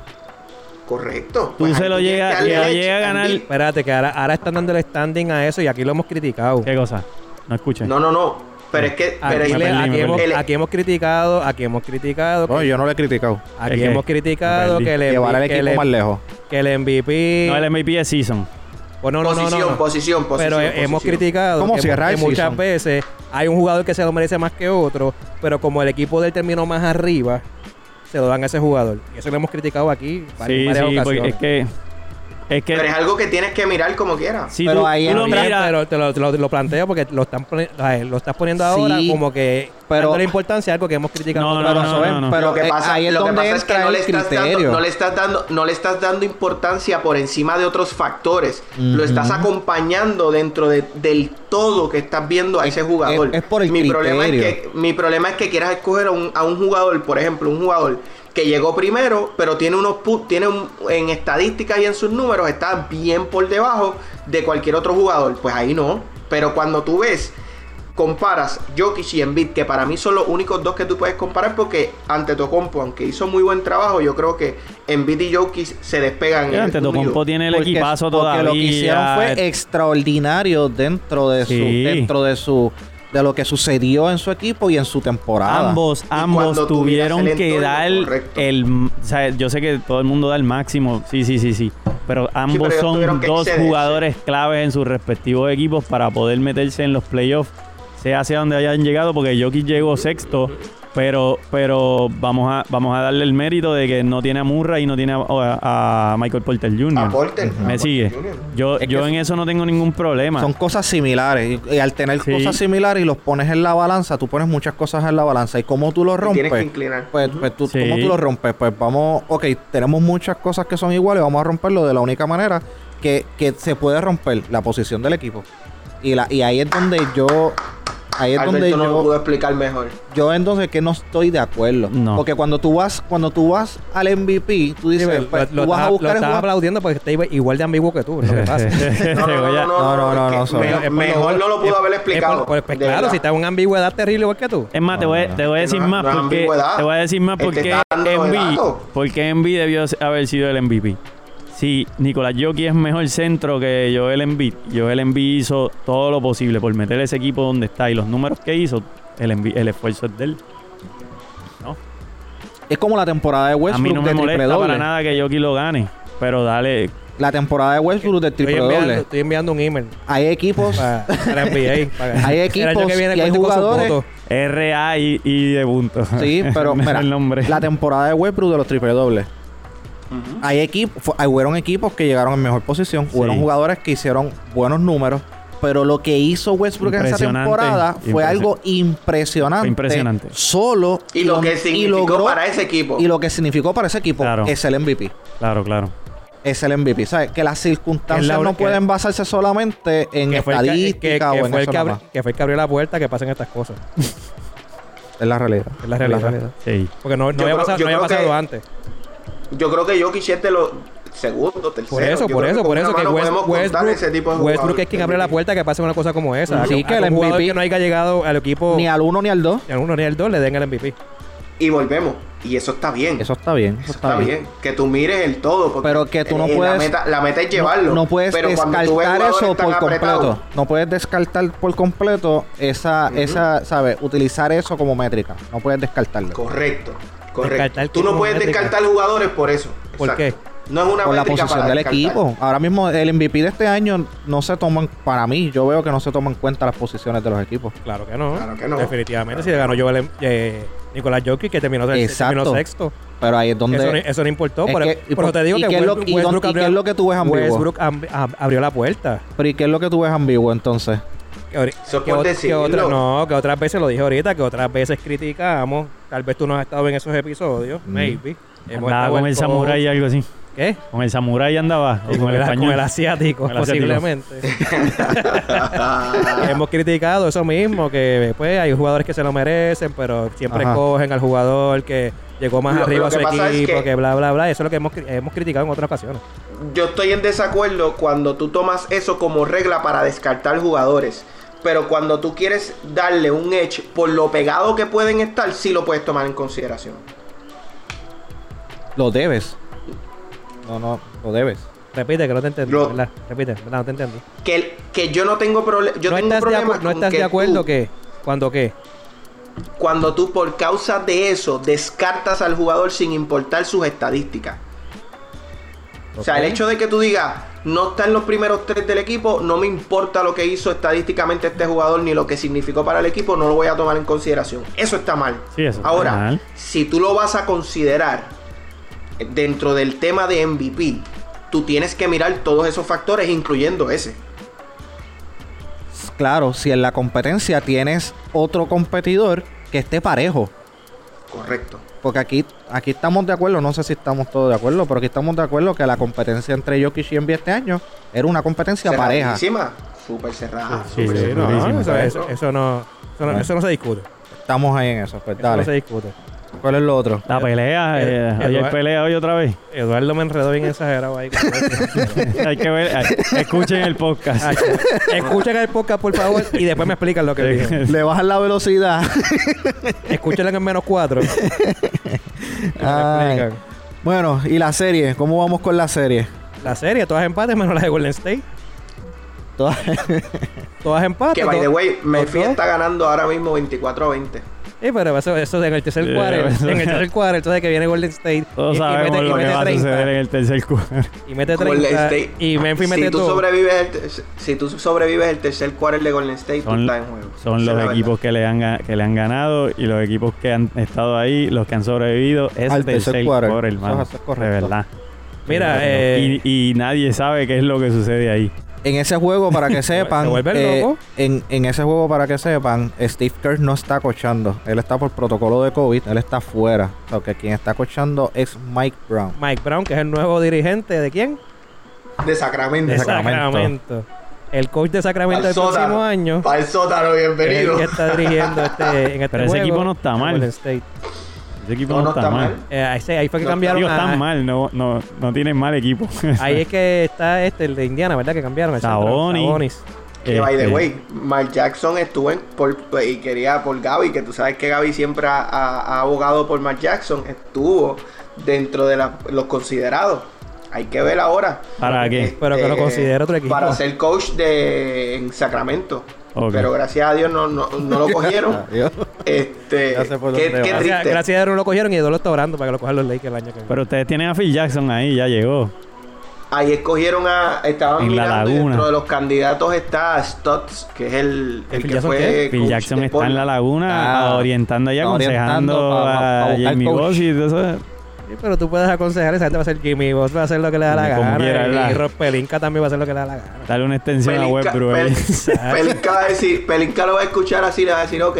S4: Correcto.
S3: Tú
S4: Pues,
S3: se
S4: ahí
S3: lo
S4: tienes
S3: llega-
S4: que darle
S3: llega-
S4: el edge
S3: llega a
S4: a
S3: ganar-
S4: Embiid.
S2: Espérate, que ahora, ahora están dando el standing a eso y aquí lo hemos criticado.
S3: ¿Qué cosa? No escuché.
S4: No, no, no. Pero es que... pero
S2: Aquí,
S4: es
S2: le-
S4: que-
S3: perdí,
S2: aquí
S3: me
S2: hemos,
S4: Ah, perdí.
S2: aquí hemos criticado, aquí hemos criticado,
S1: No, yo no lo he criticado.
S2: aquí
S3: Es que-
S2: hemos criticado
S3: me perdí.
S2: que el,
S1: Llevar al
S2: MVP, que,
S1: equipo más
S2: el,
S1: lejos.
S2: que el MVP...
S3: No, el MVP es Season.
S2: Bueno, Oh, no, no, no,
S4: posición,
S2: no.
S4: posición, posición.
S2: pero hemos
S4: posición.
S2: criticado
S1: ¿Cómo
S2: que,
S1: cierra
S2: que
S1: el
S2: muchas
S1: season?
S2: veces hay un jugador que se lo merece más que otro, pero como el equipo del terminó más arriba, se lo dan a ese jugador. Y eso lo hemos criticado aquí varias,
S3: Sí,
S2: varias
S3: sí, porque
S2: ocasiones.
S3: es que... Es que...
S4: Pero es algo que tienes que mirar como quieras.
S3: si
S1: Pero
S3: tú,
S1: ahí
S3: tú lo
S1: entra-
S3: miras-
S2: Pero te lo, te lo- te lo planteo porque lo, están, poni- o sea, lo estás poniendo
S1: Sí,
S2: ahora como que
S1: pero-
S2: dándole importancia a algo que hemos criticado.
S3: No,
S1: Pero,
S2: otras
S3: no,
S2: veces.
S3: no,
S1: Soben,
S3: no.
S1: pero
S4: lo que
S1: eh,
S4: pasa,
S1: ahí es
S4: lo que
S1: donde
S4: pasa es que
S1: entra
S4: no le,
S1: el
S4: estás
S1: criterio.
S4: dando, no, le estás dando, no le estás dando importancia por encima de otros factores. Lo estás acompañando dentro de- del todo que estás viendo a ese jugador.
S1: es- es por el
S4: mi Problema es que,
S1: criterio.
S4: mi problema es que quieras escoger a un, a un jugador, por ejemplo, un jugador que llegó primero, pero tiene unos pu- tiene un- en estadísticas y en sus números está bien por debajo de cualquier otro jugador. Pues ahí no. Pero cuando tú ves comparas Jokic y Embiid, que para mí son los únicos dos que tú puedes comparar porque ante Tocompo, aunque hizo muy buen trabajo, yo creo que Embiid y Jokic se despegan. en el
S3: Antetokounmpo
S4: estudio.
S3: tiene el
S1: Porque-
S3: equipazo
S1: porque
S3: todavía. Eh,
S1: lo que hicieron fue extraordinario dentro de
S3: Sí.
S1: su dentro de su de lo que sucedió en su equipo y en su temporada.
S3: Ambos, ambos
S4: cuando tú miras
S3: tuvieron
S4: el
S3: que
S4: entorno,
S3: dar
S4: correcto.
S3: el... O sea, yo sé que todo el mundo da el máximo, sí, sí, sí, sí. Pero ambos
S4: ellos
S3: son
S4: tuvieron que
S3: dos
S4: excederse.
S3: jugadores claves en sus respectivos equipos para poder meterse en los playoffs, sea hacia donde hayan llegado, porque Jokic llegó sexto, pero, pero vamos, a, vamos a darle el mérito de que no tiene a Murray y no tiene a, a- a Michael Porter Jr.
S4: A Porter, a
S3: Me
S4: Porter
S3: sigue.
S4: Jr.
S3: Yo,
S1: Es que
S3: yo en eso no tengo ningún problema.
S1: Son cosas similares. Y, y al tener
S3: Sí.
S1: cosas similares y los pones en la balanza, tú pones muchas cosas en la balanza. ¿Y cómo tú los
S4: Te tienes
S1: rompes?
S4: que inclinar.
S1: Pues, pues tú,
S3: Sí.
S1: ¿cómo tú los rompes? Pues vamos, ok, tenemos muchas cosas que son iguales, vamos a romperlo de la única manera que, que se puede romper la posición del equipo. Y, la, y ahí es donde yo... Ahí es donde
S4: Alberto no
S1: yo...
S4: lo pudo explicar mejor.
S1: Yo entonces que no estoy de acuerdo.
S3: No.
S1: Porque cuando tú vas, cuando tú vas al MVP, tú
S2: Sí,
S1: dices,
S2: pero
S1: pues,
S2: lo,
S1: tú
S2: lo
S1: vas
S2: estás-
S1: a
S2: lo
S1: buscar el
S2: estás
S1: jugador.
S2: aplaudiendo porque está igual de ambiguo que tú, es lo que pasa.
S4: No, no, no,
S1: No,
S4: no,
S1: no, no, no,
S4: es que
S1: sorry.
S4: me-
S2: Es por
S4: mejor
S2: lo-
S4: no lo pudo
S2: es-
S4: haber
S2: es por-
S4: explicado.
S2: pues, pues,
S4: de
S2: claro,
S4: verdad.
S2: si está en una ambigüedad terrible igual que tú.
S3: Es más, te, voy, te voy a decir
S4: no,
S3: más
S4: no es
S3: porque
S4: ambigüedad.
S3: te voy a decir más
S4: Es que
S3: porque
S4: está dando el
S3: Embiid-
S4: dato.
S3: porque Envy debió haber sido el MVP. Si Nicolás Jokic es mejor centro que Joel Embiid, Joel Embiid hizo todo lo posible por meter ese equipo donde está y los números que hizo, el, Embiid- el esfuerzo es de él.
S1: Es como la temporada de
S3: A
S1: Westbrook
S3: mí no me
S1: de triple
S3: molesta para
S1: doble.
S3: nada que Jokic lo gane. Pero dale,
S1: La temporada de Westbrook de
S2: Estoy
S1: triple
S2: enviando,
S1: doble.
S2: estoy enviando un email
S1: Hay equipos,
S2: para, para NBA. para-
S1: Hay
S2: el año
S1: equipos
S2: que
S1: y hay
S2: cuente con sus
S1: jugadores.
S2: votos.
S3: RA y, y de punto.
S1: sí, pero
S3: Me da
S1: mira,
S3: el nombre.
S1: la temporada de Westbrook de los triple dobles.
S4: Ujú.
S1: Hay equipos, fu- hay- hubieron equipos que llegaron en mejor posición,
S3: Sí.
S1: hubieron jugadores que hicieron buenos números, pero lo que hizo Westbrook en esa
S3: Impresionante,
S1: temporada fue
S3: impresi-
S1: algo impresionante.
S3: Fue impresionante.
S1: Solo
S4: Y lo que significó
S1: logró-
S4: para ese equipo.
S1: y lo que significó para ese equipo
S3: Claro.
S1: es el MVP.
S3: Claro, claro.
S1: Es el MVP. ¿Sabes? Que las circunstancias
S2: Es la-
S1: no
S2: que-
S1: pueden basarse solamente en
S2: que fue el que-
S1: estadística
S2: que- que
S1: o en
S2: fue el
S1: eso
S2: que
S1: nada
S2: abri- que fue el que abrió la puerta que pasen estas cosas.
S1: más. Es la realidad.
S2: Es la realidad.
S3: Sí.
S2: Porque no, no
S4: Yo
S2: había
S4: creo-
S2: pasado,
S4: yo
S2: no había
S4: creo
S2: pasado
S4: que-
S2: antes.
S4: Yo creo que Jokic es de los segundo, tercero.
S2: Por eso,
S4: Yo
S2: por
S4: creo
S2: eso,
S4: con
S2: por
S4: una
S2: eso que
S4: mano
S2: West-
S4: podemos contar
S2: Westbrook,
S4: ese tipo de
S2: Westbrook
S4: jugadores.
S2: es quien abre la puerta que pase una cosa como esa.
S1: Sí,
S2: A- a-
S1: que
S2: a
S1: el
S2: un jugador
S1: MVP.
S2: que no haya llegado al equipo
S1: Ni al uno ni al dos.
S2: ni al uno ni al dos le den el MVP.
S4: Y volvemos. Y eso está bien.
S1: Eso está bien.
S4: Eso está bien. Que tú mires el todo. porque eh,
S1: Pero que tú no
S4: la
S1: puedes-
S4: meta- la meta es llevarlo.
S1: No, no puedes
S4: Pero cuando tú ves
S1: descartar
S4: jugadores
S1: eso
S4: tan
S1: por
S4: apretados,
S1: completo. No puedes descartar por completo esa,
S4: Ujú.
S1: esa, ¿sabes? Utilizar eso como métrica. No puedes descartarlo.
S4: Correcto. Correcto.
S2: Descartar
S4: tú no
S2: como
S4: puedes
S2: métrica.
S4: descartar jugadores por eso.
S2: ¿Por qué?
S4: No es una
S1: por la
S4: métrica
S1: posición
S4: para
S1: del
S4: descartar.
S1: equipo. Ahora mismo el MVP de este año no se toman, para mí, yo veo que no se toman en cuenta las posiciones de los equipos.
S2: Claro que no.
S4: Claro que no.
S2: Definitivamente, si le ganó yo el, eh, Nicolás Jokic, que terminó,
S1: Exacto.
S2: terminó sexto.
S1: Pero ahí es donde...
S2: Eso, no, eso no importó.
S1: Es
S2: por,
S1: que- y
S2: por eso
S1: por-
S2: te digo
S1: ¿y
S2: que
S1: qué es lo-
S2: Westbrook,
S1: y dónde-
S2: Westbrook
S1: y qué
S2: abrió,
S1: es lo que tú ves ambiguo?
S2: Westbrook am- ab- abrió la puerta.
S1: Pero ¿y qué es lo que tú ves ambiguo entonces?
S2: Que, ahori-
S4: Eso es
S2: que
S4: por
S2: ot- que
S4: decirlo.
S2: otra- no, que otras veces lo dije ahorita, que otras veces criticamos. Tal vez tú no has estado en esos episodios,
S1: Mm.
S2: maybe. Hemos
S3: Andaba
S2: estado
S3: con
S2: en
S3: el
S2: todos.
S3: samurái y algo así.
S2: ¿Qué?
S3: Con el samurái andaba. O
S2: Sí,
S3: con el
S2: a-
S3: español.
S2: con el asiático,
S3: Con el asiático.
S2: posiblemente.
S4: Ah.
S2: Hemos criticado eso mismo, que pues hay jugadores que se lo merecen, pero siempre
S1: Ajá.
S2: cogen al jugador que llegó más
S4: Lo-
S2: arriba
S4: lo
S2: a su
S4: que pasa es
S2: equipo, que...
S4: que-
S2: bla, bla, bla. Eso es lo que hemos, cri- hemos criticado en otras ocasiones.
S4: Yo estoy en desacuerdo cuando tú tomas eso como regla para descartar jugadores. Pero cuando tú quieres darle un edge por lo pegado que pueden estar, sí lo puedes tomar en consideración.
S1: Lo debes. No, no, lo debes.
S2: Repite, que no te entendí,
S4: Lo-
S2: ¿verdad? Repite, ¿verdad? No te entendí.
S4: Que, el- que yo no tengo, problema yo
S2: ¿No
S4: tengo
S2: estás, de, acu- no
S4: problemas con
S2: estás
S4: que
S2: de acuerdo
S4: tú-
S2: que cuando qué?
S4: cuando tú por causa de eso descartas al jugador sin importar sus estadísticas. O sea, el hecho de que tú digas, no está en los primeros tres del equipo, no me importa lo que hizo estadísticamente este jugador ni lo que significó para el equipo, no lo voy a tomar en consideración. Eso está mal.
S3: Sí, eso está
S4: Ahora,
S3: mal.
S4: si tú lo vas a considerar eh, dentro del tema de MVP, tú tienes que mirar todos esos factores, incluyendo ese.
S1: Claro, si en la competencia tienes otro competidor que esté parejo.
S4: Correcto.
S1: Porque aquí, aquí estamos de acuerdo, no sé si estamos todos de acuerdo, pero aquí estamos de acuerdo que la competencia entre Jokic y Embiid este año era una competencia pareja.
S4: Encima, súper cerrada.
S3: Sí,
S4: súper
S3: sí,
S4: cerrada.
S3: no, durísimo.
S2: eso, eso- eso no, eso no,
S1: Ah.
S2: eso no se discute. Eso
S1: Estamos ahí en eso. Pues
S2: no se
S1: dale.
S2: discute.
S1: ¿Cuál es lo otro?
S3: La pelea.
S2: el-
S3: eh,
S2: el-
S3: hoy hay
S2: el-
S3: pelea hoy otra vez.
S2: Eduardo me enredó bien exagerado ahí. con eso.
S3: hay que ver. ay, escuchen el podcast.
S2: Ay, Escuchen el podcast, por favor, y después me explican lo que dije.
S1: Le bajas la velocidad.
S2: Escúchenlo en menos cuatro.
S1: Ay.
S2: explican.
S1: Bueno, y la serie, ¿cómo vamos con la serie?
S2: La serie, todas empates menos la de Golden State.
S1: Todas-
S2: Todas empates.
S4: Que by the
S2: to-
S4: way, Memphis
S2: los dos.
S4: está ganando ahora mismo 24 a 20.
S2: Sí, pero eso, eso en el tercer
S3: Sí,
S2: cuarto.
S3: eso-
S2: En el tercer cuarto, entonces que viene Golden State.
S3: Todos
S2: y, y
S3: sabemos
S2: mete, y
S3: lo que
S2: mete
S3: va a
S2: 30,
S3: suceder en el tercer cuarto.
S2: Y mete
S4: Golden
S2: 30.
S4: State.
S2: Y Memphis
S4: si
S2: mete
S4: tú
S2: todo.
S4: sobrevives el ter- si tú sobrevives el tercer quarter de Golden State, tú
S3: Son-
S4: estás en juego.
S3: Son
S4: Esa
S3: los
S4: es la
S3: equipos
S4: verdad.
S3: que le, han, ga- que le han ganado y los equipos que han estado ahí, los que han sobrevivido. Es
S1: Al
S3: el
S1: tercer
S3: tercer
S1: quarter.
S3: quarter,
S1: Eso-
S3: hermano.
S1: eso es correcto.
S3: De verdad.
S2: Mira,
S3: Pero-
S2: eh,
S3: y, y nadie sabe qué es lo que sucede ahí.
S1: En ese juego, para que sepan,
S2: Se vuelven
S1: eh,
S2: locos.
S1: en, en ese juego, para que sepan, Steve Kerr no está cochando. Él está por protocolo de COVID, él está fuera. O sea, que quien está cochando es Mike Brown.
S2: Mike Brown, que es el nuevo dirigente de quién?
S4: de Sacramento.
S2: De Sacramento. El coach de Sacramento del próximo año.
S4: Para el sótano,
S2: es el
S4: bienvenido.
S2: que está dirigiendo este, en este
S3: Pero ese
S2: juego,
S3: equipo no está
S2: a
S3: mal.
S2: Golden State.
S3: Ese equipo
S4: No, no está mal.
S2: Eh, ahí se- ahí fue que
S4: No está-
S2: cambiaron.
S3: Digo,
S2: a-
S3: están mal, no, no, no tienen mal equipo.
S2: Ahí es que está este, el de Indiana, ¿verdad? Que cambiaron. el centro,
S3: Sabonis.
S2: Sabonis.
S4: Que by the
S3: Este,
S4: way, Mark Jackson estuvo en por, y quería por Gaby, que tú sabes que Gaby siempre ha, ha- ha abogado por Mark Jackson, estuvo dentro de la- los considerados. Hay que ver ahora.
S3: ¿Para qué?
S2: Pero que lo considere otro equipo.
S4: Eh, Para ser coach de en Sacramento.
S3: Ok.
S4: Pero gracias a Dios no, no, no lo cogieron.
S1: Adiós.
S4: este,
S1: Gracias por los
S4: qué,
S1: regalos.
S4: qué triste.
S2: Gracias, gracias a Dios no lo cogieron y Dios lo está orando para que lo cojan los Lakers el año que viene.
S3: Pero ustedes tienen a Phil Jackson ahí, ya llegó.
S4: Ahí escogieron a. Estaban
S3: En la
S4: mirando y
S3: laguna.
S4: dentro de los candidatos está Stotts, que es el, el
S2: Phil
S4: que
S2: Jackson
S4: fue.
S2: qué?
S4: coach
S3: Phil Jackson
S4: de
S3: está en la
S4: Portland.
S3: laguna
S1: Ah.
S3: orientando y
S1: Está
S3: aconsejando
S1: orientando pa- pa-
S3: a
S1: pa buscar
S3: Jamie
S1: coach.
S3: Bosch y todo eso.
S2: Sí, pero tú puedes aconsejar, esa gente va a ser Jimmy Boss, va a hacer lo que le da la
S3: Como
S2: gana.
S3: quiera, ¿verdad?
S2: y Rob Pelinka también va a hacer lo que le da la gana.
S3: Dale una extensión a
S4: Pelinka-
S3: Westbrook. ahí.
S4: Pel- Pelinka va a decir, Pelinka lo va a escuchar así, le va a decir, ok,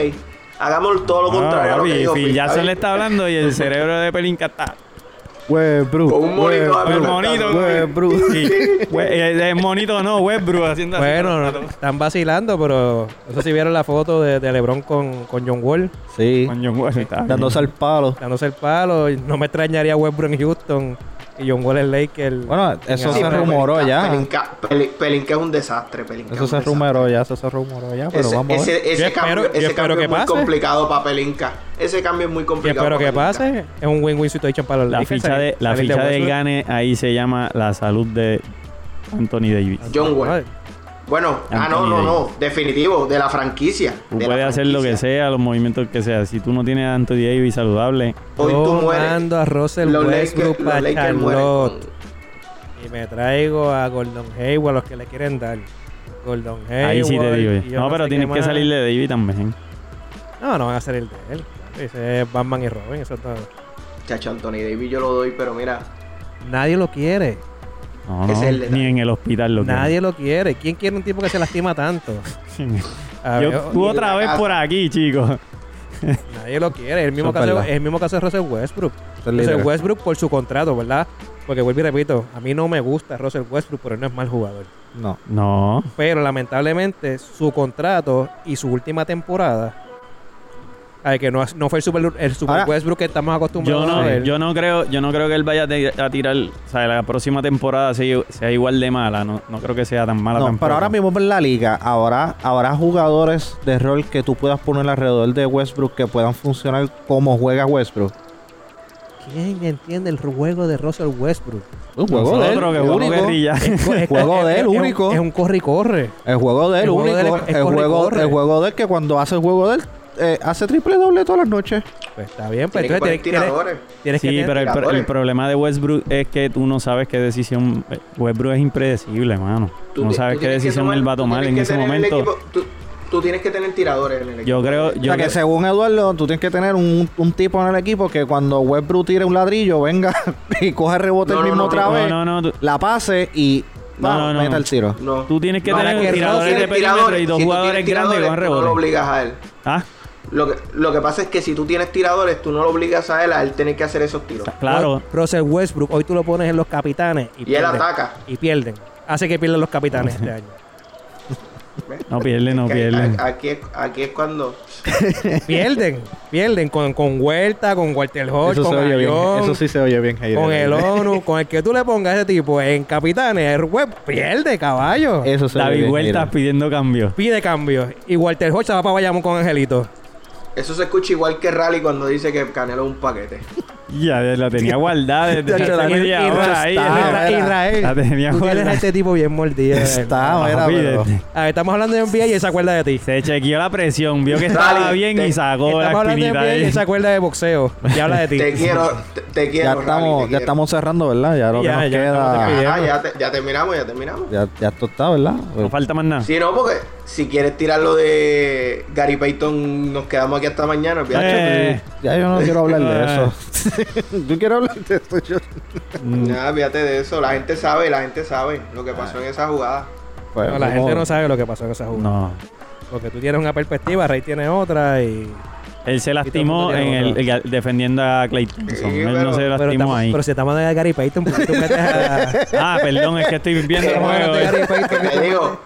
S4: hagamos todo lo
S3: No,
S4: contrario. a lo
S3: Ah, papi,
S4: que dijo
S3: Phil
S4: Phil,
S3: Jackson
S4: ¿sabes?
S3: le está hablando y el cerebro de Pelinka está.
S1: Westbrook.
S4: Con un monito
S1: Westbrook,
S4: hablando.
S3: monito,
S1: Westbrook.
S3: Sí. We- eh, eh, monito no, Westbrook haciendo así.
S2: Bueno, están vacilando, pero no sé si vieron la foto de, de LeBron con, con John Wall
S1: Sí,
S3: Con John Wall, está bien.
S1: dándose al palo.
S2: dándose el palo. y No me extrañaría Westbrook en Houston y John Wall en Lakers.
S1: Bueno, eso
S4: Sí,
S1: se
S4: pero
S1: rumoró
S4: Pelinka-
S1: ya.
S4: Pelinka, Peli- Pelinka es un desastre. Pelinka
S1: Eso
S4: es un
S1: se rumoró ya, eso se rumoró
S3: Ah,
S1: ya, pero
S4: Ese,
S1: vamos a ver.
S4: ese, ese
S2: Yo espero-
S4: cambio,
S2: yo
S4: ese
S2: espero
S4: cambio
S2: que
S4: es muy
S2: pase.
S4: complicado para Pelinka. Ese cambio es muy
S2: y
S4: complicado.
S2: espero
S4: para
S2: que
S4: Pelinka.
S2: pase. Es un win-win situation para los
S3: la
S2: Lakers.
S3: ficha, de, la
S2: Salir
S3: ficha del
S2: Westbrook.
S3: Gane ahí se llama la salud de Anthony Davis.
S4: John Wall. Bueno, ah, no,
S3: Anthony
S4: no, no. Definitivo, de la franquicia.
S3: Tú
S4: de la
S3: puedes hacer lo que
S4: franquicia.
S3: sea, los movimientos que sea. Si tú no tienes a Anthony Davis saludable,
S4: Hoy
S2: Yo
S4: tú mueres.
S2: mando a Russell
S4: Los
S2: Westbrook
S4: Lakers, los
S2: para
S4: Lakers mueren.
S2: Charlotte.
S4: con-
S2: Y me traigo a Gordon Hayward, los que le quieren dar. Gordon Hayward.
S3: ahí sí te digo.
S2: y
S3: yo.
S2: yo
S3: No, pero
S2: sé
S3: tienes
S2: qué
S3: que
S2: más.
S3: salirle de Davis también.
S2: No, no van a salir de él. Ese es Batman y Robin, eso es todo.
S4: Chacho, Anthony Davis yo lo doy, pero mira,
S3: Pues
S2: Nadie lo quiere.
S3: No,
S4: Ese
S3: no,
S4: es el detalle.
S3: ni en el hospital lo
S2: Nadie lo quiere. ¿Quién quiere un tipo que se lastima tanto?
S3: quieren.
S2: A
S3: Yo,
S2: ver,
S3: tú otra
S4: la
S3: vez
S4: casa.
S3: por aquí, chicos.
S2: nadie lo quiere. El mismo,
S1: Eso es
S2: caso,
S1: verdad.
S2: el mismo caso de Russell Westbrook.
S1: Ese es el
S2: Russell
S1: líder.
S2: Westbrook por su contrato, ¿verdad? Porque vuelvo y repito, a mí no me gusta Russell Westbrook, pero él no es mal jugador.
S1: No.
S3: No,
S2: Pero lamentablemente su contrato y su última temporada, ay, que no, no fue el Super, el super
S1: Ahora,
S2: Westbrook que estamos
S3: yo
S2: acostumbrados a
S3: no,
S2: ver.
S3: yo no creo, yo no creo que él vaya de- a tirar, o sea, la próxima temporada sea, sea igual de mala, no, no creo que sea tan mala
S1: No,
S3: tampoco.
S1: pero ahora mismo en la liga, ahora habrá jugadores de rol que tú puedas poner alrededor de Westbrook que puedan funcionar como juega Westbrook.
S2: ¿Quién entiende el juego de Russell Westbrook?
S1: Un ¿eh?
S3: Nosotros que jugamos guerrilla.
S2: Es-
S1: Juego
S2: es-
S1: de él,
S2: es un-
S1: único.
S2: Es un corre y corre.
S1: El juego de él,
S2: El juego
S1: único.
S2: de él es- es
S1: el,
S2: corre y
S1: juego,
S2: corre.
S1: el juego de él que cuando hace el juego de él, eh, hace triple doble todas las noches.
S2: Pues está bien, pues
S4: tiene que
S2: entonces tienes,
S4: poner
S2: tienes,
S4: tiradores.
S2: tienes que
S3: Sí,
S2: tener-
S3: pero el, pro-
S4: tiradores.
S3: el problema de Westbrook es que tú no sabes qué decisión. eh, Westbrook es impredecible, mano.
S4: Tú
S3: no
S4: ti-
S3: sabes
S4: tú
S3: qué
S4: tienes que
S3: decisión
S4: tomar-
S3: él va a
S4: tú
S3: tomar
S4: tienes
S3: en
S4: que
S3: ese
S4: tener el
S3: momento.
S4: equipo- tú, tú tienes que tener tiradores en el equipo.
S3: Yo creo, yo
S1: o sea que
S3: creo-
S1: según Eduardo, tú tienes que tener un, un tipo en el equipo que cuando Westbrook tire un ladrillo, venga y coja el rebote
S4: No,
S1: el
S4: no,
S1: mismo
S4: no,
S1: otra
S4: no,
S1: vez,
S3: no, no, no, tú,
S1: la pase y
S3: No,
S1: va,
S3: no, no.
S1: meta el tiro.
S4: No.
S3: tú tienes que
S2: Para
S3: tener
S2: que
S3: tiradores
S4: tienes
S3: de perímetro y dos
S4: si tú
S3: jugadores
S4: tienes
S3: grandes con
S4: tiradores, tú No lo
S3: rebote.
S4: obligas a él.
S3: Ah,
S4: Lo que, lo que pasa es que si tú tienes tiradores, tú no lo obligas a él a él tener que hacer esos tiros.
S3: claro.
S2: Russell Westbrook, hoy tú lo pones en los capitanes y,
S4: Y él ataca.
S2: Y pierden. Hace que pierdan los capitanes este año.
S4: ¿Ves?
S3: No pierde, no
S4: Que-
S3: pierde.
S4: a- Aquí, es- aquí es cuando.
S2: Pierden. Pierden con, con Huerta, con Walter Hodge, con Ayón,
S1: sí se oye bien, Jair.
S2: con el ONU, con el que tú le pongas a ese tipo en capitanes. El web pierde, caballo.
S1: Eso se oye
S3: David
S1: bien,
S3: Vueltas
S1: Jair.
S3: pidiendo cambio.
S2: Pide cambios. Y Walter Hodge se va para Bayamón con Angelito.
S4: Eso se escucha igual que Rally cuando dice que Canelo es un paquete.
S3: Ya la tenía guardada desde
S1: Ya,
S3: hace
S1: la-
S3: media
S1: y- y-
S3: hora ahí.
S1: está-
S2: Israel, Israel,
S3: La tenía
S2: tú tienes
S3: guardada.
S2: a este tipo bien mordido. de verdad.
S1: Está, mira,
S3: Ah,
S1: pero-
S3: pídete.
S2: A ver, estamos hablando de NBA y él se acuerda de ti.
S3: Se chequeó la presión, vio que estaba
S4: Dale,
S3: bien
S4: te-
S3: y sacó la
S2: Estamos hablando de
S3: espinita
S2: NBA y
S3: ahí.
S2: él se acuerda de boxeo y habla de ti.
S4: Te quiero, te, te quiero.
S1: Ya
S4: Rally,
S1: estamos,
S4: te
S1: ya
S4: quiero.
S1: estamos cerrando, ¿verdad? Ya lo
S2: Ya,
S1: que nos
S2: ya estamos
S1: queda.
S2: despidiendo.
S4: Ah, ya, te- ya terminamos, ya terminamos.
S1: Ya, ya esto está, ¿verdad? Pues,
S3: No falta más nada.
S4: Si no, porque si quieres tirar lo de Gary Payton, nos quedamos aquí hasta mañana. olvídate.
S3: Eh,
S1: Ya yo no quiero hablar de eso. yo quiero hablar de esto. yo-
S3: mm,
S4: Nada, fíjate de eso. La gente sabe, la gente sabe lo que pasó en esa jugada.
S1: Pues,
S2: No, la
S1: como-
S2: gente no sabe lo que pasó en esa jugada.
S3: no.
S2: Porque tú tienes una perspectiva, Rey tiene otra y...
S3: Él se lastimó
S2: todo el
S3: en
S2: mundo
S3: el,
S2: tiene
S3: el- defendiendo a Clay Thompson.
S4: Sí,
S3: Él no
S4: pero-
S3: se
S2: Pero,
S3: lastimó
S2: estamos-
S3: ahí.
S2: pero si estamos hablando de Gary Payton, ¿por qué tú metes a...
S3: Ah, perdón, es que estoy viendo el
S2: Estamos
S3: juego.
S2: hablando de Gary Payton.
S4: Te digo,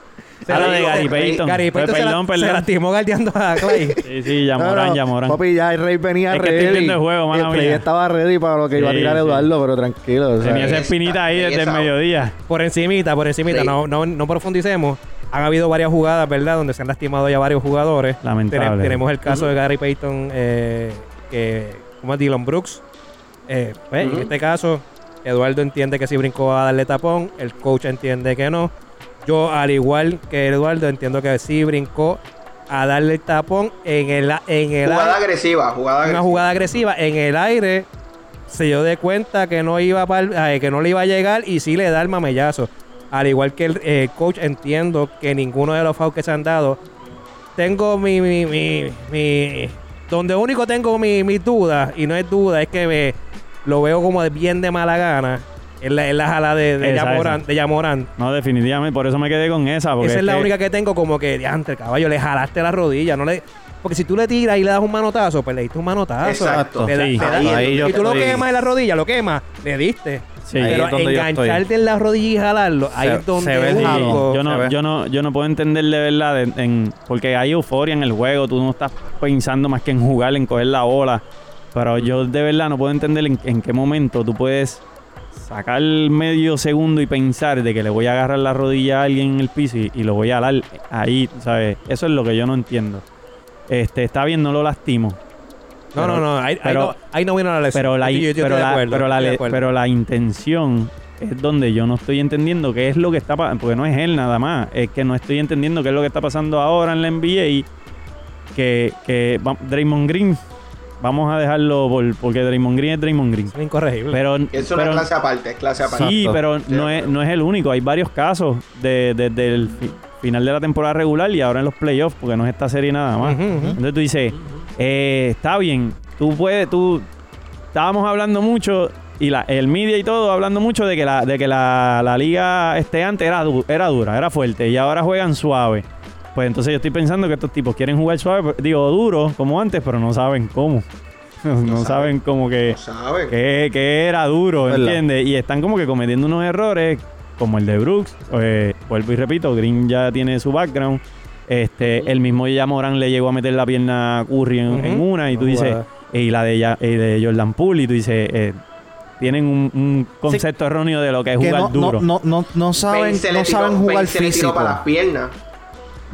S3: Ah, lo de Gary
S4: Gary-
S3: Payton.
S2: Gary
S3: Pues,
S2: Payton se,
S3: perdón,
S2: la, se
S3: perdón.
S2: lastimó galdeando a Clay.
S3: Sí, sí, ya
S1: No, no,
S3: Morán, ya Morán.
S1: Papi, ya el rey venía
S3: Es que
S1: ready.
S3: estoy viendo el juego, mala
S1: Este,
S3: mía.
S1: ya estaba ready para lo que iba a
S3: Sí,
S1: tirar
S3: sí.
S1: Eduardo, pero tranquilo. o sea,
S3: Tenía esa
S4: Ahí
S3: espinita
S4: está,
S3: ahí
S4: ahí
S3: desde el
S4: está.
S3: mediodía.
S2: Por encimita, por encimita.
S4: Sí.
S2: No, no, no profundicemos. Han habido varias jugadas, ¿verdad? Donde se han lastimado ya varios jugadores.
S3: Lamentable.
S2: Tene- Tenemos el caso de Gary Payton, eh, que... ¿Cómo es? Dylan Brooks. Eh, pues, En
S4: Ujú.
S2: este caso, Eduardo entiende que si brincó va a darle tapón. El coach entiende que no. Yo, al igual que Eduardo, entiendo que sí brincó a darle el tapón en el, a- en el
S4: Jugada
S2: aire.
S4: agresiva, jugada
S2: Una
S4: agresiva.
S2: jugada agresiva en el aire. Se dio de cuenta que no iba pa'l- ay, que no le iba a llegar y sí le da el mamellazo. Al igual que el eh, coach, entiendo que ninguno de los fouls que se han dado. Tengo mi. mi, mi, mi- donde único tengo mi, mi duda, y no es duda, es que me- lo veo como de bien de mala gana. Es la, es la jala de, de
S3: Esa,
S2: Yamorán-
S3: esa.
S2: de Yamorán.
S3: No, definitivamente, por eso me quedé con esa. Porque
S2: Esa es la
S3: que-
S2: única que tengo como que, diantre, caballo, le jalaste la rodilla, no le... Porque si tú le tiras y le das un manotazo, pues le diste un manotazo.
S4: Exacto.
S2: Le da-
S3: sí.
S2: le da-
S4: Ahí es
S1: ahí
S4: donde-
S1: yo
S2: y tú lo
S1: estoy-
S2: quemas en la rodilla, lo quemas, le diste.
S3: Sí.
S1: Ahí
S2: Pero
S1: es donde yo
S2: engancharte en la rodilla y jalarlo, ahí
S1: Se-
S2: es donde
S1: se ve el
S3: Sí,
S2: uno-
S1: jalo.
S3: yo,
S1: Se
S3: no,
S1: ve.
S3: yo, no, yo no puedo entenderle, ¿verdad? En, en- porque hay euforia en el juego, tú no estás pensando más que en jugar, en coger la bola. Pero yo de verdad no puedo entender en, en qué momento tú puedes sacar medio segundo y pensar de que le voy a agarrar la rodilla a alguien en el piso y, y lo voy a alar ahí, ¿sabes? Eso es lo que yo no entiendo. Este, está bien, no lo lastimo.
S2: No, no, no, ahí, ahí
S3: pero-
S2: no, ahí no vino la lesión.
S3: Pero la,
S2: Yo- yo estoy
S3: pero
S2: de
S3: la-
S2: acuerdo,
S3: pero la-
S2: estoy de acuerdo.
S3: pero la intención es donde yo no estoy entendiendo qué es lo que está pasando, porque no es él nada más, es que no estoy entendiendo qué es lo que está pasando ahora en la NBA, que, que va- Draymond Green, vamos a dejarlo por- porque Draymond Green es Draymond Green.
S2: Es incorregible.
S3: Pero,
S4: Es una
S3: pero-
S4: clase aparte, es clase aparte.
S3: sí,
S1: Exacto.
S3: pero no es, no es el único, hay varios casos de- desde el fi- final de la temporada regular y ahora en los playoffs, porque no es esta serie nada más.
S2: Ujú, ujú.
S3: Entonces tú dices, eh, está bien, tú puedes, tú estábamos hablando mucho y la, el media y todo hablando mucho de que la, de que la, la liga este antes era, du- era dura, era fuerte y ahora juegan suave. Pues entonces yo estoy pensando que estos tipos quieren jugar suave, digo duro como antes, pero no saben cómo. No,
S4: saben.
S3: saben como que,
S4: No saben.
S3: que, que era duro,
S1: ¿Verdad?
S3: ¿entiendes? Y están como que cometiendo unos errores como el de Brooks. Eh, vuelvo y repito, Green ya tiene su background. Este, el mismo Yamoran le llegó a meter la pierna a Curry en,
S2: Ujú.
S3: en una y tú
S2: Una
S3: dices,
S2: jugada.
S3: y la de, ya, y de Jordan Poole y tú dices, eh, tienen un, un concepto erróneo de lo que es
S1: Que
S3: jugar
S1: no, no,
S3: duro.
S1: no, no, no saben,
S4: Payne se le
S1: no
S4: tiró-
S1: saben jugar
S4: Payne se le tiró
S1: físico.
S4: para las piernas.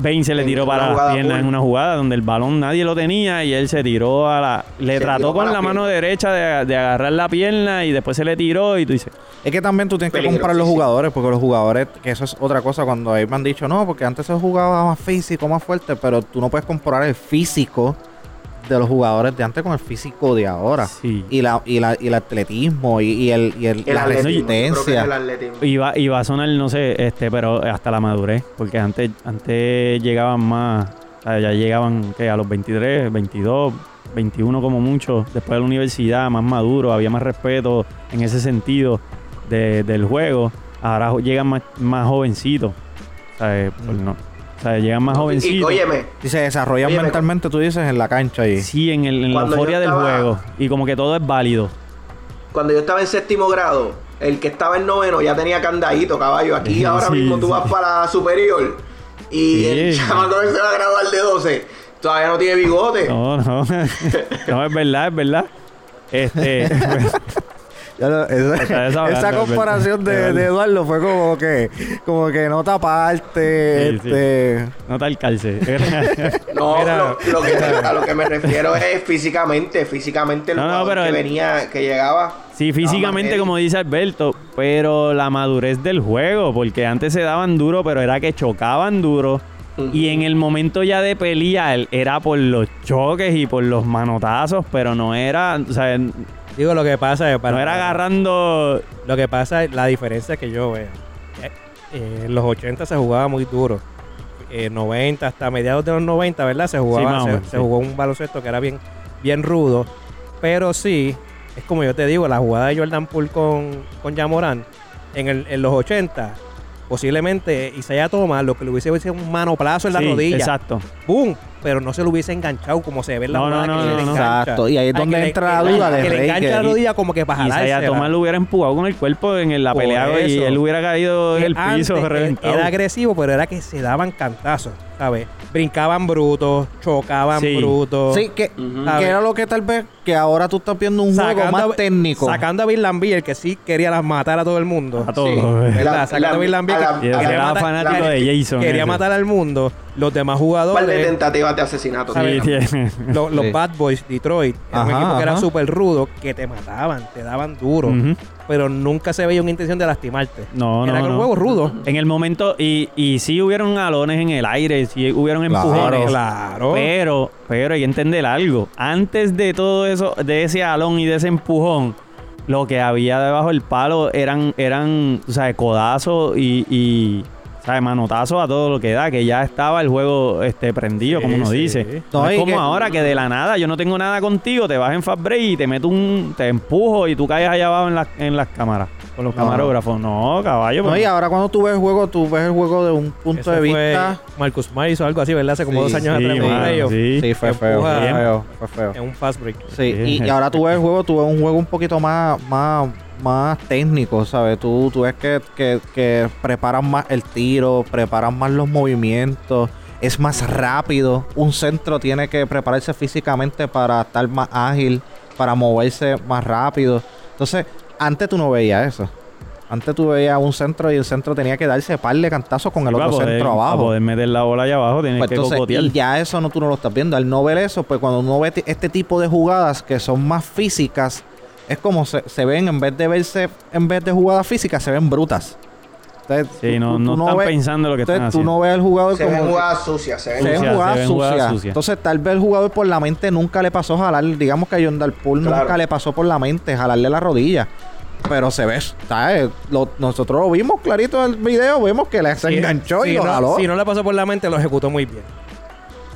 S3: Bain se le
S4: En
S3: tiró
S4: una
S3: para las
S4: jugada
S3: piernas en
S4: full.
S3: una jugada donde el balón nadie lo tenía y él se tiró a la... Le
S4: Se
S3: trató
S4: tiró
S3: con
S4: para
S3: la,
S4: la
S3: mano
S4: pierna.
S3: derecha de, de agarrar la pierna y después se le tiró y tú dices,
S1: Es que también tú tienes que comprar los
S4: Peligrosísimo.
S1: jugadores, porque los jugadores, que eso es otra cosa, cuando ahí me han dicho, no, porque antes se jugaba más físico, más fuerte, pero tú no puedes comparar el físico de los jugadores de antes con el físico de ahora.
S3: sí.
S1: Y, la, y, la, y el atletismo, y, y el, y el-
S4: El
S1: la
S4: atletismo, yo creo que es
S1: resistencia.
S4: el atletismo.
S3: Iba, iba a sonar, no sé, este, pero hasta la madurez, porque antes, antes llegaban más, o sea, ya llegaban ¿qué? a los 23, 22, 21 como mucho, después de la universidad, más maduro, había más respeto en ese sentido de- del juego. Ahora jo- llegan más, más jovencitos, ¿sabes? Pues no. O sea, llegan más
S4: Mm. Y,
S3: jovencitos.
S4: óyeme,
S1: Y se desarrollan
S4: Oye, me-
S1: mentalmente, tú dices, en la cancha ahí.
S3: Sí, en, el, en la
S4: Cuando yo
S3: euforia del
S4: estaba-
S3: juego. Y como que todo es válido.
S4: cuando yo estaba en séptimo grado, el que estaba en noveno ya tenía candadito, caballo. Aquí
S3: Sí,
S4: ahora mismo
S3: sí,
S4: tú vas
S3: sí.
S4: para superior y el
S3: Sí.
S4: chamaco que se va a graduar de 12 todavía no tiene bigote.
S3: No, no. no, es verdad, es verdad. Este.
S1: Ya lo-
S3: Está
S1: Esa,
S3: desahogando,
S1: esa comparación de,
S3: Alberto.
S1: de Eduardo fue como que, como que no taparte,
S3: Sí, sí.
S1: este...
S3: No te alcalce.
S4: No,
S2: Mira.
S4: lo, lo que, a lo que me refiero es físicamente, físicamente el
S3: No, no,
S4: jugador
S3: pero
S4: que
S3: el-
S4: venía, que llegaba.
S3: Sí, físicamente,
S4: Manel.
S3: como dice Alberto, pero la madurez del juego, porque antes se daban duro, pero era que chocaban duro.
S4: Ujú.
S3: Y en el momento ya de pelear, era por los choques y por los manotazos, pero no era, o sea, no
S2: Digo, lo que pasa es...
S3: era agarrando.
S2: Lo que pasa es la diferencia que yo veo. Eh, eh, en los 80 se jugaba muy duro. Eh, 90, hasta mediados de los 90, ¿verdad? Se
S3: Sí,
S2: jugaba,
S3: más o
S2: se,
S3: menos,
S2: se
S3: sí.
S2: jugó un baloncesto que era bien, bien rudo. Pero sí, es como yo te digo, la jugada de Jordan Poole con, con Jamoran en, el- en los 80, posiblemente Isaiah Thomas lo que le hubiese sido un manoplazo en la
S3: Sí,
S2: rodilla.
S3: Exacto.
S2: ¡Boom! Pero no se lo hubiese enganchado como se ve en la
S3: No,
S2: jugada
S3: no,
S2: que
S3: no,
S2: se le
S3: no, no.
S2: engancha.
S1: Exacto. Y ahí es
S2: Ay,
S1: donde
S2: que le-
S1: entra la
S2: que-
S1: duda de
S2: Que le
S1: Rey,
S2: engancha la
S1: que-
S2: rodilla como que para
S3: Isaiah
S2: jalársela.
S3: Thomas lo hubiera empujado con el cuerpo en la
S2: Por
S3: pelea y
S2: eso.
S3: él hubiera caído en el
S2: que
S3: piso
S2: antes eh,
S3: reventado.
S2: Era agresivo, pero era que se daban cantazos, ¿sabes? Brincaban brutos, chocaban
S3: Sí.
S2: brutos.
S1: Sí, que,
S4: Ujú.
S1: que era lo que tal vez que ahora tú estás viendo un juego
S2: Mm. Sacando a-
S1: más técnico.
S2: Sacando a Bill Lambier, el que sí quería las matar a todo el mundo.
S3: A todo.
S4: Sí.
S2: ¿Verdad?
S4: La-
S2: Sacando a
S4: la-
S2: Bill Lambier,
S4: a la-
S3: Y él
S4: a la-
S3: era
S2: matar-
S3: fanático
S4: la-
S3: de Jason.
S2: quería
S3: ese.
S2: matar al mundo. Los demás
S4: Un par de
S2: jugadores,
S4: tentativas de asesinato.
S2: ¿Sabes?
S4: Sí.
S3: Sí, tiene-
S2: lo- los
S1: Sí.
S2: Bad Boys, Detroit, era un
S1: Ajá,
S2: equipo que era
S1: ajá.
S2: súper rudo, que te mataban, te daban duro.
S3: Ujú.
S2: pero nunca se veía una intención de lastimarte.
S3: No,
S2: Era
S3: no,
S2: un
S3: no.
S2: juego rudo.
S3: En el momento, y, y sí hubieron alones en el aire, sí hubieron
S1: Claro.
S3: empujones.
S2: Claro.
S3: Pero, pero hay que entender algo. Antes de todo eso, de ese alón y de ese empujón, lo que había debajo del palo eran, eran, o sea, codazos y, y o sea, manotazos a todo lo que da, que ya estaba el juego este, prendido, como
S2: Sí,
S3: uno
S2: sí.
S3: dice. No,
S1: No,
S3: es
S1: y que-
S3: como ahora que de la nada yo no tengo nada contigo, te vas en fast break y te meto un, te empujo y tú caes allá abajo en, las- en las cámaras, con los
S1: No.
S3: camarógrafos. No, caballo.
S1: No,
S3: pero-
S1: y ahora cuando tú ves el juego, tú ves el juego de un punto
S2: Eso
S1: de
S2: fue
S1: vista.
S2: Marcus Miles o algo así, ¿verdad? Hace como
S1: Sí,
S2: dos años
S3: sí,
S2: atrás en un
S3: mano,
S2: playoff,
S3: sí.
S1: Sí, fue
S2: que
S1: feo,
S2: empuja-
S1: fue feo, fue feo.
S2: en un fast break.
S1: Sí, y, y ahora tú ves el juego, tú ves un juego un poquito más, más, más técnico, ¿sabes? Tú, tú ves que, que, que preparan más el tiro, preparan más los movimientos, es más rápido. Un centro tiene que prepararse físicamente para estar más ágil, para moverse más rápido. Entonces, antes tú no veías eso. Antes tú veías un centro y el centro tenía que darse par de cantazos con el
S3: Para
S1: otro
S3: poder-
S1: centro
S3: Para
S1: abajo.
S3: poder meter la bola allá abajo, tienes
S1: Pues
S3: que
S1: entonces,
S3: cocotear.
S1: y ya eso no, tú no lo estás viendo. Al no ver eso, pues cuando uno ve ti- este tipo de jugadas que son más físicas, es como se, se ven, en vez de verse, en vez de jugadas físicas, se ven brutas. Entonces,
S3: Sí, no, no están
S1: ves-
S3: pensando lo que están
S1: entonces, tú
S3: haciendo.
S1: no ves al jugador
S4: Se
S1: como...
S4: ven jugadas sucias, se ven
S1: se ven
S3: Sucias,
S1: jugadas
S3: se ven jugadas
S1: sucias.
S3: sucias.
S1: Entonces, tal vez el jugador por la mente nunca le pasó jalar. Digamos que a John Dalpool
S4: Claro.
S1: nunca le pasó por la mente jalarle la rodilla. Pero se ve, ¿sabes? Lo- nosotros lo vimos clarito en el video, vimos que le se
S2: Sí,
S1: enganchó
S2: si
S1: y lo
S2: no-
S1: jaló.
S2: Si no le pasó por la mente, lo ejecutó muy bien.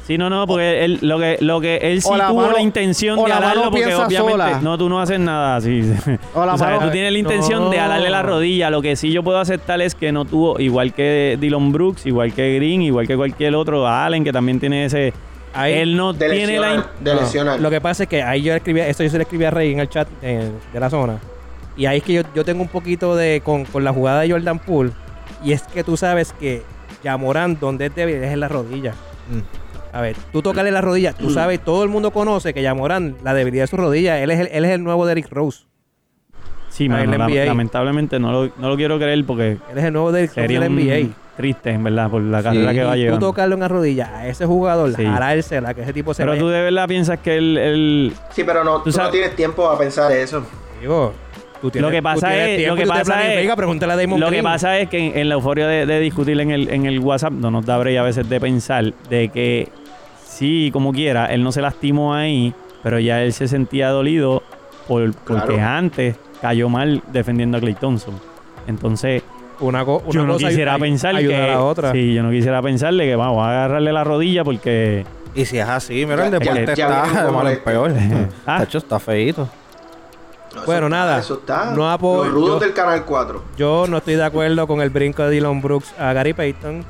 S3: Sí, no, no, porque él, lo, que, lo que él sí
S1: O la
S3: tuvo
S1: mano-
S3: la intención
S1: o
S3: de
S1: la mano
S3: alarlo porque
S1: piensa
S3: obviamente
S1: sola.
S3: no, tú no haces nada así.
S1: O la
S3: Tú sabes,
S1: mano-
S3: tú tienes la intención de
S2: No.
S3: alarle la rodilla. Lo que sí yo puedo aceptar es que no tuvo, igual que Dylan Brooks, igual que Green, igual que cualquier otro, Allen, que también tiene ese...
S2: Ahí-
S3: él no
S4: de
S3: tiene la... in-
S4: lesionar. de
S2: No,
S4: lesionar.
S2: Lo que pasa es que ahí yo escribí, esto yo se lo escribí a Rey en el chat eh, de la zona. Y ahí es que yo, yo tengo un poquito de. Con, con la jugada de Jordan Poole. Y es que tú sabes que Yamorán, donde es débil, es en la rodilla.
S1: Mm.
S2: A ver, tú tocale la rodilla.
S3: Mm.
S2: Tú sabes, todo el mundo conoce que Yamorán, la debilidad de su rodilla, él es el, él es el nuevo Derrick Rose.
S3: Sí,
S2: Ahí
S3: mano,
S2: la
S3: la-
S2: NBA.
S3: lamentablemente no lo, no lo quiero creer porque
S2: Él es el nuevo Derrick Rose
S3: sería
S2: del
S3: un
S2: NBA.
S3: triste, en verdad, por la carrera que va a
S2: Y tú
S3: llevar.
S2: tocarle una rodilla a ese jugador,
S3: Sí.
S2: jalársela, que ese tipo se
S3: Pero
S2: vaya-
S3: tú de verdad piensas que él- él
S4: Sí, pero no, tú,
S3: sabes-
S4: no tienes tiempo a pensar eso.
S2: Digo, tú tienes,
S3: Lo que
S2: tú
S3: pasa
S2: tienes
S3: es-
S2: tiempo,
S3: lo que
S2: tú te
S3: pasa es-
S2: planificas, pregúntale a Damon
S3: Lo que
S2: Green.
S3: pasa es que en, en la euforia de, de discutir en el, en el WhatsApp no nos da break a veces de pensar de que sí, como quiera, él no se lastimó ahí, pero ya él se sentía dolido por, porque
S4: Claro.
S3: antes cayó mal defendiendo a Clay Thompson. Entonces,
S2: una, co- una
S3: yo no
S2: cosa
S3: quisiera
S2: ay-
S3: pensar
S2: ayudar
S3: que...
S2: a la otra.
S3: Sí, yo no quisiera pensarle que vamos a agarrarle la rodilla porque...
S1: Y si es así, mira, el
S4: Ya-
S1: deporte
S4: ya- ya
S1: está
S4: viene
S1: de
S4: como
S1: mal en
S4: este.
S1: peor.
S3: Ah.
S1: Tacho, está feíto.
S4: No,
S2: Bueno,
S4: eso
S2: nada.
S4: Está, eso está.
S2: No apo-
S4: Los
S2: yo-
S4: rudos del Canal 4.
S2: Yo no estoy de acuerdo con el brinco de Dylan Brooks a Gary Payton.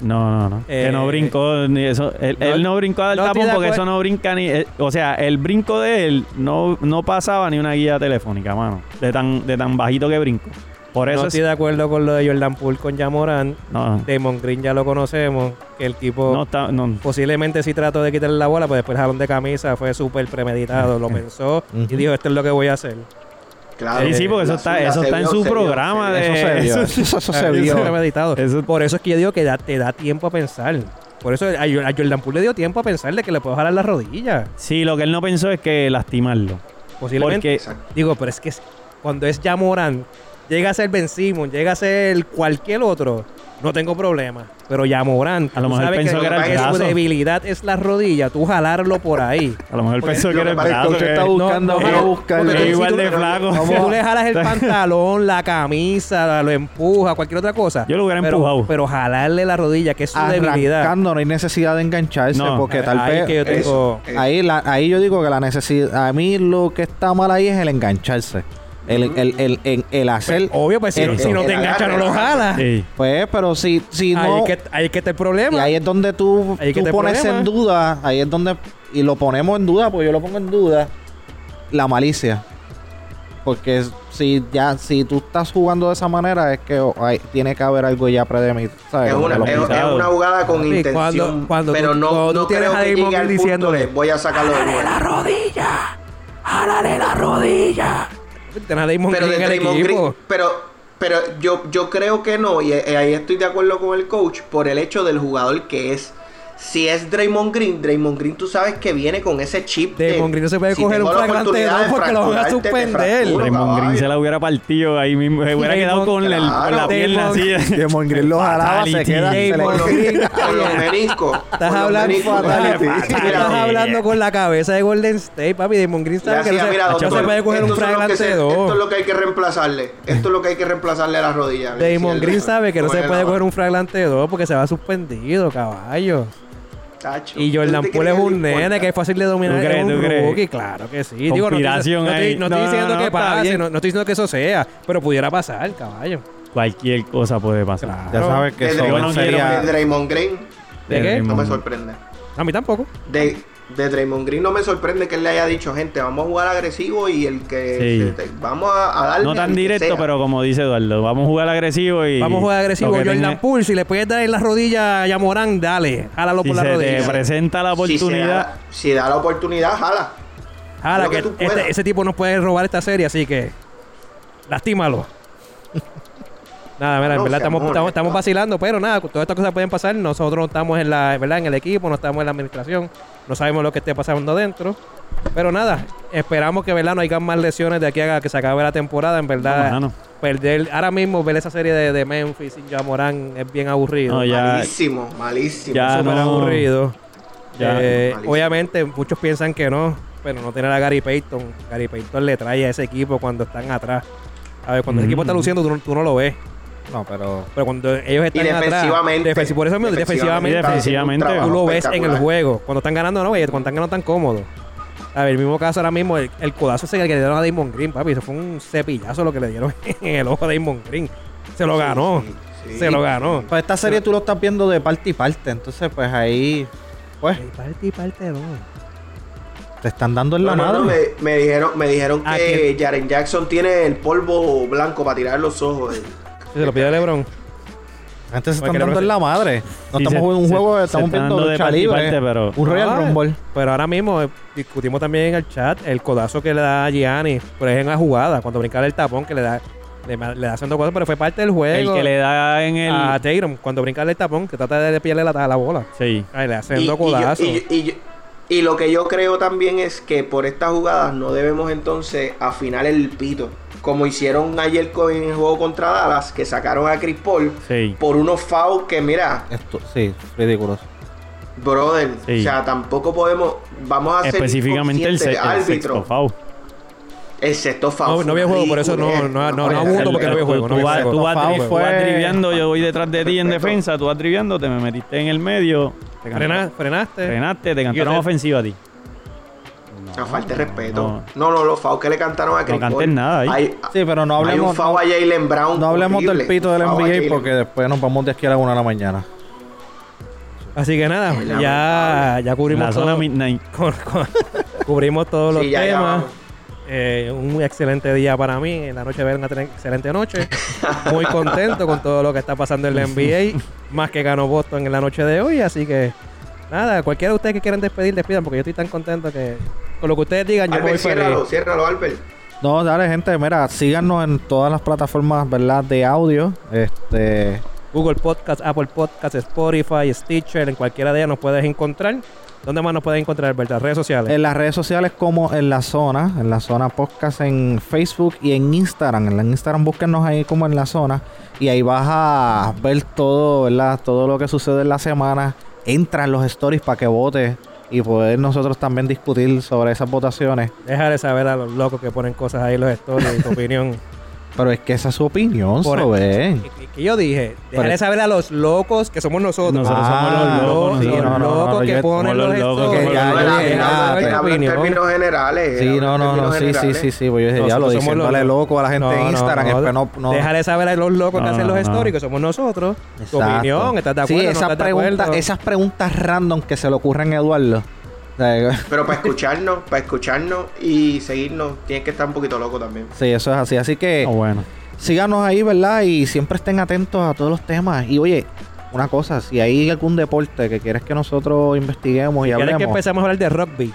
S3: No, no, no.
S2: Eh,
S3: que no brincó ni eso. Él
S2: no-
S3: él no, brincó al
S2: no estoy
S3: tapón
S2: de
S3: porque
S2: acuer-
S3: eso no brinca ni. eh, o sea, el brinco de él no, no pasaba ni una guía telefónica, mano. De tan, de tan bajito que brinco. Por eso
S2: no
S3: es-
S2: estoy de acuerdo con lo de Jordan Poole con Jamoran.
S3: no, no,
S2: Damon Green ya lo conocemos. Que el tipo
S3: no está- no.
S2: posiblemente sí trató de quitarle la bola, pero después el jalón de camisa fue súper premeditado. lo pensó y
S1: Ujú.
S2: dijo, esto es lo que voy a hacer.
S4: Claro.
S3: Sí, sí, porque eso
S4: La-
S3: está,
S4: la
S3: eso
S4: se
S3: está en
S4: vio,
S3: su
S4: se vio,
S3: programa
S4: se
S3: de.
S1: Eso se vio. Eh, Eso, se
S2: Ah, Eso es
S1: vio.
S2: premeditado.
S3: Eso-
S2: Por eso es que yo digo que da- te da tiempo a pensar. Por eso a, Jo- a Jordan Poole le dio tiempo a pensar de que le puedo jalar la rodilla.
S3: Sí, lo que él no pensó es que lastimarlo.
S2: Posiblemente.
S3: Porque
S4: Exacto.
S2: Digo, pero es que es- cuando es ya Morán, llega a ser Ben Simon, llega a ser cualquier otro, no tengo problema. Pero ya Morán,
S3: A lo mejor pensó
S4: que era el
S2: su
S3: brazo.
S2: debilidad es la rodilla, tú jalarlo por ahí.
S3: a lo mejor
S4: Porque
S3: pensó
S4: lo
S3: que era
S4: que
S3: el
S4: pasa es que
S3: brazo.
S4: usted
S3: que-
S1: está buscando,
S2: No, no,
S1: va
S2: no,
S1: buscando.
S2: porque
S3: Es
S2: si
S3: igual
S2: tú-
S3: de flaco.
S2: Si tú le jalas el pantalón, la camisa, lo empuja, cualquier otra cosa.
S3: Yo lo hubiera
S2: pero,
S3: empujado.
S2: Pero jalarle la rodilla, que es su debilidad.
S1: Arrancando, no hay necesidad de engancharse
S3: No.
S1: porque tal
S2: Ahí
S1: vez...
S2: que yo tengo-
S4: Eso, eso.
S1: Ahí, la- ahí yo digo que la necesidad... A mí lo que está mal ahí es el engancharse. El, el, el, el, el, hacer...
S2: Obvio, pues si,
S1: Eso.
S2: si no te
S4: El
S2: engancha, no
S4: agarre.
S2: lo jalas.
S3: Sí.
S1: Pues, pero si, si
S2: Ahí,
S1: no...
S2: es que, ahí es que está el
S1: Y
S2: problema.
S1: ahí es donde tú,
S2: Ahí es que
S1: tú
S2: está el
S1: pones
S2: problema.
S1: en duda. Ahí es donde... Y lo ponemos en duda, pues yo lo pongo en duda. La malicia. Porque es- si ya si tú estás jugando de esa manera, es que oh, hay- tiene que haber algo ya predemitido. ¿sabes?
S4: Es
S1: Como
S4: una,
S1: que lo
S4: es-
S1: piensa.
S4: es una jugada con
S2: Papi,
S4: intención.
S2: cuando- cuando
S4: pero
S2: tú-
S4: no,
S2: cuando
S4: no
S2: tú tienes
S4: creo
S2: a
S4: que
S2: Damon
S4: llegue al
S2: Green
S4: punto
S2: diciéndole,
S4: de voy a sacarlo de nuevo.
S2: Tenés a Damon
S4: Pero
S2: Green
S4: de
S2: en el
S4: Draymond
S2: equipo.
S4: Green- pero, pero yo, yo creo que no, y eh, ahí estoy de acuerdo con el coach, por el hecho del jugador que es. Si es Draymond Green, Draymond Green tú sabes que viene con ese chip. de,
S2: Draymond Green no se puede
S4: si
S2: coger
S4: tengo
S2: un
S4: la
S2: flagrante de
S4: oportunidad
S2: dos porque lo van a
S4: fracturarte, te
S2: suspender.
S4: fracturo,
S3: Raymond Green
S4: caballo.
S3: se la hubiera partido ahí mismo. Se hubiera quedado con, el- con la
S4: Claro.
S3: pierna así.
S1: Draymond Green lo jalaba, se
S3: Fatality.
S1: queda. se le-
S2: Draymond Green.
S4: Con los meniscos.
S2: Estás hablando,
S3: fatality.
S2: estás
S3: Mira,
S2: hablando con la cabeza de Golden State, papi. Damon Green sabe que no se, no se puede coger un flagrante de
S4: Esto es
S2: dos.
S4: lo que hay que reemplazarle. Esto es lo que hay que reemplazarle a la rodilla.
S2: Damon Green sabe que no se puede coger un flagrante de dos porque se va suspendido, caballo. Y Jordan Poole es un nene que es fácil de dominar.
S3: ¿Tú
S2: es
S3: crees,
S2: un
S3: tú crees?
S2: rookie, claro que sí. Digo, no estoy-
S3: Conspiración
S2: no estoy,
S3: ahí.
S2: no estoy
S3: No,
S2: diciendo
S3: no,
S2: que
S3: está
S2: pase, no,
S3: bien.
S2: no estoy diciendo que eso sea, pero pudiera pasar, caballo.
S3: Cualquier cosa puede pasar.
S1: Ya sabes que
S4: Que
S1: eso
S3: Draymond Green
S1: sería...
S4: Draymond Green
S2: ¿De qué?
S4: no me
S3: Raymond.
S4: sorprende.
S2: A mí tampoco.
S4: De, de Draymond Green no me sorprende que él le haya dicho, gente, vamos a jugar agresivo y el que...
S3: Sí.
S4: se te- vamos a, a darle...
S3: No
S4: al
S3: tan
S4: que
S3: directo,
S4: sea".
S3: pero como dice Eduardo, vamos a jugar agresivo y.
S2: Vamos a jugar agresivo.
S3: lo que
S2: Jordan
S3: tenga-
S2: Poole, si le puedes dar en la rodilla a Yamorán, dale. Jálalo
S3: Si
S2: por la
S3: se te
S2: rodilla.
S3: presenta la
S4: Si se da-
S3: oportunidad.
S4: Si da, la oportunidad, jala.
S2: Jala,
S4: lo que
S2: que
S4: tú
S2: este-
S4: puedas.
S2: ese tipo no puede robar esta serie, así que. Lastímalo. nada, mira, en
S4: No
S2: verdad
S4: sea
S2: estamos,
S4: molesto.
S2: estamos, estamos vacilando, pero nada, todas estas cosas pueden pasar. Nosotros no estamos en la, ¿verdad? en el equipo, no estamos en la administración, no sabemos lo que esté pasando dentro. Pero nada, esperamos que verdad no haya más lesiones de aquí a que se acabe la temporada. En verdad,
S3: No, mano.
S2: perder ahora mismo ver esa serie de, de Memphis sin Jamorán es bien aburrido.
S3: No, ya.
S4: malísimo, malísimo.
S3: ya
S2: súper
S3: no.
S2: aburrido.
S3: Ya.
S2: Eh,
S4: Malísimo.
S2: obviamente, muchos piensan que no, pero no tener a Gary Payton. Gary Payton le trae a ese equipo cuando están atrás. A ver, cuando el
S3: Mm.
S2: equipo está luciendo, tú no, tú no lo ves.
S1: No, pero...
S2: Pero cuando ellos están
S4: defensivamente,
S2: atrás. defensi- por eso mismo, defensivamente,
S3: defensivamente, defensivamente,
S4: está haciendo
S2: tú
S4: un
S2: lo ves
S4: trabajo
S2: en el
S4: espectacular.
S2: juego. Cuando están ganando, no, güey, cuando están ganando tan cómodo. A ver, el mismo caso ahora mismo, el, el codazo ese que le dieron a Damon Green, papi. Eso fue un cepillazo lo que le dieron en el ojo a Damon Green. Se lo ganó.
S4: sí, sí.
S2: Se lo ganó.
S1: Pues esta serie tú lo estás viendo de parte y parte, entonces pues ahí... Pues
S2: Parte y parte dos.
S1: te están dando en la
S4: No, no, no,
S1: madre.
S4: me, me dijeron, me dijeron
S2: Ah,
S4: que Jaren Jackson tiene el polvo blanco para tirar los ojos. eh.
S2: Si se lo pide a LeBron.
S1: La gente se
S2: Porque
S1: están
S2: creo
S1: dando
S2: que-
S1: en la madre. No
S3: Sí,
S1: estamos
S3: se-
S1: jugando un
S3: se-
S1: juego,
S3: se
S1: estamos
S3: está
S1: viendo
S3: dando de
S1: lucha
S3: parte y
S1: libre.
S3: parte, pero-
S1: Un Royal
S2: Ah,
S1: Rumble.
S2: Pero ahora mismo eh, discutimos también en el chat el codazo que le da a Gianni, por ejemplo, en la jugada, cuando brincar el tapón que le da, le, ma- le da haciendo cosas, pero fue parte del
S3: El
S2: juego.
S3: que le da en el.
S1: Ah.
S2: a Tatum, cuando brincar el tapón, que trata de pillarle la, la bola.
S3: Sí.
S2: Ay, le hace
S4: Y-
S2: dos
S4: y yo-
S2: codazos.
S4: y yo- y yo- y lo que yo creo también es que por estas jugadas no debemos entonces afinar el pito. Como hicieron ayer con el juego contra Dallas, que sacaron a Chris Paul
S3: Sí.
S4: por unos fouls que, mira,
S1: Esto, sí, ridículos.
S4: brother,
S3: Sí.
S4: o sea, tampoco podemos. Vamos a ser
S3: Específicamente el, se- el
S4: conscientes,
S3: sexto
S4: árbitro.
S3: foul.
S4: El sexto
S2: No,
S4: foul.
S2: no había juego, por eso no- no- no- no
S4: Ridículo.
S2: abundo porque no había juego, no
S3: Tú,
S2: había
S3: vas,
S2: juego.
S3: tú vas
S1: Foul
S3: dri- tú
S1: fue-
S3: vas driblando, yo voy detrás de ti en
S4: Perfecto.
S3: defensa, tú vas driblando, te me metiste en el medio, te can-
S2: Frena- frenaste.
S3: frenaste, te cantaron
S2: te-
S3: ofensiva a ti.
S4: O sea, falta de respeto.
S3: no.
S4: No, no, los fouls que le cantaron a Chris
S3: canten
S4: Paul.
S3: nada ahí.
S4: Hay,
S1: Sí, pero no
S4: hay un
S1: hablemos,
S4: foul a Jalen Brown.
S1: no hablemos del
S4: horrible.
S1: pito del
S4: Un foul a
S1: NBA
S4: Jaylen.
S1: porque después nos vamos de aquí a la una de la mañana.
S2: Así que nada,
S4: Muy
S2: ya,
S4: lamentable.
S2: ya
S3: En
S2: cubrimos
S3: la
S2: todo-
S3: zona midnight.
S2: con- con- cubrimos todos los
S4: Sí, ya, ya
S2: temas.
S4: vamos.
S2: Eh, un muy excelente día para mí. En la noche ver una tre- excelente noche. Muy contento con todo lo que está pasando en la NBA. Más que ganó Boston en la noche de hoy. Así que nada, cualquiera de ustedes que quieran despedir, despidan, porque yo estoy tan contento que con lo que ustedes digan, yo me voy
S4: Albert, ciérralo,
S2: feliz.
S4: ciérralo, Albert.
S1: No, dale, gente, mira, síganos en todas las plataformas, ¿verdad? De audio. Este.
S2: Google Podcast, Apple Podcast, Spotify, Stitcher, en cualquiera de ellas nos puedes encontrar. ¿Dónde más nos puedes encontrar, verdad? Redes sociales.
S1: En las redes sociales como en la zona, en la zona podcast en Facebook y en Instagram. En la Instagram búsquenos ahí como en la zona y ahí vas a ver todo, ¿verdad? Todo lo que sucede en la semana. Entra en los stories para que votes y poder nosotros también discutir sobre esas votaciones.
S2: Déjale saber a los locos que ponen cosas ahí en los stories y tu opinión.
S1: Pero es que esa es su opinión,
S2: Por-
S1: Soben.
S2: Que- que yo dije?
S1: Pero-
S2: Déjale saber a los locos que somos nosotros.
S3: Nosotros
S1: Ah,
S3: somos los locos.
S2: Los
S1: sí,
S3: nosotros.
S1: no, no.
S2: locos que
S1: yo-
S2: ponen
S3: como
S2: los
S3: los locos
S2: locos.
S1: que ya-
S4: Él
S1: ya-
S4: habla- él
S1: ya-
S4: habla- él
S1: ya-
S4: habla en términos generales. él
S1: Sí,
S4: habla
S1: no, no,
S4: en
S1: no,
S4: términos
S1: sí, sí,
S4: generales.
S1: sí, sí, pues yo dije,
S2: Nosotros
S1: diablo,
S2: somos los
S1: diciéndole
S2: locos".
S1: loco a la gente
S2: No,
S1: en
S2: no,
S1: Instagram,
S2: no.
S1: es que no, no.
S2: Déjale saber a los locos
S3: No,
S2: que hacen
S3: no,
S2: los
S3: no.
S2: stories, que somos nosotros. Tu
S1: Exacto.
S2: opinión, ¿estás de acuerdo?
S1: Sí,
S2: no
S1: esas,
S2: estás de
S1: preguntas,
S2: acuerdo?
S1: esas preguntas random que se le ocurren a Eduardo. O sea, eh,
S4: Pero para escucharnos, para escucharnos y seguirnos, tienes que estar un poquito loco también.
S1: Sí, eso es así. Así que
S3: Ah, bueno.
S1: síganos ahí, ¿verdad? Y siempre estén atentos a todos los temas. Y oye, una cosa, si hay algún deporte que quieres que nosotros investiguemos y
S2: ¿Quieres que
S1: hablemos,
S2: empecemos a hablar de rugby?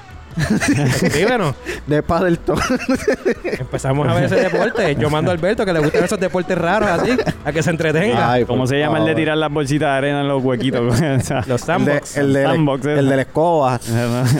S2: Escríbenos.
S1: de Paddleton.
S2: Empezamos a ver ese deporte. Yo mando a Alberto que le gustan esos deportes raros así, a que se entretenga.
S1: Ay,
S3: ¿Cómo
S1: por
S3: se llama el de
S1: favor.
S3: tirar las bolsitas de arena en los huequitos? O sea,
S2: Los
S1: El de,
S2: sandbox.
S1: el de,
S3: Sandbox,
S1: el de la escoba.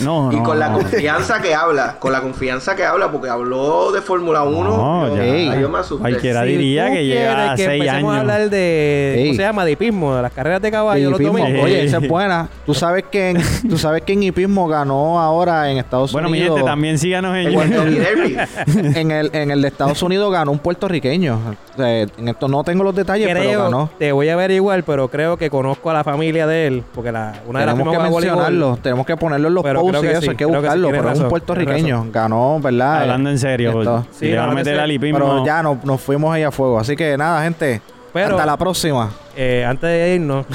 S3: no, no.
S4: Y con la
S3: no.
S4: confianza que habla, con la confianza que habla, porque habló de Fórmula 1.
S3: No,
S4: yo,
S1: ya.
S4: ay, yo me asusté.
S3: Cualquiera.
S2: Si
S3: diría
S2: tú
S3: que llega
S2: quieres
S3: a
S2: que
S3: seis
S2: empecemos a
S3: años.
S2: hablar de, ¿cómo
S1: Ey.
S2: se llama? De hipismo, de las carreras de caballo los
S1: Hipismo.
S2: domingos.
S3: Sí.
S1: Oye, esa es buena. Tú sabes que en, tú sabes que en hipismo ganó ahora en Estados
S3: Bueno, mi
S1: Unidos.
S3: gente, también síganos en
S4: El Puerto Rico Derby.
S1: En el, en el de Estados Unidos ganó un puertorriqueño. Eh, en esto no tengo los detalles, pero
S2: Creo,
S1: ganó.
S2: te voy a averiguar, pero creo que conozco a la familia de él, porque la, una de las
S1: tenemos que
S2: primas jugaba voleibol.
S1: mencionarlo, tenemos que ponerlo en los
S2: Pero
S1: posts
S2: creo
S1: y
S2: que
S1: eso,
S2: sí,
S1: hay que
S2: creo que sí,
S1: buscarlo,
S2: tienes
S1: pero es un
S2: razón, tienes
S1: puertorriqueño, ganó, ¿verdad?
S3: Hablando en serio,
S1: Esto.
S3: porque si
S2: Sí,
S3: le vas a
S2: hablando en
S3: meter al
S2: serio.
S3: hipismo.
S1: pero ya no- nos fuimos ahí a fuego, así que nada, gente,
S2: Pero-
S1: hasta la próxima.
S2: Eh, antes de irnos,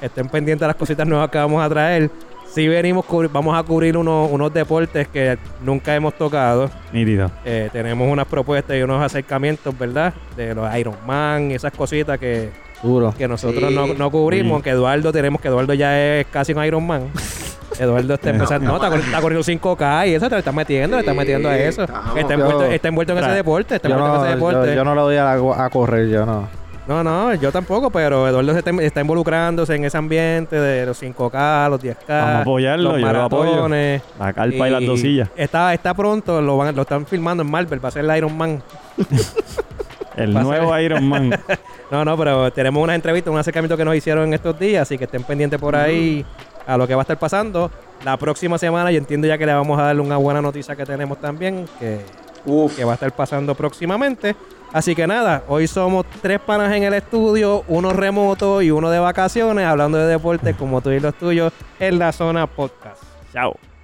S2: estén pendientes de las cositas nuevas que vamos a traer. Si venimos, cubri- vamos a cubrir unos, unos deportes que nunca hemos tocado.
S3: Nítido.
S2: Eh, tenemos unas propuestas y unos acercamientos, ¿verdad? De los Iron Man y esas cositas que,
S1: Duro.
S2: que nosotros
S4: Sí.
S2: no, no cubrimos.
S3: Sí.
S2: Que Eduardo tenemos, que Eduardo ya es casi un Iron Man. Eduardo está empezando, no, está, cor- está corriendo 5K y eso, te lo está metiendo, le está
S4: Sí,
S2: metiendo a eso.
S4: estamos.
S2: Está envuelto,
S1: Yo-
S2: está envuelto en ese
S3: Tra-
S2: deporte, está
S1: Yo
S2: envuelto en
S1: no,
S2: ese
S1: yo,
S2: deporte.
S1: yo no lo doy a, la- a correr, yo no.
S2: No, no, yo tampoco, pero Eduardo se está, está involucrándose en ese ambiente de los 5K, los 10K.
S3: Vamos a apoyarlo,
S2: los
S3: yo lo apoyo.
S2: maratones.
S3: La carpa y, las dos sillas.
S2: Está, está pronto, lo, van, lo están filmando en Marvel, va a ser el Iron Man.
S3: El
S2: Va a
S3: nuevo Iron Man.
S2: No, no, pero tenemos unas entrevistas, un acercamiento que nos hicieron en estos días, así que estén pendientes por ahí a lo que va a estar pasando. La próxima semana yo entiendo ya que le vamos a darle una buena noticia que tenemos también, que
S4: Uf.
S2: que va a estar pasando próximamente. Así que nada, hoy somos tres panas en el estudio, uno remoto y uno de vacaciones, hablando de deportes como tú y los tuyos en la zona podcast.
S3: Chao.